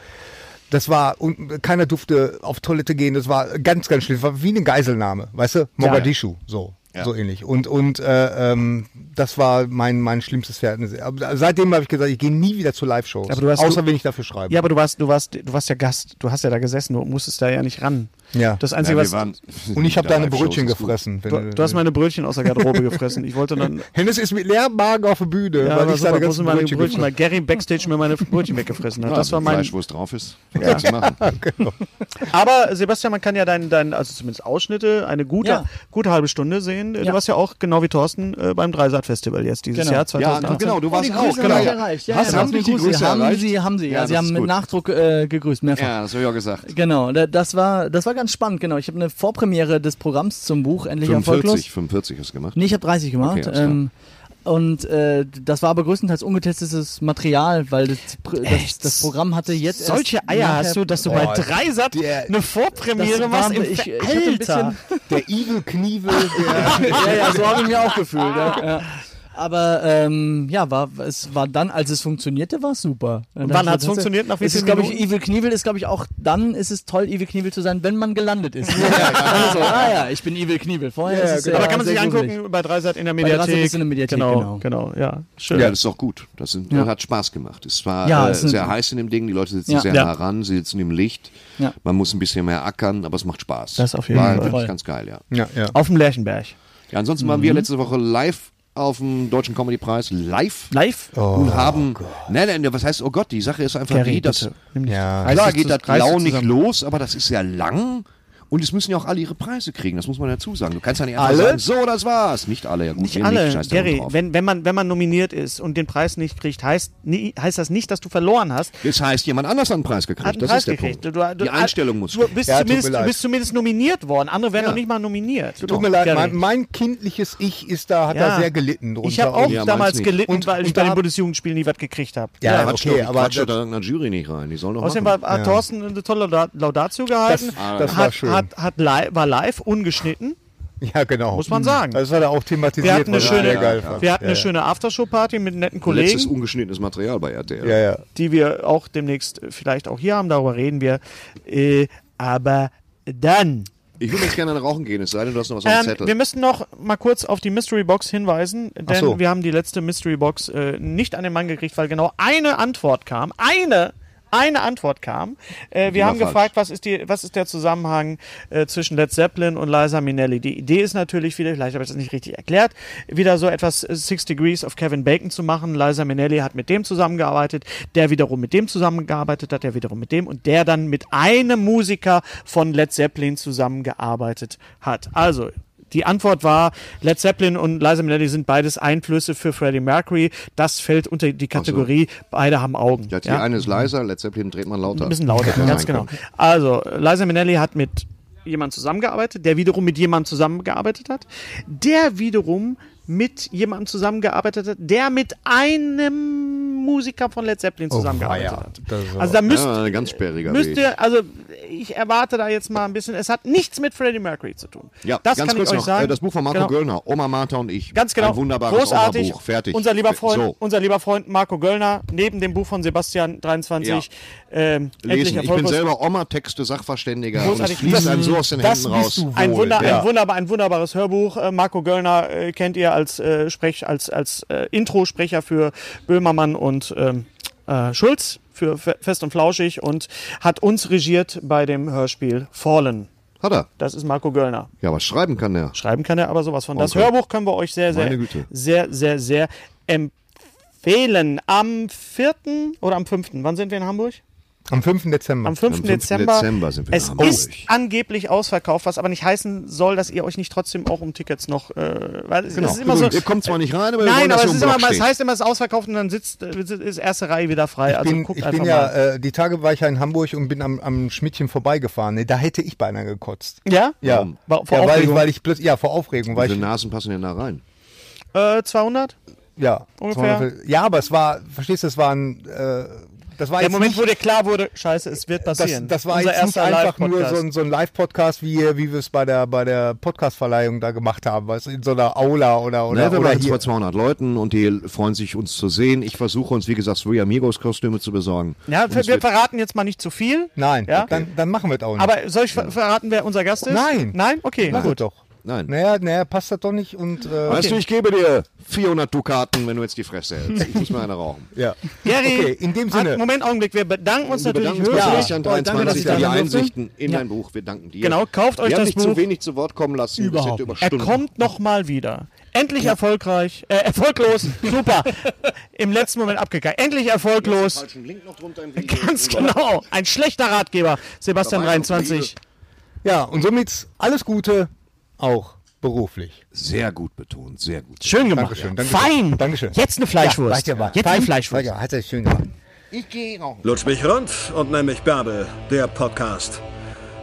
das war, und keiner durfte auf Toilette gehen. Das war ganz, ganz schlimm. Das war wie eine Geiselnahme, weißt du? Mogadischu, so. So ähnlich. Und, und äh, ähm, das war mein, mein schlimmstes Verhältnis. Aber seitdem habe ich gesagt, ich gehe nie wieder zu Live-Shows. Aber du hast- Außer du- wenn ich dafür schreibe. Ja, aber du warst, du warst, du warst ja Gast, du hast ja da gesessen, du musstest da ja nicht ran. Ja. Das Einzige, Ja, was. wir waren- und ich habe wieder deine Live-Shows, Brötchen ist gut. gefressen. wenn Du, du hast meine Brötchen aus der Garderobe gefressen. Ich wollte dann. Hennes ist mit leerem Magen auf der Bühne, weil war ich seine super, wo sind ganzen meine Brötchen, Brötchen, gefressen weil Gary Backstage mir meine Brötchen weggefressen hat. Ja, das war mein. Fleisch, wo es drauf ist. Was willst du machen? Aber Sebastian, man kann ja deinen, dein, also zumindest Ausschnitte, eine gute, Ja. gute halbe Stunde sehen. Du Ja. warst ja auch, genau wie Thorsten, äh, beim Dreisat-Festival jetzt dieses Genau. Jahr Ja, 2018. genau, du Oh, warst die auch. Grüße Genau. haben sie erreicht. Ja, Hast- ja, haben dich die Grüße, Grüße haben erreicht? Sie, haben sie, ja, Ja, sie das haben ist mit gut. Nachdruck äh, gegrüßt, mehrfach. Ja, das habe ich auch gesagt. Genau, da, das war das war ganz spannend, genau. Ich habe eine Vorpremiere des Programms zum Buch endlich erfolglos. 45, 45 hast du gemacht. Nee, ich habe 30 gemacht. Okay, alles klar. ähm, und äh, das war aber größtenteils ungetestetes Material, weil das, Pr- das, das Programm hatte jetzt Solche erst Eier nachher- äh, hast du, dass du bei Dreisat eine Das Vorpremiere war- machst im ich- Fe- ich hab ein Alter. Der Evil Knievel, der ja, ja, so habe ich mir auch gefühlt. Ja, ja. Aber ähm, ja, war, es war dann, als es funktionierte, war es super. Dann wann hab ich hat's gesagt, funktioniert? Nach wie es ist, vielen glaube ich, Minuten? Evil Knievel ist, glaube ich, auch dann ist es toll, Evil Knievel zu sein, wenn man gelandet ist. Ja, dann ist so, ah ja, ich bin Evil Knievel. Vorher Ja, ist es genau. äh, Aber kann man sehr sich angucken gruselig. bei Dreisat in der Dreisat Mediathek. ist in der Mediathek, genau, genau, ja. Schön. Ja, das ist auch gut. Das, sind, Ja. hat Spaß gemacht. Es war Ja, äh, es sind- sehr heiß in dem Ding. Die Leute sitzen Ja. sehr Ja. nah ran, sie sitzen im Licht. Ja. Man muss ein bisschen mehr ackern, aber es macht Spaß. Das auf jeden war Fall. wirklich ganz geil, ja. ja, ja. Auf dem Lerchenberg. ja ansonsten waren Mhm. wir letzte Woche live auf dem Deutschen Comedy Preis. Live. Live? und haben. Oh Nein, nein, was heißt, oh Gott, die Sache ist einfach Gary, die, dass. bitte. Nimm dich. Ja. Reiß Klar es also geht zu- das reiß es launig zusammen. los, aber das ist ja lang. Und es müssen ja auch alle ihre Preise kriegen, das muss man dazu sagen. Du kannst ja nicht einfach Alle? sagen, so, das war's. Nicht alle, ja gut, Nicht ihr alle, nicht, scheiß da Gary. drauf. Wenn, wenn, man, wenn man nominiert ist und den Preis nicht kriegt, heißt, nie, heißt das nicht, dass du verloren hast. das heißt, jemand anders hat einen Preis gekriegt, Hat einen das Preis ist der gekriegt. Punkt. Du, du, Die Einstellung muss Du bist, Ja, tut mir zumindest, du leid. bist zumindest nominiert worden. Andere werden Ja. noch nicht mal nominiert. Tut mir leid, Gary. mein, mein kindliches Ich ist da, hat Ja. da sehr gelitten drunter. ich habe auch Und- Ja, meins damals nicht. gelitten, Und- weil ich und bei da- den Bundesjugendspielen nie was gekriegt habe. Ja, Quatsch okay, doch, die aber Quatsch das- doch da irgendeiner Jury nicht rein. Die sollen doch Außerdem war, machen. hat Thorsten eine tolle Lauda- Laudatio gehalten. das war hat, schön. Hat, hat li war live, ungeschnitten. ja, genau. Muss man sagen. Das war da auch thematisiert, Wir hatten eine was ich schöne- sehr geil ja, fand. Wir hatten ja, eine schöne Aftershow-Party mit netten Letztes Kollegen, ungeschnittenes Material bei RTL. Ja, ja. die wir auch demnächst äh, vielleicht auch hier haben. Darüber reden wir. Äh, aber dann. Ich würde jetzt gerne an Rauchen gehen, es sei denn, du hast noch was auf dem Ähm, wir Zettel. müssen noch mal kurz auf die Mystery Box hinweisen, denn so. wir haben die letzte Mystery Box äh, nicht an den Mann gekriegt, weil genau eine Antwort kam. Eine! Eine Antwort kam. Äh, wir war haben falsch. gefragt, was ist, die, was ist der Zusammenhang äh, zwischen Led Zeppelin und Liza Minnelli? Die Idee ist natürlich wieder, vielleicht habe ich das nicht richtig erklärt, wieder so etwas äh, Six Degrees of Kevin Bacon zu machen. Liza Minnelli hat mit dem zusammengearbeitet, der wiederum mit dem zusammengearbeitet hat, der wiederum mit dem und der dann mit einem Musiker von Led Zeppelin zusammengearbeitet hat. Also, die Antwort war, Led Zeppelin und Liza Minnelli sind beides Einflüsse für Freddie Mercury. Das fällt unter die Kategorie, beide haben Augen. Ja, die eine ist leiser, Led Zeppelin dreht man lauter. Ein bisschen lauter, Hätte ganz sein genau. können. Also, Liza Minnelli hat mit jemandem zusammengearbeitet, der wiederum mit jemandem zusammengearbeitet hat, der wiederum mit jemandem zusammengearbeitet hat, der mit einem Musiker von Led Zeppelin Oh, zusammengearbeitet weia. hat. Das ist aber- Also da müsst, Ja, ein ganz sperriger müsst Weg. ihr, also ich erwarte da jetzt mal ein bisschen, es hat nichts mit Freddie Mercury zu tun. Ja, das ganz kann kurz ich euch noch. sagen. äh, Das Buch von Marco Genau. Göllner, Oma Martha und ich. Ganz genau. Ein wunderbares Großartig. Oma-Buch. Fertig. Äh, Unser lieber Freund, So. unser lieber Freund Marco Göllner, neben dem Buch von Sebastian 23, ähm, endlich Lesen. Ich bin erfolglos. selber Oma-Texte, Sachverständiger. Und Großartig. es fließt Das- einem so aus den das Händen bist raus. du ein, Wohl. Wunder, Ja. ein, wunderbar, ein wunderbares Hörbuch. Äh, Marco Göllner äh, kennt ihr als äh, Sprech, als, als äh, Intro-Sprecher für Böhmermann und ähm, äh, Schulz für Fe- Fest und Flauschig und hat uns regiert bei dem Hörspiel Fallen. Hat er. Das ist Marco Göllner. Ja, was schreiben kann der? Schreiben kann er aber sowas von. Das Okay. Hörbuch können wir euch sehr, sehr, Meine Güte. sehr, sehr, sehr empfehlen. Am 4. oder am 5. Wann sind wir in Hamburg? Am 5. Dezember. Am 5. Am 5. Dezember. Dezember sind wir in es Hamburg. ist angeblich ausverkauft, was aber nicht heißen soll, dass ihr euch nicht trotzdem auch um Tickets noch. Äh, weil es es ist immer so. Genau. Ihr kommt zwar nicht rein, aber wir wollen, Nein, dass aber ihr es, im ist Block immer, mal- es steht. heißt immer, es ist ausverkauft und dann sitzt, äh, ist erste Reihe wieder frei. also bin, guckt ich einfach bin mal. ja, äh, die Tage war ich ja in Hamburg und bin am, am Schmidtchen vorbeigefahren. Ne, da hätte ich beinahe gekotzt. ja? Ja, Wa- Vor ja weil ich, Aufregung. weil ich plötzlich, ja, vor Aufregung, weil Wie ich, viele Nasen passen denn da rein? äh, 200? ja, Ungefähr. 200 ja, aber es war, verstehst du, es war ein, äh, das war Der jetzt Moment, nicht, wo dir klar wurde, scheiße, es wird das, passieren. das war Unser jetzt nicht erster einfach nur Live-Podcast. so ein, so ein Live-Podcast, wie, wie wir es bei der, bei der Podcast-Verleihung da gemacht haben, weißt du, in so einer Aula oder, Oder, oder, ne, wir oder machen hier. vor 200 Leuten und die freuen sich, uns zu sehen. Ich versuche uns, wie gesagt, Three Amigos Kostüme zu besorgen. Ja, Und wir, es wird- wir verraten jetzt mal nicht zu viel. Nein, Ja? dann, dann machen wir es auch nicht. Aber soll ich ver verraten, wer unser Gast ist? Nein. Nein? Okay, Mach na gut. es doch. Nein. Naja, naja, passt das doch nicht und, äh, Weißt du, ich gebe dir 400 Dukaten, wenn du jetzt die Fresse hältst. Ich muss mir eine rauchen. ja. Gary, okay, in dem Sinne. Moment, Augenblick, wir bedanken uns Wir natürlich bedanken uns bei höflich. Sebastian Ja, danke, dass 23 ich für da die sein durfte. Einsichten in dein Buch. Wir danken dir. Genau, kauft euch wir haben das dich Buch. zu wenig zu Wort kommen lassen. Das hätte über Er Stunden- kommt nochmal wieder. Endlich erfolgreich, äh, erfolglos, super. Im letzten Moment abgegangen. Endlich erfolglos. Falschen Link noch drunter im Video. Ganz Überall. genau. Ein schlechter Ratgeber, Sebastian Dabei noch 23. ja, und somit alles Gute, auch beruflich. Sehr gut betont, sehr gut. Schön gemacht. Dankeschön, Dankeschön. Fein. Dankeschön. Jetzt eine Fleischwurst. Jetzt eine Fleischwurst. Ja, hat er schön gemacht. Lutsch mich rund und nenn mich Bärbel, der Podcast.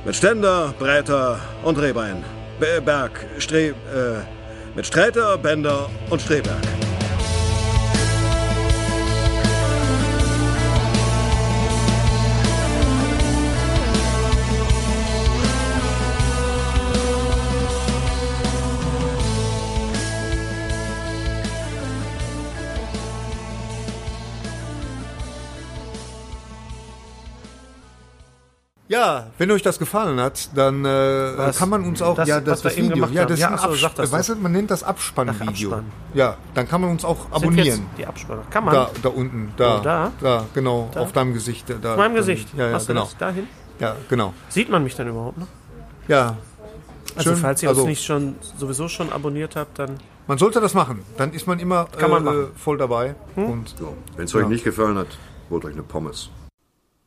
Mit Ständer, Breiter und Rehbein. Be Berg, Stre äh, mit Streiter, Bender und Streberg. Ja, wenn euch das gefallen hat, dann äh, kann man uns auch Das, ja was das, wir das eben Video, gemacht ja haben. das Ja, ist ein ach so, Absp- sag das weißt du, man nennt das Abspannvideo. Ach, Abspann. Ja, dann kann man uns auch Sind jetzt abonnieren. Die Abspanner. Kann man. Da, da unten, da, Oh, da? da, genau, auf deinem Gesicht, da, Auf meinem Gesicht. ja, ja, Machst du genau, das dahin? ja, genau, Sieht man mich dann überhaupt noch? ja. Also Schön, falls ihr uns nicht schon sowieso schon abonniert habt, dann man sollte das machen. Dann ist man immer Kann man äh, machen. voll dabei. Hm? Und Wenn es euch nicht gefallen hat, holt euch eine Pommes.